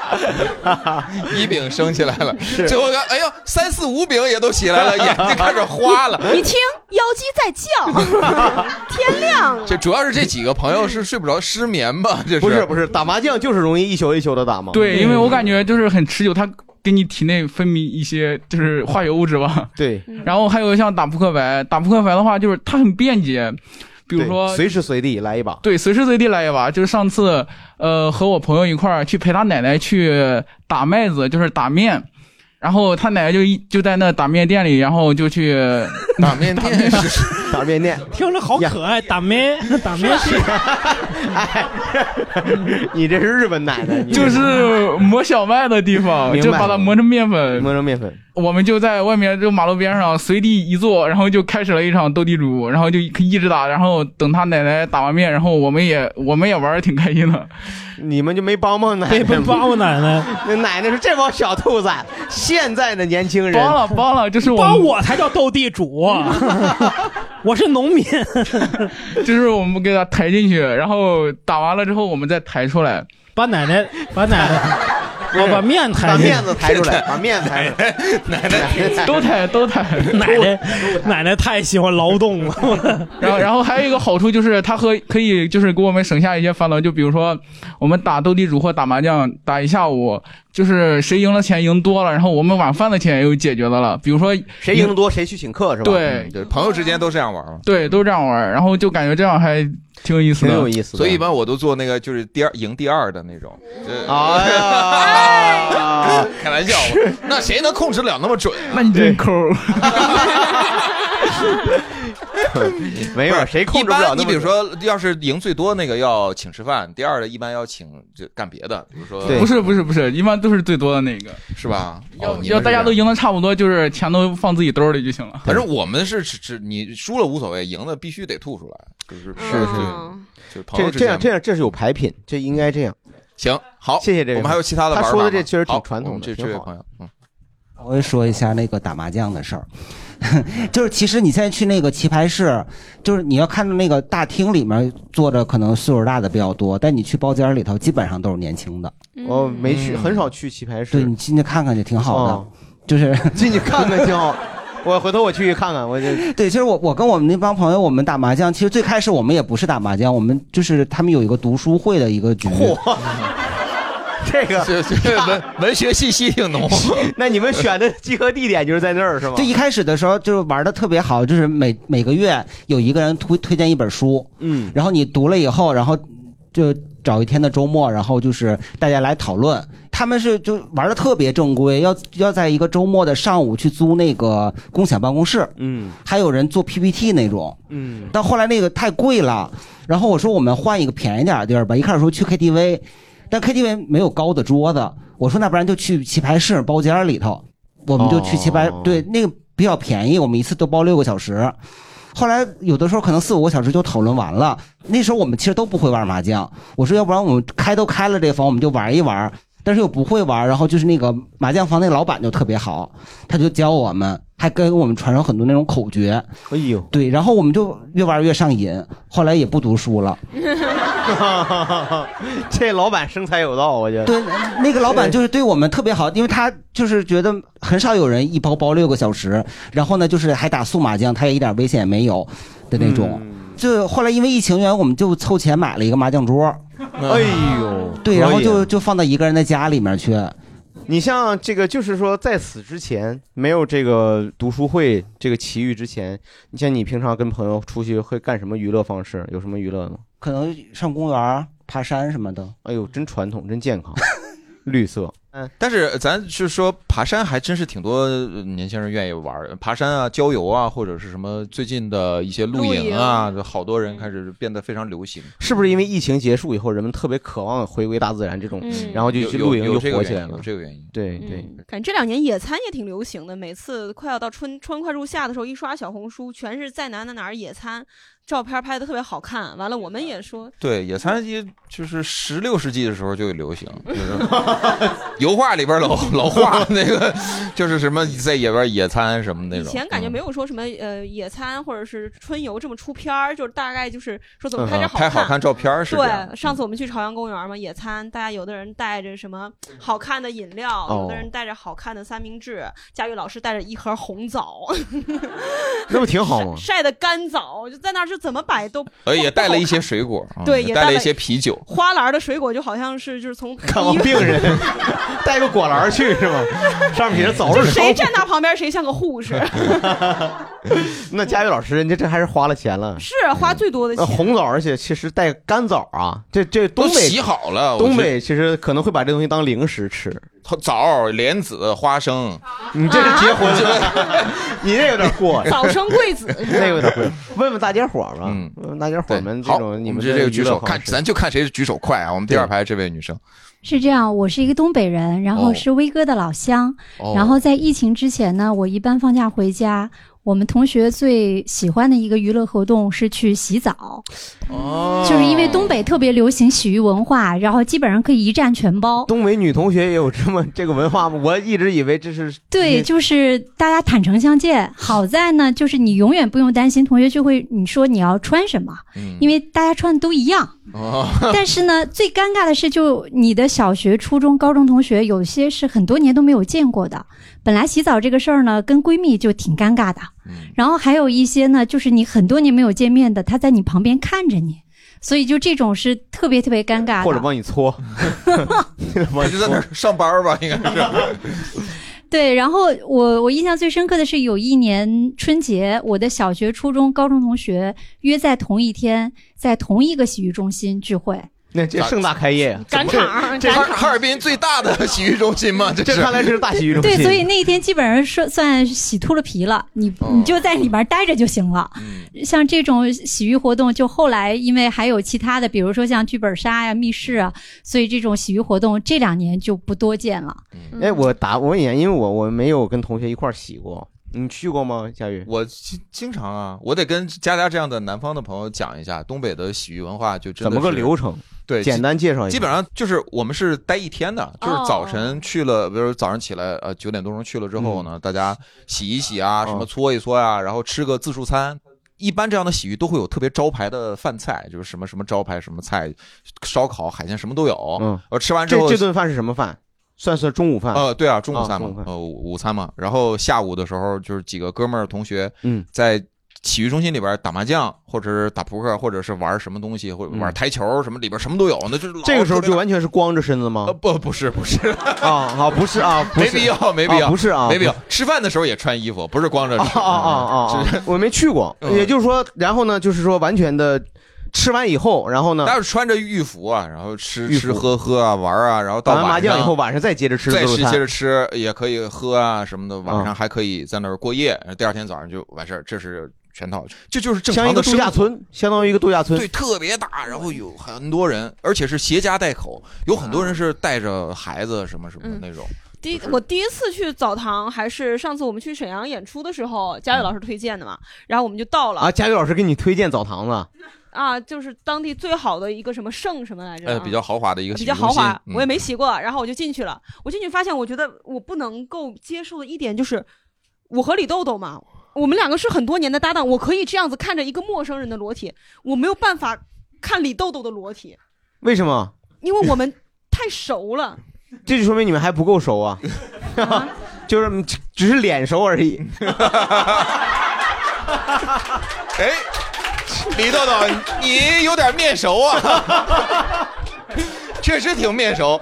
[SPEAKER 2] 一饼升起来 了，最后看，哎呦，三四五饼也都起来了，眼睛开始花了。
[SPEAKER 5] 你听，妖姬在叫， 天亮了。
[SPEAKER 2] 这主要是这几个朋友是睡不着，失眠吧？这
[SPEAKER 3] 不是不是，打麻将就是容易一宿一宿的打嘛。
[SPEAKER 6] 对，因为我感觉就是很持久，它给你体内分泌一些就是化学物质吧。
[SPEAKER 3] 对，
[SPEAKER 6] 然后还有像打扑克牌，打扑克牌的话就是它很便捷，比如
[SPEAKER 3] 对
[SPEAKER 6] 说
[SPEAKER 3] 随时随地 来一把。
[SPEAKER 6] 对，随时随地来一把。就是上次，呃，和我朋友一块儿去陪他奶奶去打麦子，就是打面，然后他奶奶就一就在那打面店里，然后 就去
[SPEAKER 2] 打面店，
[SPEAKER 3] 打面店，
[SPEAKER 4] 听着好可爱，打咩打咩 是，
[SPEAKER 3] 哎你这是日本奶奶，你这
[SPEAKER 6] 就是磨小麦的地方，
[SPEAKER 3] 明白
[SPEAKER 6] 就把它磨成面粉，
[SPEAKER 3] 磨成面粉。
[SPEAKER 6] 我们就在外面就马路边上随地一坐，然后就开始了一场斗地主，然后就一直打，然后等他奶奶打完面，然后我们也 我们也玩的挺开心的。
[SPEAKER 3] 你们就没帮帮奶奶
[SPEAKER 6] 没
[SPEAKER 3] 吗？
[SPEAKER 6] 帮帮奶奶
[SPEAKER 3] 那奶奶说这帮小兔子，现在的年轻人
[SPEAKER 6] 帮了帮了，就是我
[SPEAKER 4] 帮我才叫斗地主、啊我是农民，
[SPEAKER 6] 就是我们给他抬进去，然后打完了之后我们再抬出来。
[SPEAKER 4] 把奶奶把奶奶。我把面抬，
[SPEAKER 6] 把面子抬出来
[SPEAKER 3] 把面抬 出来，
[SPEAKER 2] 奶奶
[SPEAKER 6] 都抬都抬，
[SPEAKER 4] 奶奶 奶奶太喜欢劳动 了。
[SPEAKER 6] 然后，然后还有一个好处就是，它和可以就是给我们省下一些烦恼。就比如说，我们打斗地主或打麻将，打一下午，就是谁赢了钱赢多了，然后我们晚饭的钱也有解决的了。比如说
[SPEAKER 3] 谁赢得多谁去请客是吧？嗯
[SPEAKER 6] 对
[SPEAKER 2] 对，朋友之间都这样玩嘛。
[SPEAKER 6] 对，都这样玩儿，然后就感觉这样还挺有意思的，
[SPEAKER 2] 所以一般我都做那个就是第二赢第二的那种。
[SPEAKER 3] 哎呀，
[SPEAKER 2] 开玩笑，那谁能控制了那么准啊？
[SPEAKER 6] 那你真抠。
[SPEAKER 3] 没有谁控制不了那么
[SPEAKER 2] 一般你
[SPEAKER 3] 多
[SPEAKER 2] 比如说，要是赢最多那个要请吃饭，第二的一般要请就干别的，比如说
[SPEAKER 6] 不是不是不是，一般都是最多的那个，
[SPEAKER 2] 是吧？哦
[SPEAKER 6] 要
[SPEAKER 2] 你们
[SPEAKER 6] 要
[SPEAKER 2] 是这
[SPEAKER 6] 大家
[SPEAKER 2] 样
[SPEAKER 6] 都赢的差不多，就是钱都放自己兜里就行了。
[SPEAKER 2] 反正我们是只只你输了无所谓，赢了必须得吐出来，就是
[SPEAKER 3] 是是
[SPEAKER 2] 是，就是朋友
[SPEAKER 3] 这
[SPEAKER 2] 之
[SPEAKER 3] 这样
[SPEAKER 2] 间
[SPEAKER 3] 这样这是有牌品，这应该这样。
[SPEAKER 2] 行，好，
[SPEAKER 3] 谢谢这位朋友。
[SPEAKER 2] 我们还有其他的玩
[SPEAKER 3] 他
[SPEAKER 2] 法
[SPEAKER 3] 说
[SPEAKER 2] 吗
[SPEAKER 3] 的这确实挺
[SPEAKER 2] 好
[SPEAKER 3] 传
[SPEAKER 2] 我
[SPEAKER 3] 统
[SPEAKER 2] 们
[SPEAKER 3] 的，
[SPEAKER 2] 这
[SPEAKER 3] 挺
[SPEAKER 2] 这位
[SPEAKER 3] 好的
[SPEAKER 2] 朋友，嗯，
[SPEAKER 8] 我也说一下那个打麻将的事儿， 就是其实你现在去那个棋牌室，就是你要看到那个大厅里面坐着可能岁数大的比较多，但你去包间里头基本上都是年轻的。
[SPEAKER 3] 我哦没去，很少去 棋牌室。
[SPEAKER 8] 对你进去看看就挺好的，
[SPEAKER 3] 哦
[SPEAKER 8] 就是
[SPEAKER 3] 进去看看挺好。我回头我去看 看，我就
[SPEAKER 8] 对，其实我我跟我们那帮朋友，我们打麻将，其实最开始我们也不是打麻将，我们就是他们有一个读书会的一个局。
[SPEAKER 3] 这个
[SPEAKER 2] 这这 文文学信息挺浓。
[SPEAKER 3] 那你们选的集合地点就是在那儿是吗？
[SPEAKER 8] 就一 开始的时候就是玩的特别好，就是每每个月有一个人推推荐一本书，
[SPEAKER 3] 嗯，
[SPEAKER 8] 然后你读了以后，然后就找一天的周末，然后就是大家来讨论。他们是就玩的特别正规，要要在一个周末的上午去租那个共享办公室，
[SPEAKER 3] 嗯，
[SPEAKER 8] 还有人做 PPT 那种，
[SPEAKER 3] 嗯，
[SPEAKER 8] 但后来那个太贵了，然后我说我们换一个便宜点的地儿吧。一开始说去 KTV，但 KTV 没有高的桌子，我说那不然就去棋牌室包间里头，我们就去棋牌，
[SPEAKER 3] 哦
[SPEAKER 8] 对，那个比较便宜，我们一次都包六个小时。后来有的时候可能四五个小时就讨论完了，那时候我们其实都不会玩麻将。我说要不然我们开都开了这房，我们就玩一玩，但是又不会玩。然后就是那个麻将房那老板就特别好，他就教我们，还跟我们传授很多那种口诀。
[SPEAKER 3] 哎呦，
[SPEAKER 8] 对，然后我们就越玩越上瘾，后来也不读书了。
[SPEAKER 3] 这老板生财有道，我觉得。
[SPEAKER 8] 对，那个老板就是对我们特别好，因为他就是觉得很少有人一包包六个小时，然后呢，就是还打速麻将，他也一点危险也没有的那种。
[SPEAKER 3] 嗯
[SPEAKER 8] 就后来因为疫情原因，我们就凑钱买了一个麻将桌。
[SPEAKER 3] 哎呦，
[SPEAKER 8] 对，然后
[SPEAKER 3] 可以
[SPEAKER 8] 就
[SPEAKER 3] 啊
[SPEAKER 8] 就放到一个人的家里面去。
[SPEAKER 3] 你像这个，就是说在此之前没有这个读书会这个奇遇之前，你像你平常跟朋友出去会干什么娱乐方式？有什么娱乐吗？
[SPEAKER 8] 可能上公园儿、爬山什么的。
[SPEAKER 3] 哎呦，真传统，真健康，绿色。
[SPEAKER 2] 但是咱是说爬山还真是挺多呃年轻人愿意玩儿爬山啊、郊游啊，或者是什么最近的一些露营啊，好多人开始变得非常流行。
[SPEAKER 3] 是不是因为疫情结束以后，人们特别渴望回归大自然这种，
[SPEAKER 5] 嗯
[SPEAKER 3] 然后就
[SPEAKER 2] 有
[SPEAKER 3] 去
[SPEAKER 2] 有
[SPEAKER 3] 露营
[SPEAKER 2] 有
[SPEAKER 3] 就
[SPEAKER 2] 这个
[SPEAKER 3] 火起
[SPEAKER 2] 原
[SPEAKER 3] 来
[SPEAKER 2] 因
[SPEAKER 3] 了？
[SPEAKER 2] 有这个原因。
[SPEAKER 3] 对 对，
[SPEAKER 5] 感觉这两年野餐也挺流行的，每次快要到春春快入夏的时候，一刷小红书，全是在哪哪哪儿野餐，照片拍的特别好看。完了，我们也说
[SPEAKER 2] 对，野餐也就是十六世纪的时候就流 行，就是油画里边老老画那个，就是什么在野边野餐什么那
[SPEAKER 5] 以
[SPEAKER 2] 种。嗯
[SPEAKER 5] 前感觉没有说什么呃野餐或者是春游这么出片儿，就是大概就是说怎么拍
[SPEAKER 2] 嗯
[SPEAKER 5] 这
[SPEAKER 2] 拍好看照片儿是这样嗯
[SPEAKER 5] 对，上次我们去朝阳公园嘛，野餐，大家有的人带着什么好看的饮料，
[SPEAKER 3] 哦
[SPEAKER 5] 有的人带着好看的三明治，佳玉老师带着一盒红枣，
[SPEAKER 2] 哦
[SPEAKER 3] 那不挺好吗？
[SPEAKER 5] 晒的干枣，就在那儿是怎么摆都
[SPEAKER 2] 呃，也带了一些水果，嗯
[SPEAKER 5] 对
[SPEAKER 2] 也
[SPEAKER 5] 也
[SPEAKER 2] 带
[SPEAKER 5] 带
[SPEAKER 2] 了一
[SPEAKER 5] 了
[SPEAKER 2] 些啤酒。
[SPEAKER 5] 花篮的水果就好像是就是从
[SPEAKER 3] 看望病人，带个果篮去是吗？上面写着早
[SPEAKER 5] 就
[SPEAKER 3] 日
[SPEAKER 5] 谁
[SPEAKER 3] 康
[SPEAKER 5] 站他旁边谁像个 护士，
[SPEAKER 3] 复。 那佳玉老师，人家这还是花了钱了。
[SPEAKER 5] 是花最多的
[SPEAKER 3] 那
[SPEAKER 5] 钱。
[SPEAKER 3] 红枣，而且其实带干枣啊，这这东北
[SPEAKER 2] 都洗好了我
[SPEAKER 3] 东
[SPEAKER 2] 觉
[SPEAKER 3] 北其实可能会把这东西当零食吃。
[SPEAKER 2] 枣、莲子、花生， 啊
[SPEAKER 3] 你这是结婚了，你这有点过。
[SPEAKER 5] 早生贵子
[SPEAKER 3] 那有点过。问问大家嗯伙儿嗯吧，问问大家伙儿们
[SPEAKER 2] 嗯
[SPEAKER 3] 这
[SPEAKER 2] 好，我
[SPEAKER 3] 种你
[SPEAKER 2] 们
[SPEAKER 3] 们
[SPEAKER 2] 这这
[SPEAKER 3] 的
[SPEAKER 2] 个举
[SPEAKER 3] 娱乐
[SPEAKER 2] 手，
[SPEAKER 3] 方
[SPEAKER 2] 看
[SPEAKER 3] 式
[SPEAKER 2] 咱就看谁举手快啊！我们第二排这位女生，
[SPEAKER 17] 是这样，我是一个东北人，然后
[SPEAKER 2] 哦
[SPEAKER 17] 是威哥的老乡。
[SPEAKER 2] 哦
[SPEAKER 17] 然后在疫情之前呢，我一般放假回家，我们同学最喜欢的一个娱乐活动是去
[SPEAKER 3] 哦
[SPEAKER 17] 洗澡，就是因为东北特别流行洗浴文化，然后基本上可以一站全包。
[SPEAKER 3] 东北女同学也有这么这个文化吗？我一直以为这是
[SPEAKER 17] 对，就是大家坦诚相见。好在呢，就是你永远不用担心同学聚会，你说你要穿什么，
[SPEAKER 3] 嗯
[SPEAKER 17] 因为大家穿的都一样。
[SPEAKER 2] 哦，
[SPEAKER 17] 但是呢，最尴尬的是，就你的小学、初中、高中同学，有些是很多年都没有见过的。本来洗澡这个事儿呢，跟闺蜜就挺尴尬的。
[SPEAKER 3] 嗯
[SPEAKER 17] 然后还有一些呢，就是你很多年没有见面的，她在你旁边看着你，所以就这种是特别特别尴尬
[SPEAKER 3] 或者
[SPEAKER 17] 的。
[SPEAKER 3] 帮你 搓，
[SPEAKER 2] 她就在那儿上班儿吧，应该是。
[SPEAKER 17] 对，然后我我印象最深刻的是有一年春节，我的小学、初中、高中同学约在同一天，在同一个洗浴中心聚会。
[SPEAKER 3] 那这盛大开 业呀，啊
[SPEAKER 17] 赶场儿
[SPEAKER 2] 啊这
[SPEAKER 17] 赶
[SPEAKER 2] 哈
[SPEAKER 17] 场儿
[SPEAKER 2] 哈尔滨最大的洗浴中心嘛，这
[SPEAKER 3] 这看来是大洗浴
[SPEAKER 17] 对，所以那一天基本上说算洗秃了皮了，你
[SPEAKER 4] 哦
[SPEAKER 17] 你就在里边待着就行了。
[SPEAKER 4] 嗯
[SPEAKER 17] 像这种洗浴活动，就后来因为还有其他的，比如说像剧本杀呀、密室啊，所以这种洗浴活动这两年就不多见了。
[SPEAKER 4] 嗯
[SPEAKER 5] 嗯
[SPEAKER 3] 哎，我打我问一下，因为我我没有跟同学一块儿洗过，你去过吗？佳宇，
[SPEAKER 2] 我经经常啊，我得跟佳佳这样的南方的朋友讲一下，东北的洗浴文化就真的
[SPEAKER 3] 怎么个
[SPEAKER 2] 是
[SPEAKER 3] 流程？
[SPEAKER 2] 对，
[SPEAKER 3] 简单介绍一下。
[SPEAKER 2] 基本上就是我们是待一天的，就是早晨去了，比如早上起来呃九点多钟去了之后
[SPEAKER 3] 嗯
[SPEAKER 2] 呢，大家洗一洗
[SPEAKER 3] 哦
[SPEAKER 2] 啊，什么搓一搓呀、然后吃个自助餐。一般这样的洗浴都会有特别招牌的饭菜，就是什么什么招牌什么菜，烧烤、海鲜什么都有。
[SPEAKER 3] 嗯
[SPEAKER 2] 呃，吃完之
[SPEAKER 3] 这
[SPEAKER 2] 后
[SPEAKER 3] 这顿饭是什么饭？算算中午饭。
[SPEAKER 2] 呃，对啊，中午餐
[SPEAKER 3] 啊
[SPEAKER 2] 嘛，呃，午午餐嘛。然后下午的时候，就是几个哥们儿同学，
[SPEAKER 3] 嗯，
[SPEAKER 2] 在体育中心里边打麻将，或者是打扑克，或者是玩什么东西，或者玩台球什么，里边什么都有。那就是老
[SPEAKER 3] 嗯这个时候
[SPEAKER 2] 特别
[SPEAKER 3] 就
[SPEAKER 2] 大
[SPEAKER 3] 完全是光着身子吗？
[SPEAKER 2] 呃不，不是，不 是。
[SPEAKER 3] 啊啊，不是啊，不
[SPEAKER 2] 没
[SPEAKER 3] 是
[SPEAKER 2] 必要，没必要，
[SPEAKER 3] 啊不是啊，
[SPEAKER 2] 没必要。吃饭的时候也穿衣服，不是光着
[SPEAKER 3] 啊
[SPEAKER 2] 吃。嗯
[SPEAKER 3] 啊啊啊 啊！我没去过，也就是说，然后呢，就是说完全的吃完以后，然后呢
[SPEAKER 2] 大，家穿着浴服啊，然后吃
[SPEAKER 3] 浴
[SPEAKER 2] 吃
[SPEAKER 3] 服
[SPEAKER 2] 喝喝啊，玩啊，然后到
[SPEAKER 3] 打完
[SPEAKER 2] 晚上
[SPEAKER 3] 麻将以后，晚上再接着吃
[SPEAKER 2] 再
[SPEAKER 3] 自助
[SPEAKER 2] 吃
[SPEAKER 3] 餐
[SPEAKER 2] 接着吃，也可以喝啊什么的，晚上还可以在那儿过夜，第二天早上就完事儿，这是全套，这就是正
[SPEAKER 3] 像一
[SPEAKER 2] 常
[SPEAKER 3] 个
[SPEAKER 2] 的
[SPEAKER 3] 度假
[SPEAKER 2] 生活
[SPEAKER 3] 村，相当于一个度假村。
[SPEAKER 2] 对，特别大，然后有很多人，而且是携家带口，有很多人是带着孩子什么什
[SPEAKER 5] 嗯
[SPEAKER 2] 么的那种。
[SPEAKER 5] 第我第一次去澡堂还是上次我们去沈阳演出的时候，佳宇老师推荐的嘛，然后我们就到了
[SPEAKER 3] 啊，佳宇老师给你推荐澡堂子，
[SPEAKER 5] 啊，就是当地最好的一个什么盛什么来着、
[SPEAKER 2] 呃，比较豪华的一个
[SPEAKER 5] 啊比
[SPEAKER 2] 洗浴
[SPEAKER 5] 较
[SPEAKER 2] 中心，
[SPEAKER 5] 豪华，
[SPEAKER 2] 嗯
[SPEAKER 5] 我也没洗过，然后我就进去了。我进去发现，我觉得我不能够接受的一点就是，我和李豆豆嘛，我们两个是很多年的搭档，我可以这样子看着一个陌生人的裸体，我没有办法看李豆豆的裸体，
[SPEAKER 3] 为什么？
[SPEAKER 5] 因为我们太熟了。
[SPEAKER 3] 这就说明你们还不够熟 啊， 就是只只是脸熟而已。
[SPEAKER 2] 哎，李豆豆，你有点面熟啊， 确实挺面熟。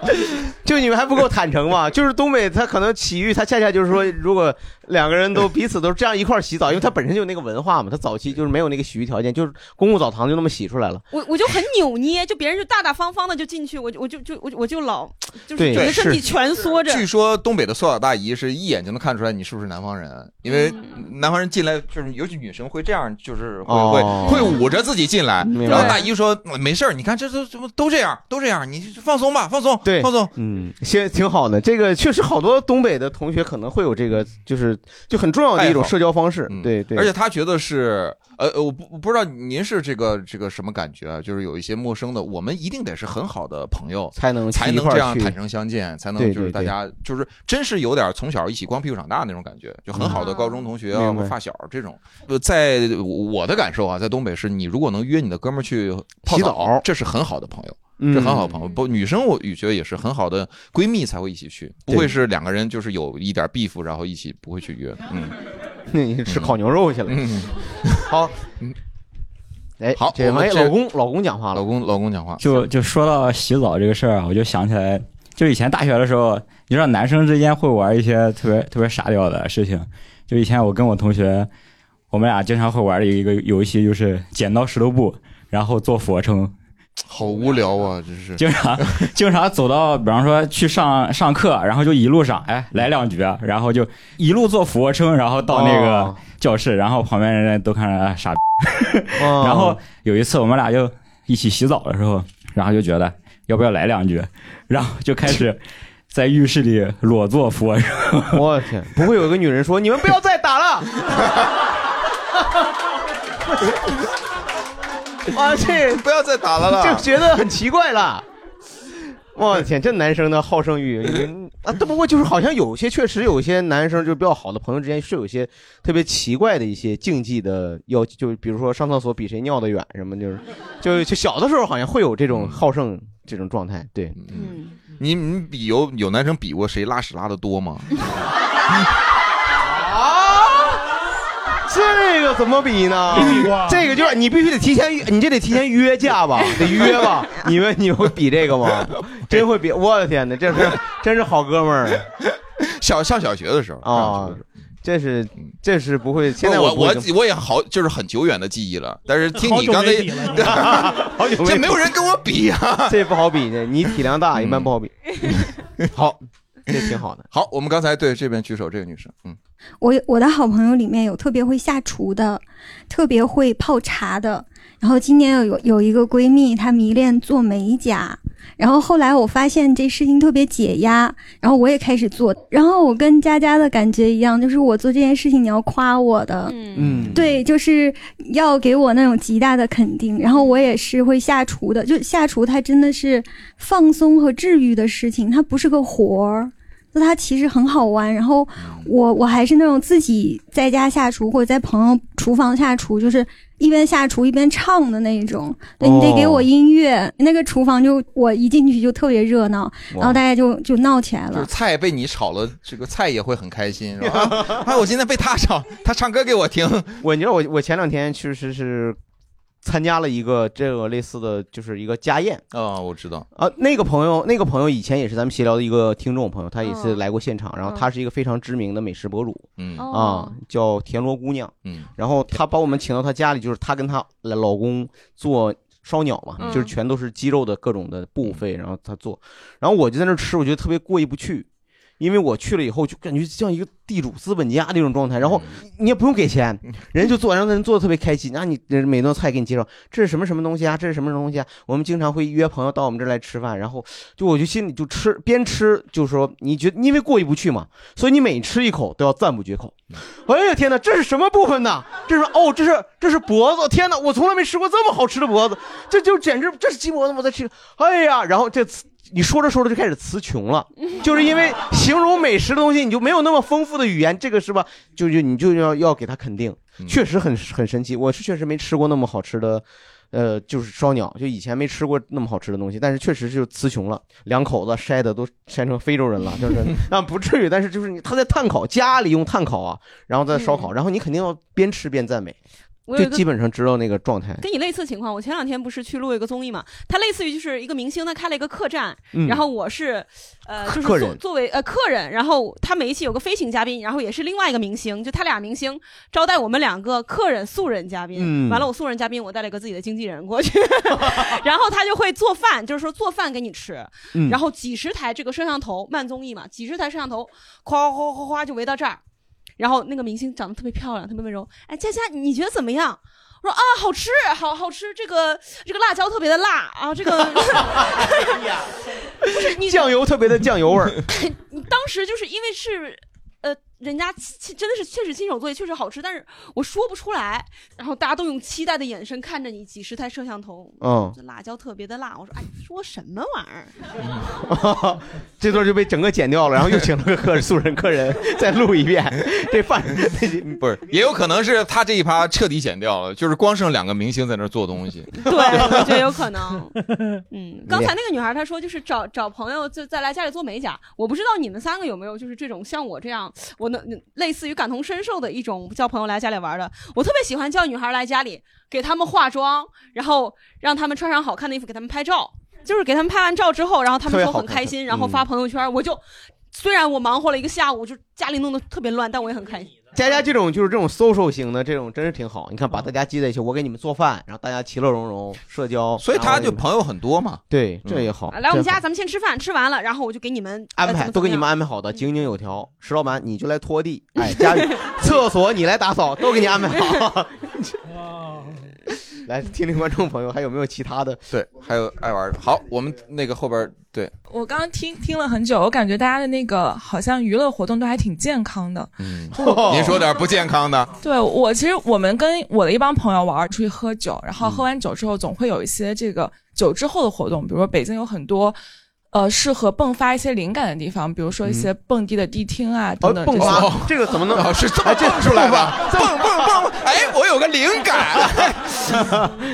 [SPEAKER 3] 就你们还不够坦 诚嘛？就是东北，它可能洗浴，它恰恰就是说，如果两个人都彼此都这样一块儿洗澡，因为它本身就有那个文化嘛，它早期就是没有那个洗浴条件，就是公共澡堂就那么洗出来了。
[SPEAKER 5] 我我就很扭捏，就别人就大大方方的就进去，我就我就就我就我 就老就是
[SPEAKER 2] 对
[SPEAKER 5] 整个身体
[SPEAKER 2] 是
[SPEAKER 5] 蜷缩着。
[SPEAKER 2] 据说东北的搓澡大姨是一眼就能看出来你是不是南方人，因为
[SPEAKER 5] 嗯
[SPEAKER 2] 南方人进来就是，尤其女生会这样，就是会会
[SPEAKER 3] 哦
[SPEAKER 2] 会捂着自己进来。
[SPEAKER 3] 明白
[SPEAKER 2] 然后大姨说没事儿，你看这都这不都这样，都这样，你放松啊吧，放松，
[SPEAKER 3] 对，
[SPEAKER 2] 放松。
[SPEAKER 3] 嗯，现挺好的。这个确实好多东北的同学可能会有这个，就是就很重要的一种社交方式。对对，
[SPEAKER 2] 哎嗯而且他觉得是，呃，呃我不我不知道您是这个这个什么感觉啊？就是有一些陌生的，我们一定得是很好的朋友，
[SPEAKER 3] 才能
[SPEAKER 2] 才
[SPEAKER 3] 一
[SPEAKER 2] 能
[SPEAKER 3] 块儿
[SPEAKER 2] 这样
[SPEAKER 3] 去
[SPEAKER 2] 坦诚相见，才能
[SPEAKER 3] 对
[SPEAKER 2] 就是
[SPEAKER 3] 对
[SPEAKER 2] 大
[SPEAKER 3] 对
[SPEAKER 2] 家就是真是有点从小一起光屁股长大那种感觉，就很好的高中同学啊
[SPEAKER 3] 明白
[SPEAKER 2] 或发小这种。呃在我的感受啊，在东北是你如果能约你的哥们儿去泡
[SPEAKER 3] 洗
[SPEAKER 2] 澡，这是很好的朋友。
[SPEAKER 3] 嗯
[SPEAKER 2] 这很好的朋友，不，女生我觉得也是很好的闺蜜才会一起去，不
[SPEAKER 3] 对
[SPEAKER 2] 会是两个人就是有一点 beef，然后一起不会去约，嗯。
[SPEAKER 3] 你吃烤牛肉去了。 好，哎，
[SPEAKER 2] 好
[SPEAKER 3] 这
[SPEAKER 2] 我们
[SPEAKER 3] 哎，
[SPEAKER 2] 这
[SPEAKER 3] 老公老公讲话了，
[SPEAKER 2] 老公老公讲话，
[SPEAKER 19] 就就说到洗澡这个事儿啊，我就想起来，就以前大学的时候，你知道男生之间会玩一些特别特别傻屌的事情。就以前我跟我同学，我们俩经常会玩的一个游戏就是剪刀石头布，然后做俯卧撑。
[SPEAKER 2] 好无聊啊，真是
[SPEAKER 19] 经常经常走到，比方说去上上课，然后就一路上，哎，来两局，然后就一路做俯卧撑，然后到那
[SPEAKER 3] 哦
[SPEAKER 19] 个教室，然后旁边人都看着、哎、傻逼。
[SPEAKER 3] 哦
[SPEAKER 19] 然后有一次我们俩就一起洗澡的时候，然后就觉得要不要来两局，然后就开始在浴室里裸做俯卧撑。
[SPEAKER 3] 我天，不会有一个女人说你们不要再打了。 哇，这
[SPEAKER 2] 不要再打了啦
[SPEAKER 3] 就觉得很奇怪了。我天， 这男生的好胜欲嗯啊！但不过就是好像有些确实有些男生就是比较好的朋友之间是有一些特别奇怪的一些竞技的要求，就是比如说上厕所比谁尿得远什么，就是就就小的时候好像会有这种好胜这种状态。对，
[SPEAKER 2] 你你比有有男生比过谁拉屎拉的多吗？
[SPEAKER 3] 这个怎么比呢
[SPEAKER 2] 你比过啊？
[SPEAKER 3] 这个就是你必须得提前，你这得提前约架吧，得约吧。你们你会比这 个吗？真会比！我的天哪，这是真是好哥们儿。
[SPEAKER 2] 小上小学的时候
[SPEAKER 3] 啊，这是这是不会。 现在
[SPEAKER 2] 哦我
[SPEAKER 3] 不会
[SPEAKER 2] 我
[SPEAKER 3] 这么
[SPEAKER 2] 我也好，就是很久远的记忆了。但是听
[SPEAKER 3] 好
[SPEAKER 2] 你
[SPEAKER 3] 久
[SPEAKER 2] 刚才
[SPEAKER 3] 没比 了，好久
[SPEAKER 2] 这没有人跟我嗯比啊呀、
[SPEAKER 3] 这不好比呢。你体量大，一般不好比。
[SPEAKER 2] 好，
[SPEAKER 3] 这挺好的。
[SPEAKER 2] 好，我们刚才对这边举手这个女生，嗯，
[SPEAKER 20] 我我的好朋友里面有特别会下厨的，特别会泡茶的。然后今年有有一个闺蜜，她迷恋做美甲，然后后来我发现这事情特别解压，然后我也开始做。然后我跟佳佳的感觉一样，就是我做这件事情你要夸我的，
[SPEAKER 21] 嗯
[SPEAKER 20] 对，就是要给我那种极大的肯定。然后我也是会下厨的，就下厨它真的是放松和治愈的事情，它不是个活儿。就它其实很好玩，然后我我还是那种自己在家下厨或者在朋友厨房下厨，就是一边下厨一边唱的那种。对你得给我音乐，那个厨房就我一进去就特别热闹，
[SPEAKER 2] 哇
[SPEAKER 20] 然后大家就就闹起来
[SPEAKER 2] 就
[SPEAKER 20] 了
[SPEAKER 2] 是。菜被你炒了，这个菜也会很开心，是吧？ 啊哎，我今天被他炒，他唱歌给我听。
[SPEAKER 3] 我你知道我我前两天确实是参加了一个这个类似的就是一个家宴
[SPEAKER 2] 啊、我知道
[SPEAKER 3] 啊，那个朋友那个朋友以前也是咱们协聊的一个听众朋友，他也是来过现场，然后他是一个非常知名的美食博主，
[SPEAKER 2] 嗯
[SPEAKER 3] 啊叫田螺姑娘，
[SPEAKER 2] 嗯，
[SPEAKER 3] 然后他把我们请到他家里，就是她跟她老公做。烧鸟嘛，
[SPEAKER 2] 嗯
[SPEAKER 3] 就是全都是鸡肉的各种的部位，然后他做，然后我就在那儿吃，我觉得特别过意不去，因为我去了以后就感觉像一个地主资本家那种状态，然后你也不用给钱，人家就做，然后人做的特别开心，那你人每顿菜给你介绍，这是什么什么东西啊，这是什么什么东西啊，我们经常会约朋友到我们这儿来吃饭，然后就我就心里就吃，边吃就说你觉得因为过意不去嘛，所以你每吃一口都要赞不绝口，哎呀天哪，这是什么部分呢？这是哦，这是这是脖子，天哪，我从来没吃过这么好吃的脖子，这就简直这是鸡脖子，我在吃，哎呀，然后这次你说着说着就开始词穷了。就是因为形容美食的东西，你就没有那么丰富的语言，这个是吧？就就你就要要给他肯定，确实很很神奇。我是确实没吃过那么好吃的，呃，就是烧鸟，就以前没吃过那么好吃的东西，但是确实就词穷了，两口子筛的都筛成非洲人了，就是啊，不至于，但是就是你他在炭烤，家里用炭烤啊，然后再烧烤，然后你肯定要边吃边赞美，
[SPEAKER 5] 嗯我有
[SPEAKER 3] 就
[SPEAKER 5] 一个
[SPEAKER 3] 基本上知道那个状态。
[SPEAKER 5] 跟你类似情况，我前两天不是去录一个综艺嘛，他类似于就是一个明星，他开了一个客栈，
[SPEAKER 3] 嗯
[SPEAKER 5] 然后我是呃就是
[SPEAKER 3] 客
[SPEAKER 5] 作
[SPEAKER 3] 人
[SPEAKER 5] 作为呃客人，然后他每一期有个飞行嘉宾，然后也是另外一个明星，就他俩明星招待我们两个客人素人嘉宾，
[SPEAKER 22] 嗯
[SPEAKER 5] 完了我素人嘉宾我带了一个自己的经纪人过去， 然后他就会做饭，就是说做饭给你吃，
[SPEAKER 22] 嗯
[SPEAKER 5] 然后几十台这个摄像头慢综艺嘛，几十台摄像头哗哗哗哗就围到这儿。然后那个明星长得特别漂亮，特别温柔。哎，佳佳，你觉得怎么样？我说啊，好吃，好好吃，这个这个辣椒特别的辣啊，这个不是你
[SPEAKER 3] 酱油特别的酱油 味儿，
[SPEAKER 5] 你当时就是因为是。呃，人家亲亲真的是确实亲手做，也确实好吃，但是我说不出来。然后大家都用期待的眼神看着你，几十台摄像头，
[SPEAKER 3] 嗯
[SPEAKER 5] 这辣椒特别的辣。我说，哎，说什么玩意儿？
[SPEAKER 3] 这段就被整个剪掉了，然后又请了个客素人客人再录一遍，这饭
[SPEAKER 2] 不是，也有可能是他这一趴彻底剪掉了，就是光剩两个明星在那儿做 东西。
[SPEAKER 5] 对，我觉得有可 能。嗯，刚才
[SPEAKER 2] 脸
[SPEAKER 5] 那个女孩她说，就是找找朋友就再来家里做美甲。我不知道你们三个有没有就是这种像我这样，我能嗯类似于感同身受的一种叫朋友来家里玩的。我特别喜欢叫女孩来家里，给她们化妆，然后让她们穿上好看的衣服，给她们拍照。就是给她们拍完照之后，然后她
[SPEAKER 22] 特
[SPEAKER 5] 们
[SPEAKER 22] 别
[SPEAKER 5] 说
[SPEAKER 22] 好
[SPEAKER 5] 很
[SPEAKER 22] 看
[SPEAKER 5] 开心，然
[SPEAKER 3] 嗯
[SPEAKER 5] 后发朋友圈，我就。虽然我忙活了一个下午，就家里弄得特别乱，但我也很开心。
[SPEAKER 3] 佳佳这种就是这种 social 型的，这种真是挺好。你看，把大家聚在一起，我给你们做饭，然后大家其乐融融，社交，
[SPEAKER 2] 所以他就
[SPEAKER 3] 朋友很多嘛。嗯对，这也好。
[SPEAKER 5] 啊来我们
[SPEAKER 3] 这也
[SPEAKER 5] 家，
[SPEAKER 3] 好
[SPEAKER 5] 咱们先吃饭，吃完了，然后我就给你们呃
[SPEAKER 3] 安
[SPEAKER 21] 呃
[SPEAKER 3] 排都给你们安排好的，井井有
[SPEAKER 21] 嗯
[SPEAKER 3] 条。石老板，你就来拖地，哎，家 里厕所你来打扫，都给你安排 好。来，听听观众朋友还有没有其他的？
[SPEAKER 2] 对，还有爱玩的。好，我们那个后边儿 对，
[SPEAKER 21] 我刚刚听听了很久，我感觉大家的那个好像娱乐活动都还挺健康的。
[SPEAKER 2] 嗯
[SPEAKER 21] 哦，
[SPEAKER 2] 您说点不健康 的。
[SPEAKER 21] 对我其实我们跟我的一帮朋友玩儿，出去喝酒，然
[SPEAKER 2] 嗯
[SPEAKER 21] 后喝完酒之后总会有一些这个酒之后的活动，比如说北京有很多。呃，适合迸发一些灵感的地方，比如
[SPEAKER 2] 嗯
[SPEAKER 21] 说一些蹦迪的迪厅啊，
[SPEAKER 2] 哦
[SPEAKER 21] 等等这些。
[SPEAKER 3] 迸
[SPEAKER 4] 哦
[SPEAKER 3] 发这个 怎么能哎
[SPEAKER 2] 是这么蹦出 来的？
[SPEAKER 21] 这
[SPEAKER 2] 蹦蹦蹦！哎，我有个灵感。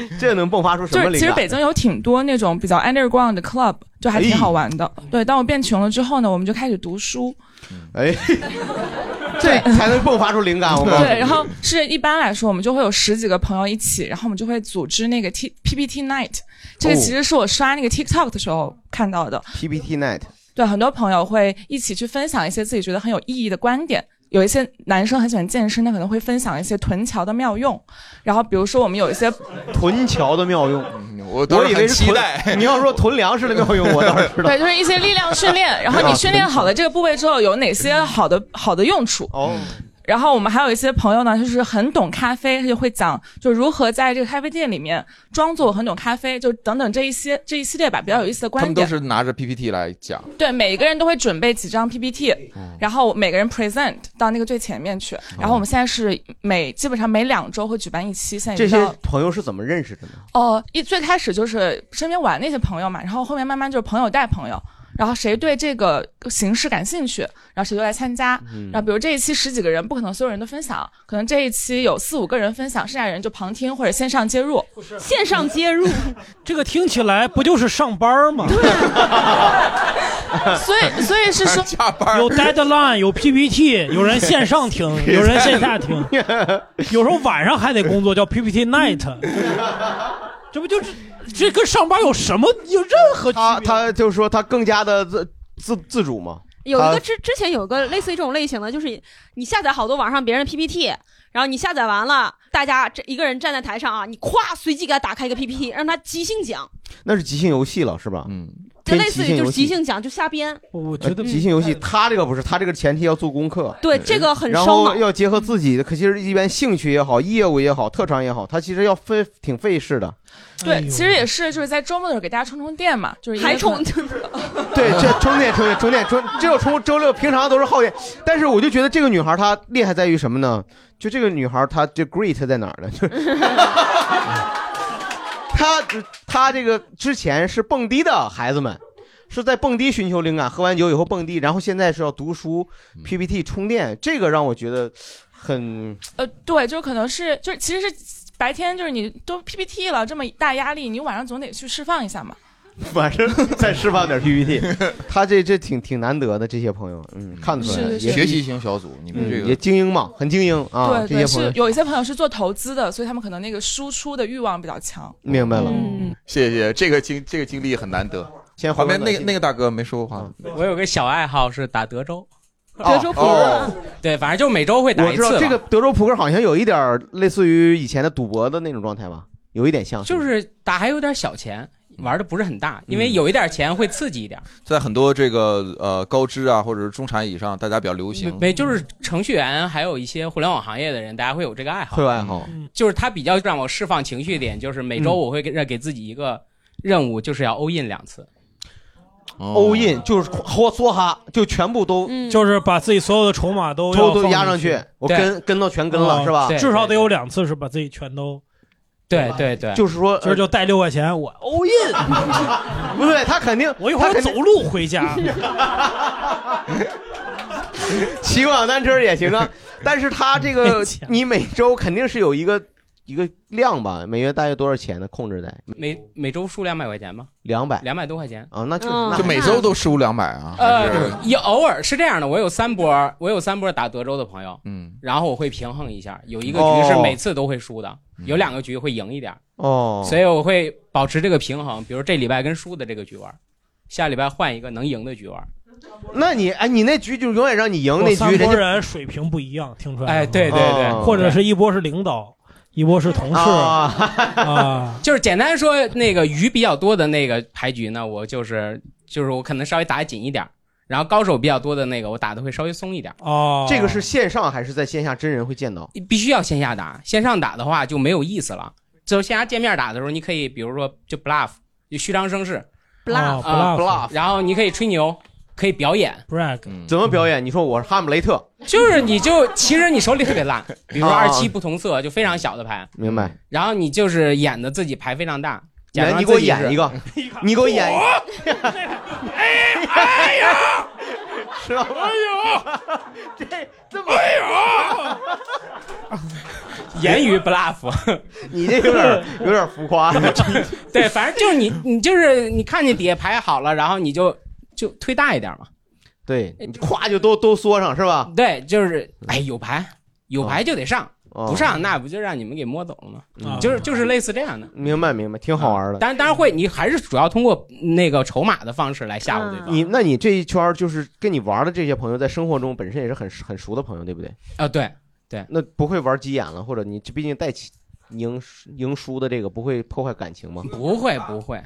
[SPEAKER 3] 这能迸发出什
[SPEAKER 21] 就
[SPEAKER 3] 么
[SPEAKER 21] 是
[SPEAKER 3] 灵感？
[SPEAKER 21] 其实北京有挺多那种比较 underground 的 club，就还
[SPEAKER 3] 哎
[SPEAKER 21] 挺好玩的。对，当我变穷了之后呢，我们就开始读书。
[SPEAKER 3] 哎，这才能迸发出灵感。我告诉你
[SPEAKER 21] 对，然后是一般来说，我们就会有十几个朋友一起，然后我们就会组织那个 T P P T night。这
[SPEAKER 3] 哦
[SPEAKER 21] 个其实是我刷那个 TikTok 的时候看到的。
[SPEAKER 3] PPT night，
[SPEAKER 21] 对，很多朋友会一起去分享一些自己觉得很有意义的观点。有一些男生很喜欢健身，他可能会分享一些臀桥的妙用。然后比如说我们有一些
[SPEAKER 3] 臀桥的妙用，
[SPEAKER 2] 我
[SPEAKER 3] 嗯我
[SPEAKER 2] 倒
[SPEAKER 3] 以
[SPEAKER 2] 是
[SPEAKER 3] 为
[SPEAKER 2] 很
[SPEAKER 3] 是
[SPEAKER 2] 期
[SPEAKER 3] 臀
[SPEAKER 2] 待。
[SPEAKER 3] 你要说臀粮食的妙用，我倒是知道。啊
[SPEAKER 21] 对，就是一些力量 训练。然后你训练好了这个部位之后，有哪些好的好的用处？
[SPEAKER 3] 哦。
[SPEAKER 21] 然后我们还有一些朋友呢，就是很懂咖啡，他就会讲就如何在这个咖啡店里面装作我很懂咖啡，就等等这一些这一系列吧比较有意思的
[SPEAKER 2] 他
[SPEAKER 21] 观
[SPEAKER 2] 们都
[SPEAKER 21] 点。
[SPEAKER 2] 是拿着 PPT 来讲，
[SPEAKER 21] 对，每个人都会准备几张 PPT，、然
[SPEAKER 3] 哦
[SPEAKER 21] 后每个人 present 到那个最前面去。然后我们现在是每基本上每两周会举办一期，现在
[SPEAKER 3] 这
[SPEAKER 21] 已经
[SPEAKER 3] 些
[SPEAKER 21] 到
[SPEAKER 3] 朋友是怎么认识的呢？
[SPEAKER 21] 哦，一最开始就是身边玩那些朋友嘛，然后后面慢慢就是朋友带朋友，然后谁对这个形式感兴趣，然后谁就来参加。
[SPEAKER 7] 嗯
[SPEAKER 21] 然后比如这一期十几个人，不可能所有人都分享，可能这一期有四五个人分享，剩下人就旁听或者线上接入。线上接入，
[SPEAKER 4] 这个听起来哎不就是上班吗？
[SPEAKER 21] 所以所以是说
[SPEAKER 4] 有 deadline，有 PPT，有人线上 听，有人线下 听，有时候晚上还得工作，叫 PPT night。这不就是这跟上班有什么有任何区
[SPEAKER 3] 别？他他就是说他更加的自自自主嘛。
[SPEAKER 5] 有一
[SPEAKER 3] 他
[SPEAKER 5] 个之之前有一个类似于这种类型的，就是你下载好多网上别人 PPT，然后你下载完了，大家这一个人站在台上啊，你咵随即给他打开一个 PPT，让他即兴讲，
[SPEAKER 3] 那是即兴游戏了，是吧？
[SPEAKER 2] 嗯，
[SPEAKER 5] 就类似于就
[SPEAKER 3] 兴
[SPEAKER 5] 是即
[SPEAKER 3] 游戏。
[SPEAKER 5] 兴讲就瞎编。
[SPEAKER 4] 我
[SPEAKER 3] 呃即兴游戏，他这个不是，他这个前提要做功课，
[SPEAKER 5] 对这个很
[SPEAKER 3] 然
[SPEAKER 5] 烧
[SPEAKER 3] 后
[SPEAKER 5] 脑
[SPEAKER 3] 要结合自己的，可其实一般兴趣也好，业务也好，特长也好，他其实要费挺费事的。
[SPEAKER 21] 对，其实也是就是在周末的时候给大家充充电嘛，就是因为
[SPEAKER 5] 还充
[SPEAKER 21] 可能
[SPEAKER 3] 对，这充电充电充电充，只有充周六，平常都是耗电。但是我就觉得这个女孩她厉害在于什么呢？就这个女孩她这 great 在哪儿呢？ 就是她她这个之前是蹦迪的孩子们。是在蹦迪寻求灵感，喝完酒以后蹦迪，然后现在是要读书、PPT 充电，这个让我觉得很
[SPEAKER 21] 呃，对，就是可能是就是其实是白天就是你都 PPT 了，这么大压力，你晚上总得去释放一下嘛。
[SPEAKER 3] 晚上再释放点 PPT，他 这这挺挺难得的，这些朋友，嗯，看得出来，
[SPEAKER 21] 是是
[SPEAKER 3] 也
[SPEAKER 21] 学习
[SPEAKER 2] 型小组，你
[SPEAKER 3] 们
[SPEAKER 2] 这个
[SPEAKER 3] 也精英嘛，很精英啊，
[SPEAKER 21] 对对，
[SPEAKER 3] 这些朋
[SPEAKER 21] 是
[SPEAKER 3] 友，
[SPEAKER 21] 有一些朋友是做投资的，所以他们可能那个输出的欲望比较强。
[SPEAKER 3] 明白了
[SPEAKER 21] 嗯，
[SPEAKER 2] 谢谢，这个经这个经历很难得。
[SPEAKER 3] 先
[SPEAKER 2] 旁
[SPEAKER 22] 回
[SPEAKER 2] 边
[SPEAKER 22] 问
[SPEAKER 2] 那
[SPEAKER 22] 问
[SPEAKER 2] 个
[SPEAKER 22] 题
[SPEAKER 2] 那个大哥没说话，
[SPEAKER 22] 我有个小爱好是打德州，
[SPEAKER 3] 德州扑克哦
[SPEAKER 22] 对，反正就每周会打
[SPEAKER 3] 我
[SPEAKER 22] 一
[SPEAKER 3] 知
[SPEAKER 22] 次
[SPEAKER 3] 道
[SPEAKER 22] 吧。
[SPEAKER 3] 这个德州扑克好像有一点儿类似于以前的赌博的那种状态吧，有一点像，
[SPEAKER 22] 就是打还有点小钱，玩的不是很大，
[SPEAKER 3] 嗯
[SPEAKER 22] 因为有一点钱会刺激一点。
[SPEAKER 2] 在很多这个呃高知啊，或者是中产以上，大家比较流行。
[SPEAKER 22] 没，就是程序员还有一些互联网行业的人，大家会有这个爱好。
[SPEAKER 2] 会有爱好
[SPEAKER 22] 就是他比较让我释放情绪一点，就是每周
[SPEAKER 3] 嗯
[SPEAKER 22] 我会给给自己一个任务，就是要 all in 两次。
[SPEAKER 3] all in 就是豁梭哈，就全部都
[SPEAKER 21] 嗯
[SPEAKER 4] 就是把自己所有的筹码都
[SPEAKER 3] 都
[SPEAKER 4] 要
[SPEAKER 3] 都
[SPEAKER 4] 放
[SPEAKER 3] 压上
[SPEAKER 4] 去
[SPEAKER 3] 去，我跟跟到全跟了
[SPEAKER 4] 哦
[SPEAKER 3] 是吧？
[SPEAKER 4] 至少得有两次是把自己全都。
[SPEAKER 22] 对对对
[SPEAKER 3] 就是说呃
[SPEAKER 4] 今儿就带六块钱，我 all in。
[SPEAKER 3] 不对，他肯定
[SPEAKER 4] 我一会
[SPEAKER 3] 他
[SPEAKER 4] 儿
[SPEAKER 3] 肯
[SPEAKER 4] 走
[SPEAKER 3] 定
[SPEAKER 4] 路回家。
[SPEAKER 3] 骑共享单车也 行啊，但是他这个你每周肯定是有一个一个量吧，每月大约多少钱呢？控制在
[SPEAKER 22] 每每周输两百块钱吧，
[SPEAKER 3] 两百
[SPEAKER 22] 两百多块钱
[SPEAKER 3] 啊，那就
[SPEAKER 22] 嗯
[SPEAKER 3] 那
[SPEAKER 22] 就每周都
[SPEAKER 2] 输两百啊
[SPEAKER 22] 呃，也偶尔是这样的，我有三波，我有三波打德州的朋友，
[SPEAKER 2] 嗯，
[SPEAKER 22] 然后我会平衡一下，有一个
[SPEAKER 3] 哦
[SPEAKER 22] 局是每次都会输的，有两个局会赢一点，
[SPEAKER 3] 哦，
[SPEAKER 22] 所以我会保持这个平衡，比如这礼拜跟输的这个局玩，下礼拜换一个能赢的局玩，
[SPEAKER 3] 那你哎，你那局就永远让你赢那
[SPEAKER 4] 三
[SPEAKER 3] 局，人
[SPEAKER 4] 波
[SPEAKER 3] 家
[SPEAKER 4] 人哎水平不一样，听出来了吗？
[SPEAKER 22] 哎对对对
[SPEAKER 4] 啊或者是一波是领导，一波是同事啊。
[SPEAKER 22] 就是简单说，那个鱼比较多的那个牌局呢，我就是就是我可能稍微打得紧一点，然后高手比较多的那个我打的会稍微松一点。
[SPEAKER 4] 哦
[SPEAKER 3] 这个是线上还是在线下真人会见到？
[SPEAKER 22] 必须要线下打，线上打的话就没有意思了。就是线下见面打的时候，你可以比如说就 bluff，就虚张声势
[SPEAKER 3] Bluff 哦
[SPEAKER 22] 啊
[SPEAKER 3] bluff
[SPEAKER 22] 然后你可以吹牛，可以表演，
[SPEAKER 4] brag，
[SPEAKER 22] 嗯
[SPEAKER 3] 怎么表演？你说我是哈姆雷特，
[SPEAKER 22] 就是你就其实你手里特别 烂，比如说
[SPEAKER 3] 啊
[SPEAKER 22] 二七不同色就非常小的牌，
[SPEAKER 3] 明
[SPEAKER 4] 嗯
[SPEAKER 3] 白？
[SPEAKER 22] 然后你就是演的自己牌非常大。假
[SPEAKER 3] 来，
[SPEAKER 22] 装
[SPEAKER 3] 你给我
[SPEAKER 22] 自己是
[SPEAKER 3] 演一个，你给我演一个，
[SPEAKER 4] 哎呀，
[SPEAKER 3] 知道吗？
[SPEAKER 4] 这
[SPEAKER 3] 这
[SPEAKER 4] 么哎呀，
[SPEAKER 22] 言语 bluff，
[SPEAKER 3] 你这有点有点浮夸。
[SPEAKER 22] 对，反正就是你你就是你看见底下牌好了，然后你就就推大一点嘛。
[SPEAKER 3] 对，你咵就都都缩上是吧？嗯
[SPEAKER 22] 对，就是哎有牌有牌就得上，
[SPEAKER 3] 哦嗯
[SPEAKER 22] 不上那不就让你们给摸走了吗？就是就是类似这样的。
[SPEAKER 3] 明白明白，挺好玩的。
[SPEAKER 22] 当然当然会，你还是主要通过那个筹码的方式来吓唬对方。
[SPEAKER 3] 你那你这一圈儿就是跟你玩的这些朋友，在生活中本身也是很很熟的朋友，对不对？
[SPEAKER 22] 啊，对对。
[SPEAKER 3] 那不会玩急眼了，或者你这毕竟带起赢赢输的这个，不会破坏感情吗？
[SPEAKER 22] 不会不会，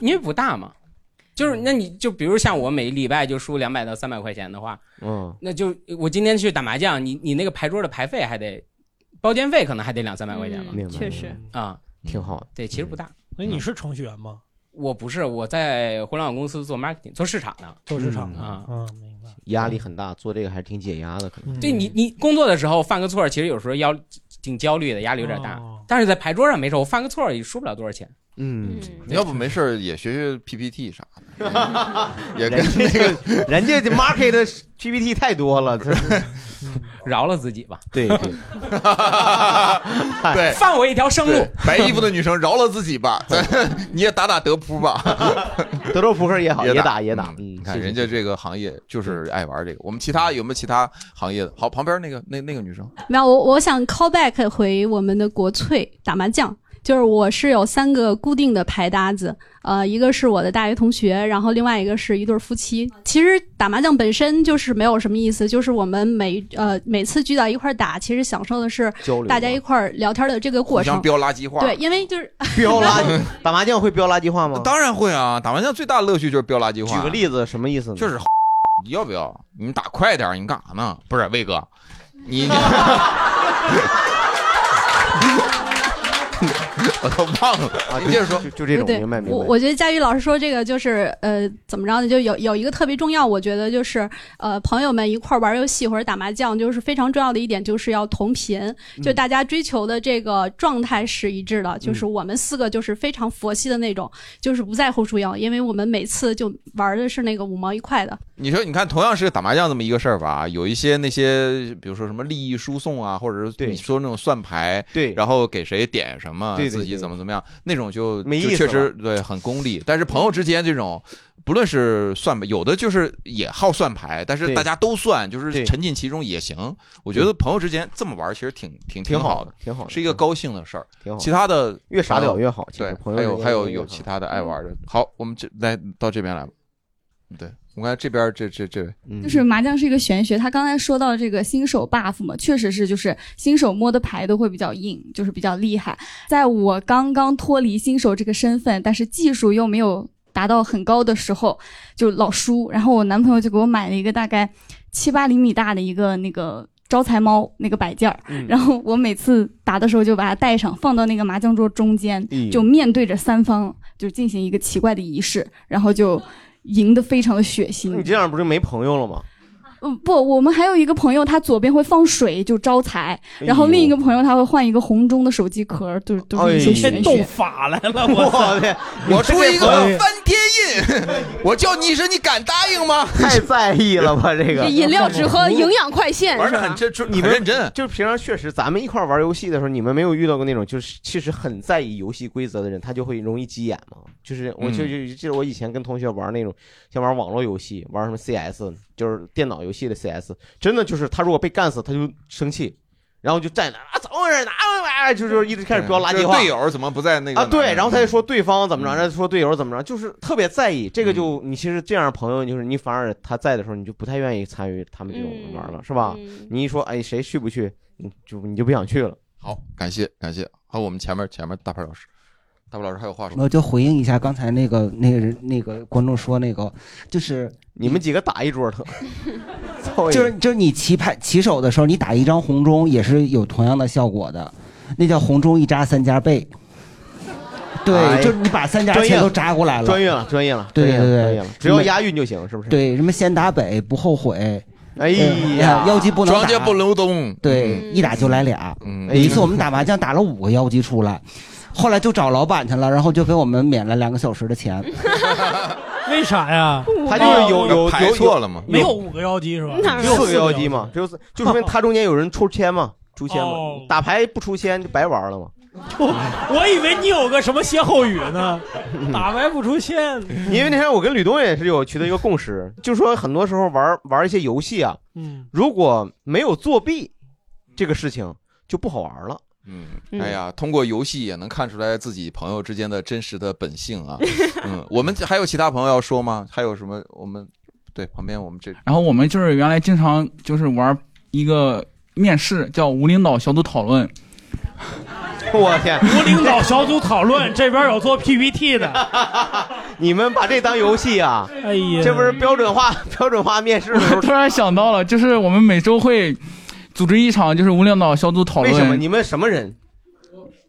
[SPEAKER 22] 因为不大嘛。就是那你就比如像我每礼拜就输两百到三百块钱的话，
[SPEAKER 3] 嗯，
[SPEAKER 22] 那就我今天去打麻将，你你那个牌桌的牌费还得，包间费可能还得两三百块钱吧。
[SPEAKER 3] 嗯明白确实
[SPEAKER 22] 啊，
[SPEAKER 3] 挺好。嗯
[SPEAKER 22] 对，其实不大。
[SPEAKER 4] 那你是程序员吗？
[SPEAKER 22] 我不是，我在互联网公司做 marketing，做市场的，
[SPEAKER 4] 做市场的嗯
[SPEAKER 22] 啊。
[SPEAKER 3] 压力很大，做这个还是挺解压的，可能。
[SPEAKER 22] 对
[SPEAKER 4] 嗯
[SPEAKER 22] 你，你工作的时候犯个错儿，其实有时候腰挺焦虑的，压力有点大。
[SPEAKER 3] 哦
[SPEAKER 22] 但是在牌桌上没事，我犯个错儿也输不了多少钱。
[SPEAKER 3] 嗯，
[SPEAKER 2] 你要不没事儿也学学 PPT 啥 的，也跟
[SPEAKER 3] 人家
[SPEAKER 2] 那个
[SPEAKER 3] 就人家的 market PPT 太多了，他
[SPEAKER 22] 饶了自己吧。
[SPEAKER 3] 对对，
[SPEAKER 2] 对，
[SPEAKER 22] 放我一条生路。
[SPEAKER 2] 白衣服的女生饶了自己吧，咱 你也打打德扑吧，
[SPEAKER 3] 德州扑克也好，也打也打。
[SPEAKER 2] 嗯，你看人家这个行业就是爱玩这个。我们其他有没有其他行业的？好，旁边那个那那个女生，
[SPEAKER 11] 没有，我我想 call back 回我们的国粹打麻将，就是我是有三个固定的牌搭子，呃，一个是我的大学同学，然后另外一个是一对夫妻。其实打麻将本身就是没有什么意思，就是我们每呃每次聚到一块儿打，其实享受的是
[SPEAKER 3] 交流
[SPEAKER 11] 大家一块儿聊天的这个过
[SPEAKER 2] 互
[SPEAKER 11] 程
[SPEAKER 2] 相。飙垃圾话，
[SPEAKER 11] 对，因为就是
[SPEAKER 3] 飙垃圾，打麻将会飙垃圾话吗？
[SPEAKER 2] 当然会啊，打麻将最大的乐趣就是飙垃圾话。
[SPEAKER 3] 举个例子，什么意思呢？
[SPEAKER 2] 就是 你要不要？你们打快点儿，你们干啥呢？不是魏哥， 你 我都忘了啊！你接着说，
[SPEAKER 3] 就
[SPEAKER 11] 对对，我我觉得佳宇老师说这个就是呃，怎么着呢？就有有一个特别重要，我觉得就是呃，朋友们一块儿玩游戏或者打麻将，就是非常重要的一点，就是要同频，就大家追求的这个状态是一致的。就是我们四个就是非常佛系的那种，就是不在乎输赢，因为我们每次就玩的是那个五毛一块的。
[SPEAKER 2] 你说，你看，同样是打麻将这么一个事儿吧，有一些那些，比如说什么利益输送啊，或者是你说那种算牌，
[SPEAKER 3] 对，
[SPEAKER 2] 然后给谁点什么，
[SPEAKER 3] 对对对
[SPEAKER 2] 自己怎么怎么样，那种就
[SPEAKER 3] 没
[SPEAKER 2] 就
[SPEAKER 3] 意思
[SPEAKER 2] 确实
[SPEAKER 3] 了
[SPEAKER 2] 对很功利。但是朋友之间这种，不论是算牌，有的就是也好算牌，但是
[SPEAKER 3] 对
[SPEAKER 2] 大家都算，就是沉浸其中也行。我觉得朋友之间这么玩，其实挺挺
[SPEAKER 3] 挺好
[SPEAKER 2] 好
[SPEAKER 3] 的挺好的
[SPEAKER 2] 是一个高兴的事儿。
[SPEAKER 3] 挺好的
[SPEAKER 2] 其他的
[SPEAKER 3] 越傻屌越好其
[SPEAKER 2] 对
[SPEAKER 3] 实，朋友
[SPEAKER 2] 还有
[SPEAKER 3] 之间
[SPEAKER 2] 还有
[SPEAKER 3] 越
[SPEAKER 2] 有
[SPEAKER 3] 好嗯
[SPEAKER 2] 其他的爱玩的。好，我们这来到这边来吧。对，我看这边这这这位，
[SPEAKER 3] 嗯
[SPEAKER 8] 嗯
[SPEAKER 15] 就是麻将是一个玄学，他刚才说到这个新手 buff 嘛，确实是就是新手摸的牌都会比较硬，就是比较厉害。在我刚刚脱离新手这个身份，但是技术又没有达到很高的时候，就老输。然后我男朋友就给我买了一个大概七八厘米大的一个那个。招财猫那个摆件儿，
[SPEAKER 9] 嗯
[SPEAKER 15] 然后我每次打的时候就把它带上，放到那个麻将桌中间
[SPEAKER 3] 嗯
[SPEAKER 9] 咦，
[SPEAKER 15] 就面对着三方，就进行一个奇怪的仪式，然后就赢得非常的血腥。
[SPEAKER 3] 你这样不是没朋友 了吗？
[SPEAKER 15] 嗯，不，我们还有一个朋友，他左边会放水，就招财；
[SPEAKER 3] 哎呦哎
[SPEAKER 15] 然后另一个朋友他会换一个红中的手机壳，就是都是一些玄学。
[SPEAKER 4] 法来了，
[SPEAKER 3] 我的，
[SPEAKER 2] 我出一个翻
[SPEAKER 3] 翻
[SPEAKER 2] 天 印，我叫你一声，你敢答应吗？
[SPEAKER 3] 太在意了吧？这个
[SPEAKER 5] 这饮料只喝 营养快线是吧？
[SPEAKER 2] 真，
[SPEAKER 3] 你们
[SPEAKER 2] 很认真，
[SPEAKER 3] 就是平常确实咱们一块儿玩游戏的时候，你们没有遇到过那种就是其实很在意游戏规则的人，他就会容易急眼嘛。就是我
[SPEAKER 2] 嗯
[SPEAKER 3] 就就记得我以前跟同学玩那种像玩网络游戏，玩什么 CS，就是电脑游戏的 CS，真的就是他如果被干死，他就生气，然后就站那啊，怎么回事？哪有玩意儿？就是一直开始飙垃圾话。
[SPEAKER 2] 队友怎么不在那个嗯
[SPEAKER 3] 啊，对，然后他就说对方怎么着，然后说队友怎么着，就是特别在意这个就。你其实这样的朋友，就是你反而他在的时候，你就不太愿意参与他们这种玩了，是吧？你一说哎谁去不去，你就你就不想去了。
[SPEAKER 2] 好，感谢感谢。好，我们前面前面大牌老师，大牌老师还有
[SPEAKER 3] 嗯
[SPEAKER 2] 话说吗？
[SPEAKER 8] 我就回应一下刚才那个那个人那个观众说那个，就是
[SPEAKER 3] 你们几个打一 桌的，凑一
[SPEAKER 8] 就是就是你棋牌棋手的时候，你打一张红中也是有同样的效果的，那叫红中一扎三家倍。
[SPEAKER 3] 哎
[SPEAKER 8] 对，就是你把三家
[SPEAKER 3] 专业
[SPEAKER 8] 钱
[SPEAKER 3] 了
[SPEAKER 8] 都扎过来了，
[SPEAKER 3] 专业了，专业了，
[SPEAKER 8] 对对
[SPEAKER 3] 专业了
[SPEAKER 8] 对
[SPEAKER 3] 专业了，只要押韵就行，是不是？
[SPEAKER 8] 对，什么先打北不后悔。
[SPEAKER 3] 哎呀
[SPEAKER 8] 妖 姬不能打
[SPEAKER 3] 庄家不
[SPEAKER 2] 留东。
[SPEAKER 8] 对，一打就来俩。
[SPEAKER 2] 嗯
[SPEAKER 8] 有一次我们打麻将打了五个妖姬出来，后来就找老板去了，然后就给我们免了两个小时的钱。
[SPEAKER 4] 为啥呀？
[SPEAKER 3] 他就是有有有
[SPEAKER 4] 没有五个妖姬是吧？
[SPEAKER 3] 只有四个妖姬嘛，只有四，就说明他中间有人抽签嘛，出签嘛
[SPEAKER 4] 哦，
[SPEAKER 3] 打牌不出签就白玩了嘛。
[SPEAKER 4] 我以为你有个什么歇后语呢，打牌不出现。
[SPEAKER 3] 因为那天我跟吕东也是有取得一个共识，就说很多时候玩玩一些游戏啊，
[SPEAKER 4] 嗯，
[SPEAKER 3] 如果没有作弊这个事情，就不好玩了。
[SPEAKER 2] 嗯，哎呀，通过游戏也能看出来自己朋友之间的真实的本性 啊。嗯，我们还有其他朋友要说吗？还有什么？我们对旁边我们 这
[SPEAKER 6] 然后我们就是原来经常就是玩一个面试叫无领导小组讨论，
[SPEAKER 3] 我天，
[SPEAKER 4] 无领导小组讨论，这边有做 PPT 的，
[SPEAKER 3] 你们把这当游戏啊？
[SPEAKER 4] 哎呀
[SPEAKER 3] 这不是标准化 标准化面试的时候
[SPEAKER 6] 突然想到了，就是我们每周会组织一场就是无领导小组讨
[SPEAKER 3] 为
[SPEAKER 6] 论。
[SPEAKER 3] 什么？你们什么人？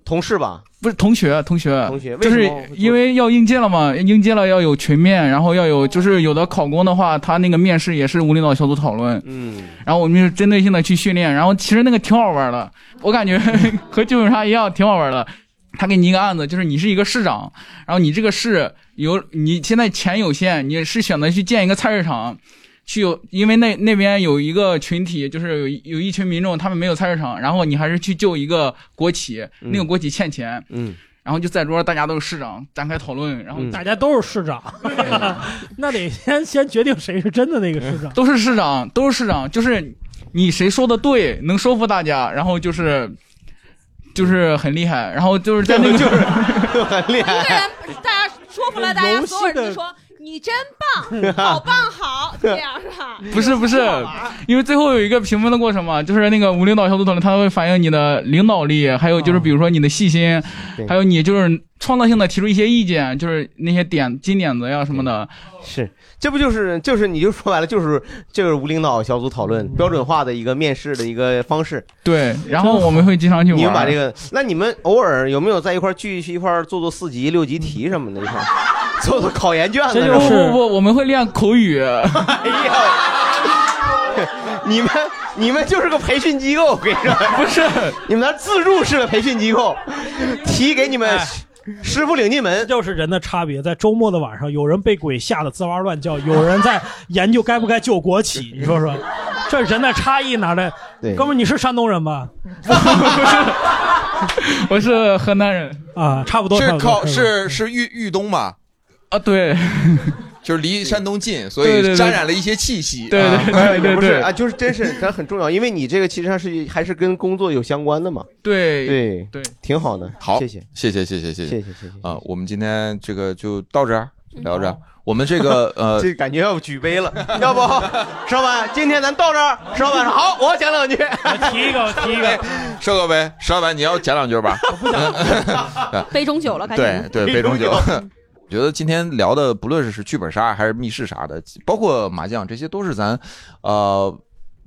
[SPEAKER 3] 同事吧？
[SPEAKER 6] 不是同学，同学，
[SPEAKER 3] 同学为
[SPEAKER 6] 就是
[SPEAKER 3] 什么会
[SPEAKER 6] 因为要应届了嘛，应届了要有群面，然后要有就是有的考公的话，他那个面试也是无领导小组讨论，
[SPEAKER 3] 嗯，
[SPEAKER 6] 然后我们就针对性的去训练，然后其实那个挺好玩的，我感觉和剧本杀一样挺好玩的。他给你一个案子，就是你是一个市长，然后你这个市有你现在钱有限，你是选择去建一个菜市场，去有因为那那边有一个群体，就是有一有一群民众他们没有菜市场，然后你还是去救一个国企，
[SPEAKER 4] 嗯
[SPEAKER 6] 那个国企欠钱，
[SPEAKER 3] 嗯，
[SPEAKER 6] 然后就在桌大家都是市长展开讨论，然后
[SPEAKER 4] 大
[SPEAKER 6] 大家
[SPEAKER 4] 家都是市长，那得先先决定谁是真的那个市长。
[SPEAKER 6] 嗯都是市长，都是市长，就是你谁说的对，能说服大家，然后就是就是很厉害，然后就是在那个 就是
[SPEAKER 3] 很厉害，
[SPEAKER 5] 大家说服了大家，所有人就说你真棒，好棒好，这样是吧？
[SPEAKER 6] 不是不是，因为最后有一个评分的过程嘛，就是那个无领导小组讨论，它会反映你的领导力，还有
[SPEAKER 3] 啊
[SPEAKER 6] 就是比如说你的细心，还有你就是创造性的提出一些意见，就是那些点金点子呀什么的。
[SPEAKER 3] 是，这不就是就是你就说白了就是就是无领导小组讨
[SPEAKER 4] 嗯
[SPEAKER 3] 论标准化的一个面试的一个方式。
[SPEAKER 6] 对，然后我们会经常去玩。
[SPEAKER 3] 你们把这个，那你们偶尔有没有在一块儿聚一块儿做做四级、六级题什么的，一 块儿做做考研卷子？
[SPEAKER 6] 这就不不不，我们会练口语。
[SPEAKER 3] 你们你们就是个培训机构，我跟你说，
[SPEAKER 6] 不是
[SPEAKER 3] 你们那自助式的培训机 构，题给你们。师傅领进门，
[SPEAKER 4] 哎就是人的差别。在周末的晚上，有人被鬼吓得吱哇乱叫，有人在研究该不该救国 企。你说说，这人的差异哪来？哥们儿，你是山东人 吧？
[SPEAKER 6] 我是河南人
[SPEAKER 4] 啊，差不多。差
[SPEAKER 2] 是
[SPEAKER 4] 不多
[SPEAKER 2] 靠是是豫豫东吧？
[SPEAKER 6] 啊，对，
[SPEAKER 2] 就是离山东近，所
[SPEAKER 3] 对
[SPEAKER 2] 以
[SPEAKER 3] 对对
[SPEAKER 2] 沾染了一些气息。啊
[SPEAKER 3] 也不是啊，就是真是它很重要，因为你这个其实上是还是跟工作有相关的嘛。
[SPEAKER 6] 对
[SPEAKER 3] 对
[SPEAKER 6] 对，
[SPEAKER 3] 挺好的，
[SPEAKER 2] 好，
[SPEAKER 3] 谢谢。
[SPEAKER 2] 谢谢，谢谢，谢谢，
[SPEAKER 3] 谢谢，谢谢
[SPEAKER 2] 啊！我们今天这个就到这儿聊着，我们这个呃，
[SPEAKER 3] 这感觉要举 杯了，要不石老板，今天咱到这儿。石老板说好，我讲两句，
[SPEAKER 4] 提一个，提一个。
[SPEAKER 2] 收个呗，石老板，你要讲两 句吧？
[SPEAKER 5] 杯中酒了，赶紧
[SPEAKER 2] 对 对，杯中酒。我觉得今天聊的，不论是剧本杀还是密室啥的，包括麻将，这些都是咱呃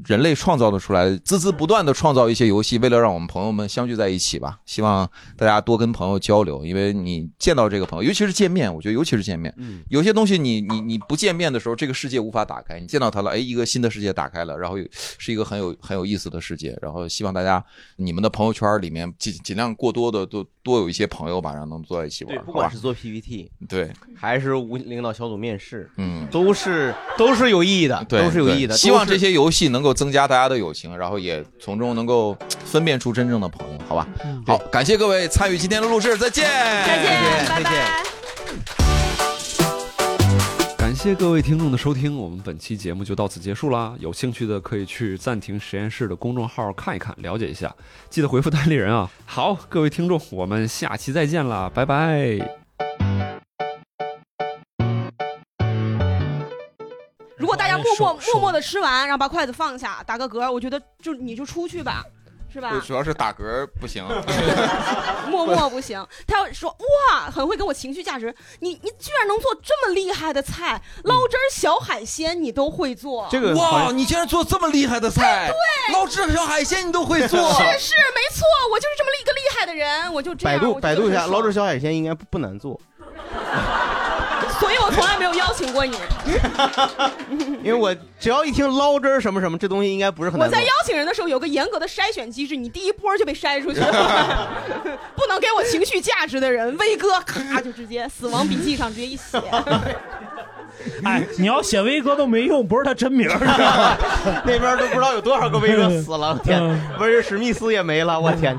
[SPEAKER 2] 人类创造的出来，孜孜不断的创造一些游戏，为了让我们朋友们相聚在一起吧。希望大家多跟朋友交流，因为你见到这个朋友，尤其是见面，我觉得尤其是见面，
[SPEAKER 3] 嗯
[SPEAKER 2] 有些东西你你你不见面的时候，这个世界无法打开，你见到他了，哎，一个新的世界打开了，然后有是一个很有很有意思的世界。然后希望大家你们的朋友圈里面尽尽量过多的多多有一些朋友吧，然后能坐在一起玩
[SPEAKER 3] 对，，
[SPEAKER 2] 好
[SPEAKER 3] 不
[SPEAKER 2] 吧
[SPEAKER 3] 管是嗯做 PPT，
[SPEAKER 2] 对，
[SPEAKER 3] 还是无领导小组面试，
[SPEAKER 2] 嗯，
[SPEAKER 3] 都是都是有意义的，
[SPEAKER 2] 对，
[SPEAKER 3] 都是有意义的。
[SPEAKER 2] 对希望
[SPEAKER 3] 都是
[SPEAKER 2] 这些游戏能够增加大家的友情，然后也从中能够分辨出真正的朋友，好吧？
[SPEAKER 3] 嗯
[SPEAKER 2] 好，感谢各位参与今天的录制，再见，再见，
[SPEAKER 5] 拜拜。
[SPEAKER 1] 感谢各位听众的收听，我们本期节目就到此结束啦。有兴趣的可以去暂停实验室的公众号看一看，了解一下，记得回复代理人啊。好，各位听众，我们下期再见啦，拜拜。
[SPEAKER 5] 如果大家默默
[SPEAKER 1] 手手
[SPEAKER 5] 默默的吃完，然后把筷子放下，打个嗝，我觉得就你就出去吧，是吧？
[SPEAKER 2] 主要是打嗝不行，
[SPEAKER 5] 默默不行，他要说哇，很会给我情绪价值。你你居然能做这么厉害的菜，捞汁儿小海鲜你都会做，
[SPEAKER 2] 哇，你竟然做这么厉害的菜，
[SPEAKER 5] 对
[SPEAKER 2] 捞汁小海鲜你都会做，
[SPEAKER 5] 是是没错，我就是这么一个厉害的人，我就这样。
[SPEAKER 3] 百度
[SPEAKER 5] 我就
[SPEAKER 3] 百度一下
[SPEAKER 5] 很
[SPEAKER 3] 捞
[SPEAKER 5] 爽
[SPEAKER 3] 汁小海鲜应该不不难 做，
[SPEAKER 5] 所以我从来没有邀请过你，
[SPEAKER 3] 因为我只要一听捞汁儿什么什么，这东西应该不是很
[SPEAKER 5] 我
[SPEAKER 3] 难做。
[SPEAKER 5] 在邀请人的时候有个严格的筛选机制，你第一波就被筛出去了， 不能给我情绪价值的人，威哥咔就直接死亡笔记上直接一写。
[SPEAKER 4] 哎，你要写威哥都没用，不是他真名儿。
[SPEAKER 3] 那边都不知道有多少个威 哥死了，我天！ 威尔史密斯也没了，我天！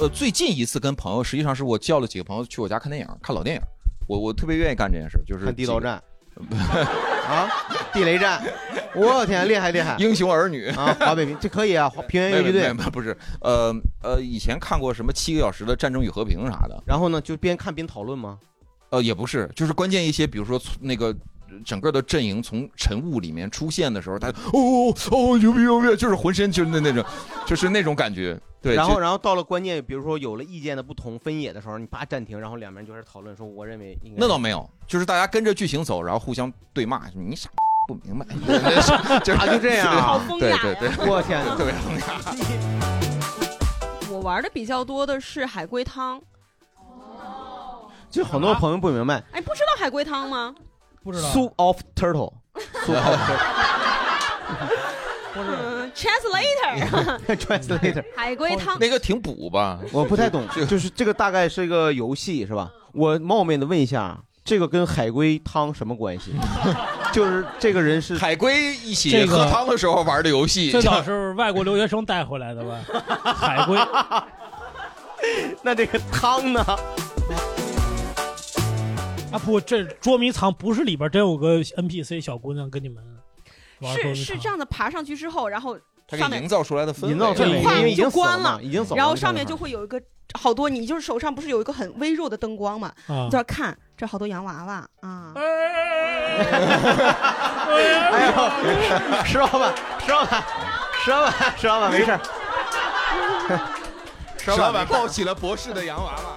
[SPEAKER 2] 呃，最近一次跟朋友，实际上是我叫了几个朋友去我家看电影，看老电影。我我特别愿意干这件事，就是
[SPEAKER 3] 看地
[SPEAKER 2] 几
[SPEAKER 3] 道
[SPEAKER 2] 个
[SPEAKER 3] 战。啊，地雷战，我天，厉害厉害，
[SPEAKER 2] 英雄儿女
[SPEAKER 3] 啊，华北平这可以啊，华平原
[SPEAKER 2] 没
[SPEAKER 3] 游
[SPEAKER 2] 有
[SPEAKER 3] 击队
[SPEAKER 2] 没有不是，呃呃，以前看过什么七个小时的《战争与和平》啥的，
[SPEAKER 3] 然后呢，就边看边讨论吗？
[SPEAKER 2] 呃，也不是，就是关键一些，比如说从那个。整个的阵营从晨雾里面出现的时候，他哦哦哦牛逼牛逼，就是浑身就是那那种，就是那种感觉。对，
[SPEAKER 3] 然后
[SPEAKER 2] 就
[SPEAKER 3] 然后到了关键，比如说有了意见的不同分野的时候，你啪暂停，然后两边就开始讨论说，我认为应该
[SPEAKER 2] 那倒没有，就是大家跟着剧情走，然后互相对骂，你傻不明白， 就是
[SPEAKER 3] 啊就这样啊好风
[SPEAKER 2] 对
[SPEAKER 3] 雅
[SPEAKER 2] 对对，
[SPEAKER 3] 我天哪
[SPEAKER 2] 特别风雅。
[SPEAKER 5] 我玩的比较多的是海龟汤，
[SPEAKER 3] 就很多朋友不明白
[SPEAKER 5] 哎，不知道海龟汤吗？
[SPEAKER 4] 不
[SPEAKER 3] soup of turtle，soup of turtle
[SPEAKER 5] 嗯 ，translator，哦
[SPEAKER 3] translator，
[SPEAKER 5] 海龟汤。
[SPEAKER 2] 个挺补吧，
[SPEAKER 3] 我不太懂，就是这个大概是一个游戏是吧？我冒昧的问一下，这个跟海龟汤什么关系？ 就是这个人是
[SPEAKER 2] 海龟一起
[SPEAKER 4] 这
[SPEAKER 2] 喝
[SPEAKER 4] 个
[SPEAKER 2] 汤的时候玩的游戏，
[SPEAKER 4] 最早是外国留学生带回来的吧？海龟。
[SPEAKER 3] 那这个汤呢？
[SPEAKER 4] 啊不，这捉迷藏不是里边真有个 NPC 小姑娘跟你们玩捉
[SPEAKER 5] 是
[SPEAKER 4] 迷
[SPEAKER 5] 是
[SPEAKER 4] 藏，
[SPEAKER 5] 这样的，爬上去之后，然后
[SPEAKER 2] 他
[SPEAKER 5] 上
[SPEAKER 2] 给
[SPEAKER 5] 面
[SPEAKER 2] 营造出来的氛围，
[SPEAKER 3] 营造出来
[SPEAKER 5] 画
[SPEAKER 3] 因为已经
[SPEAKER 5] 就
[SPEAKER 3] 死了
[SPEAKER 5] 关
[SPEAKER 3] 嘛已经死了
[SPEAKER 5] 然后
[SPEAKER 3] 那
[SPEAKER 5] 上面
[SPEAKER 3] 地
[SPEAKER 5] 就
[SPEAKER 3] 方
[SPEAKER 5] 会有一个好多，你就是手上不是有一个很微弱的灯光嘛，
[SPEAKER 3] 啊
[SPEAKER 5] 你在那看这好多洋娃娃啊。
[SPEAKER 3] 哎呦，石老板，石老板，石 老板，石老板，没事儿。
[SPEAKER 2] 石老板抱起了博士的洋娃娃。